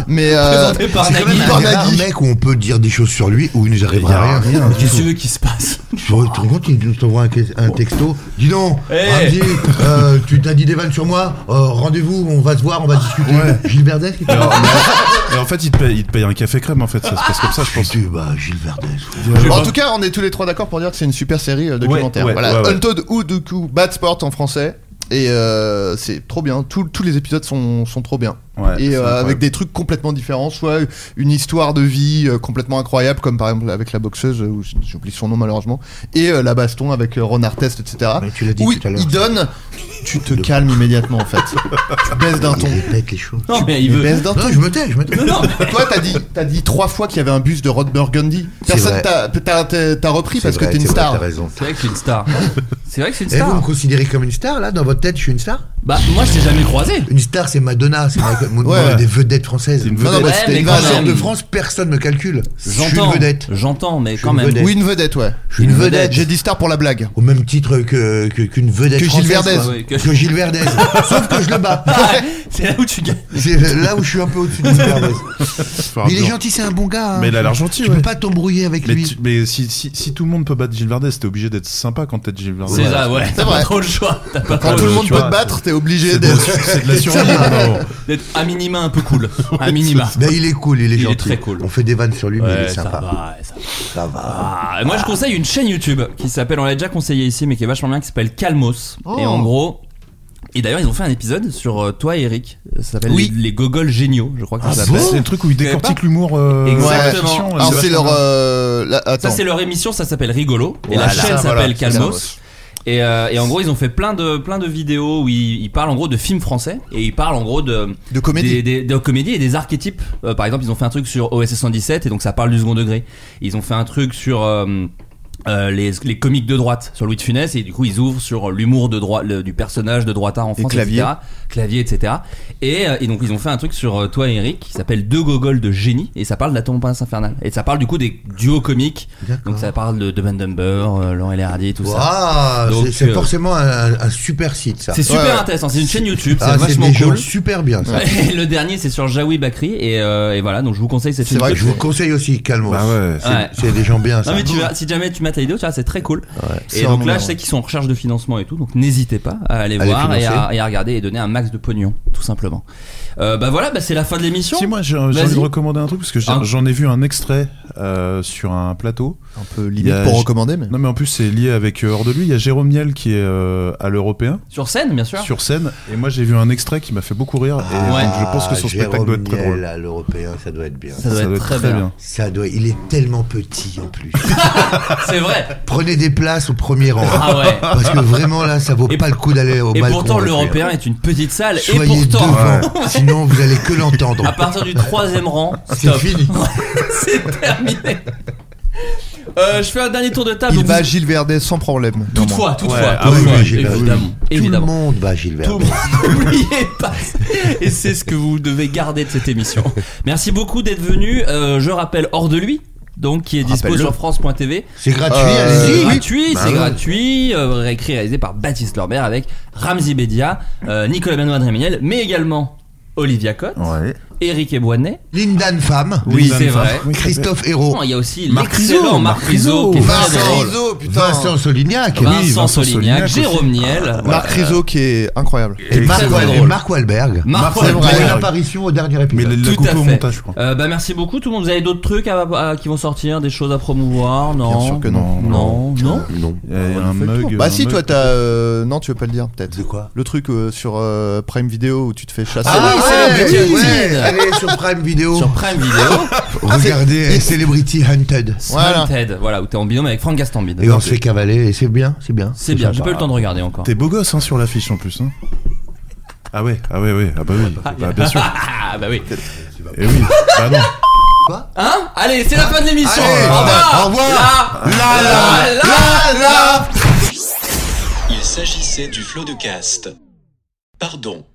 Speaker 8: Mais euh,
Speaker 6: Présenté par
Speaker 8: c'est quand même
Speaker 6: Nagui.
Speaker 5: Il y a un mec où on peut dire des choses sur lui où il nous arrivera rien. rien.
Speaker 6: Qu'est-ce que tu veux qu'il se passe
Speaker 5: Tu te rends compte, il nous envoie un, un texto. Dis donc,
Speaker 6: Eh.
Speaker 5: Ramzi, euh, tu t'as dit des vannes sur moi. euh, Rendez-vous, on va se voir, on va discuter. Gilles Verdez qui
Speaker 1: Alors, mais- mais en fait, il te, paye, il te paye un café crème, en fait. Ça se passe comme ça, je pense.
Speaker 5: bah, Gilles Verdez.
Speaker 8: Bon, en tout cas, on est tous les trois d'accord pour dire que c'est une super série euh, documentaire.
Speaker 1: ouais,
Speaker 8: voilà,
Speaker 1: ouais, ouais.
Speaker 8: Untold ou du coup Bad Sport en français. Et euh, c'est trop bien. Tous- tous les épisodes sont, sont trop bien.
Speaker 1: Ouais,
Speaker 8: et
Speaker 1: c'est
Speaker 8: euh,
Speaker 1: incroyable.
Speaker 8: avec des trucs complètement différents, soit une histoire de vie euh, complètement incroyable, comme par exemple avec la boxeuse, euh, où j- j'oublie son nom malheureusement, et euh, la baston avec euh, Ron Artest, etc.
Speaker 5: tu l'as dit
Speaker 8: où
Speaker 5: tout à
Speaker 8: il-
Speaker 5: l'heure.
Speaker 8: il donne, tu te calmes immédiatement en fait. tu baisses d'un
Speaker 5: Il
Speaker 8: ton.
Speaker 5: répète les choses.
Speaker 6: Non, mais il
Speaker 8: Mais
Speaker 6: veut.
Speaker 8: baisse d'un
Speaker 5: Non,
Speaker 8: ton.
Speaker 5: je me tais, je me tais.
Speaker 6: Non, non,
Speaker 8: Toi, t'as dit, t'as dit trois fois qu'il y avait un bus de Rod Burgundy.
Speaker 5: C'est
Speaker 8: Personne
Speaker 5: vrai.
Speaker 8: t'a, t'as, t'as- t'as repris
Speaker 5: C'est
Speaker 8: parce
Speaker 5: vrai,
Speaker 8: que t'es une
Speaker 5: c'est vrai,
Speaker 8: star.
Speaker 5: T'as raison.
Speaker 6: C'est vrai que c'est une star. C'est vrai que c'est une
Speaker 5: Et Eh, vous me
Speaker 6: star.
Speaker 5: considérez comme une star là Dans votre tête, je suis une star
Speaker 6: Bah, moi, je t'ai jamais croisé.
Speaker 5: Une star, c'est Madonna, c'est Michael- mon-
Speaker 8: Ouais.
Speaker 5: non, des vedettes françaises.
Speaker 1: C'est une
Speaker 8: non,
Speaker 1: vedette.
Speaker 8: non, bah,
Speaker 6: Ouais,
Speaker 8: c'était
Speaker 6: mais
Speaker 8: une
Speaker 6: quand
Speaker 8: vanne.
Speaker 6: même.
Speaker 5: Hors de France, personne me calcule. Je suis une
Speaker 6: J'entends.
Speaker 5: vedette.
Speaker 6: J'entends, mais
Speaker 5: Je
Speaker 6: quand
Speaker 5: suis une
Speaker 6: même.
Speaker 5: vedette.
Speaker 8: Oui, une vedette, ouais.
Speaker 5: Je suis une vedette.
Speaker 8: J'ai dit star pour la blague.
Speaker 5: Au même titre que que- qu'une vedette
Speaker 8: Que Gilles Verdez.
Speaker 5: française. quoi.
Speaker 6: Ouais, que-
Speaker 5: que... Gilles Verdez. Sauf que je le bats.
Speaker 6: C'est là où tu gagnes.
Speaker 5: C'est là où je suis un peu au-dessus de Gilles Verdez.
Speaker 1: Faut avoir
Speaker 5: Mais il est
Speaker 1: besoin.
Speaker 5: gentil, c'est un bon gars. hein.
Speaker 1: Mais il a l'air gentil,
Speaker 5: Tu
Speaker 1: ouais.
Speaker 5: peux pas t'embrouiller avec
Speaker 1: Mais,
Speaker 5: lui.
Speaker 1: tu- mais si, si, si tout le monde peut battre Gilles Verdez, t'es obligé d'être sympa quand t'es Gilles Verdez.
Speaker 6: C'est ça, ouais. T'as
Speaker 8: vrai.
Speaker 6: pas trop le choix. T'as pas
Speaker 8: Quand
Speaker 6: trop
Speaker 8: tout
Speaker 6: le
Speaker 8: le
Speaker 1: tu
Speaker 8: monde
Speaker 6: choix
Speaker 8: peut
Speaker 1: vois,
Speaker 8: te battre, t'es obligé
Speaker 1: C'est de,
Speaker 8: d'être.
Speaker 1: c'est de la survie. normalement.
Speaker 6: d'être à minima un peu cool. À minima.
Speaker 5: Mais il est cool, il est
Speaker 6: Il est
Speaker 5: gentil.
Speaker 6: très cool.
Speaker 5: On fait des vannes sur lui, mais il
Speaker 6: Ouais,
Speaker 5: est
Speaker 6: ça
Speaker 5: sympa.
Speaker 6: va, ouais, ça va.
Speaker 5: Ça va.
Speaker 6: Ah, et moi je conseille une chaîne YouTube qui s'appelle, on l'a déjà conseillé ici, mais qui est vachement bien, qui s'appelle Calmos.
Speaker 8: Oh.
Speaker 6: Et en gros, et d'ailleurs ils ont fait un épisode sur euh, toi Eric, ça s'appelle
Speaker 8: Oui. Ah
Speaker 6: les, les gogoles géniaux, je
Speaker 5: Ah
Speaker 6: crois que ça s'appelle.
Speaker 1: C'est le truc où il
Speaker 6: savais
Speaker 1: décortique l'humour. euh,
Speaker 6: Exactement. Ah,
Speaker 1: la fiction, là,
Speaker 8: Alors
Speaker 1: c'est
Speaker 8: Ah, c'est
Speaker 1: vachement
Speaker 8: leur. euh, la- attends.
Speaker 6: Ça c'est leur émission, ça s'appelle Rigolo, et la
Speaker 8: Voilà,
Speaker 6: chaîne s'appelle
Speaker 8: voilà, c'est
Speaker 6: Calmos. Et, euh, et en gros ils ont fait plein de, plein de vidéos où ils, ils parlent en gros de films français, et ils parlent en gros de...
Speaker 8: De comédie.
Speaker 6: Des, des- de comédie et des archétypes. Euh, par exemple, ils ont fait un truc sur OSS 117 et donc ça parle du second degré. Ils ont fait un truc sur euh, euh, les, les comiques de droite, sur Louis de Funès et du coup ils ouvrent sur l'humour de droite, le- du personnage de droitard en France,
Speaker 8: Clavier.
Speaker 6: etc. Clavier, etc. Et, euh, et donc ils ont fait un truc sur euh, toi Eric qui s'appelle Deux gogoles de génie et ça parle de la tombe infernale. Et ça parle du coup des duos comiques.
Speaker 5: D'accord.
Speaker 6: Donc ça parle de Dumb and Dumber, euh, Laurel et Hardy, tout ça.
Speaker 5: Waouh,
Speaker 6: Donc,
Speaker 5: c'est- c'est
Speaker 6: euh,
Speaker 5: forcément un, un super site ça.
Speaker 6: C'est super
Speaker 8: Ouais, ouais.
Speaker 6: intéressant, c'est une chaîne YouTube,
Speaker 5: Ah,
Speaker 6: c'est
Speaker 5: c'est
Speaker 6: vachement
Speaker 5: des gens
Speaker 6: cool.
Speaker 5: super bien ça.
Speaker 6: Et le dernier c'est sur Jaoui Bakri et, euh, et voilà donc je vous conseille cette
Speaker 8: C'est
Speaker 6: chaîne
Speaker 8: vrai
Speaker 5: Je vous conseille aussi Calmos.
Speaker 1: Bah ouais, c'est-
Speaker 6: Ouais.
Speaker 5: C'est des gens bien ça.
Speaker 6: Non mais tu vas, si jamais tu mates la vidéo, tu vois, c'est très cool.
Speaker 8: C'est
Speaker 6: et donc
Speaker 8: vraiment
Speaker 6: là, je sais
Speaker 8: bien.
Speaker 6: qu'ils sont en recherche de financement et tout, donc n'hésitez pas à aller
Speaker 5: À les
Speaker 6: voir et à,
Speaker 5: financer.
Speaker 6: et à regarder et donner un max de pognon, tout simplement. Euh, bah voilà, bah c'est la fin de l'émission.
Speaker 1: Si moi j'ai j'ai
Speaker 6: Vas-y.
Speaker 1: envie de recommander un truc parce que j'ai-
Speaker 6: Ah.
Speaker 1: j'en ai vu un extrait euh, sur un plateau.
Speaker 8: Un peu
Speaker 1: Il y
Speaker 8: limite
Speaker 1: a-
Speaker 8: pour recommander, mais.
Speaker 1: Non mais en plus c'est lié avec euh, hors de lui. Il y a Jérôme Niel qui est euh, à l'européen
Speaker 6: Sur scène, bien sûr.
Speaker 1: sur scène et moi j'ai vu un extrait qui m'a fait beaucoup rire. et
Speaker 6: ouais.
Speaker 1: donc, je pense que son
Speaker 5: Ah, Jérôme
Speaker 1: spectacle doit être très
Speaker 5: Niel
Speaker 1: drôle.
Speaker 5: à l'européen, ça doit être bien.
Speaker 6: Ça doit être très bien.
Speaker 5: Ça doit. Il est tellement petit en plus.
Speaker 6: C'est vrai.
Speaker 5: Prenez des places au premier rang.
Speaker 6: Ah ouais.
Speaker 5: Parce que vraiment là, ça vaut
Speaker 6: Et-
Speaker 5: pas le coup d'aller au
Speaker 6: Et
Speaker 5: balcon.
Speaker 6: pourtant,
Speaker 5: avec lui.
Speaker 6: l'européen est une petite salle.
Speaker 5: hein. Soyez
Speaker 6: et pourtant,
Speaker 5: devant, sinon vous allez que l'entendre.
Speaker 6: à partir du troisième rang,
Speaker 5: C'est
Speaker 6: stop.
Speaker 5: fini.
Speaker 6: c'est terminé. Euh, je fais un dernier tour de table.
Speaker 8: Il
Speaker 6: donc
Speaker 8: bat
Speaker 6: vous-
Speaker 8: Gilles Verdez sans problème.
Speaker 6: Toutefois, toutefois,
Speaker 1: Ouais,
Speaker 5: ah oui,
Speaker 6: toutefois,
Speaker 5: oui, j'ai pas-
Speaker 6: évidemment,
Speaker 5: Tout le
Speaker 6: évidemment.
Speaker 5: monde va Gilbert.
Speaker 6: Tout le monde, n'oubliez pas. Et c'est ce que vous devez garder de cette émission. Merci beaucoup d'être venu. Euh, je rappelle Hors de lui, donc qui est dispo
Speaker 8: Rappelle-le.
Speaker 6: sur France.tv.
Speaker 5: C'est gratuit,
Speaker 8: Euh,
Speaker 6: C'est
Speaker 5: allez-y.
Speaker 6: gratuit,
Speaker 8: Bah
Speaker 6: c'est
Speaker 8: ouais.
Speaker 6: gratuit. Euh, écrit et réalisé par Baptiste Lorbert avec Ramzi Bedia, euh, Nicolas Benoît Drémiel, mais également Olivia Cotte,
Speaker 1: Ouais.
Speaker 6: Eric Eboinet.
Speaker 5: Lindan Femme.
Speaker 6: Oui, c'est vrai.
Speaker 5: Christophe Hérault.
Speaker 6: Bon, Il y a aussi
Speaker 1: Marc
Speaker 6: l'excellent
Speaker 1: Rizzo,
Speaker 6: Marc
Speaker 1: Marc
Speaker 6: Rizzo, qui est très
Speaker 5: Vincent
Speaker 6: drôle.
Speaker 8: Rizzo, putain.
Speaker 5: Vincent Solignac. eh
Speaker 1: Oui,
Speaker 6: Vincent
Speaker 1: Vincent Solignac
Speaker 6: Solignac, Jérôme Niel.
Speaker 8: Marc Rizzo qui est incroyable.
Speaker 5: Et Marc,
Speaker 6: très
Speaker 5: Wahl-
Speaker 6: drôle.
Speaker 5: Marc Wahlberg.
Speaker 6: Marc
Speaker 5: Pour
Speaker 6: Wahlberg.
Speaker 5: une apparition au dernier
Speaker 1: Mais
Speaker 5: épisode.
Speaker 1: il
Speaker 6: Tout
Speaker 1: l'a coupé
Speaker 6: à
Speaker 1: au
Speaker 6: fait.
Speaker 1: montage je crois.
Speaker 6: Euh, bah merci beaucoup tout le monde. Vous avez d'autres trucs à- à- qui vont sortir, des choses à promouvoir Non.
Speaker 8: Bien sûr que non.
Speaker 6: Non, non.
Speaker 5: Non.
Speaker 1: Il y a un mug.
Speaker 8: Bah
Speaker 1: un
Speaker 8: si,
Speaker 1: mug.
Speaker 8: toi t'as. euh, Non, tu veux pas le dire peut-être.
Speaker 5: De quoi
Speaker 8: Le truc euh, sur euh, Prime Video où tu te fais chasser.
Speaker 6: Ah oui, c'est la petite
Speaker 5: ouais.
Speaker 6: Zine.
Speaker 5: Allez sur Prime Video.
Speaker 6: Sur Prime Ah, Vidéo,
Speaker 5: Regardez euh, Celebrity Hunted.
Speaker 8: Voilà.
Speaker 6: Ted, voilà, où t'es en binôme avec Franck Gastambide.
Speaker 5: Et on se fait cavaler. Et c'est bien, c'est bien.
Speaker 6: C'est bien, j'ai
Speaker 5: sympa.
Speaker 6: pas eu le temps de regarder encore.
Speaker 1: T'es beau gosse hein, sur l'affiche en plus. hein. Ah ouais, ah ouais, ouais, ah bah oui, bah, bien sûr.
Speaker 6: Ah bah oui.
Speaker 1: Et oui, bah non.
Speaker 6: Hein Allez, c'est la fin de l'émission.
Speaker 5: Allez,
Speaker 6: Au revoir.
Speaker 5: au revoir.
Speaker 6: Là, là, là, là, là.
Speaker 13: Il s'agissait du flot de caste. Pardon.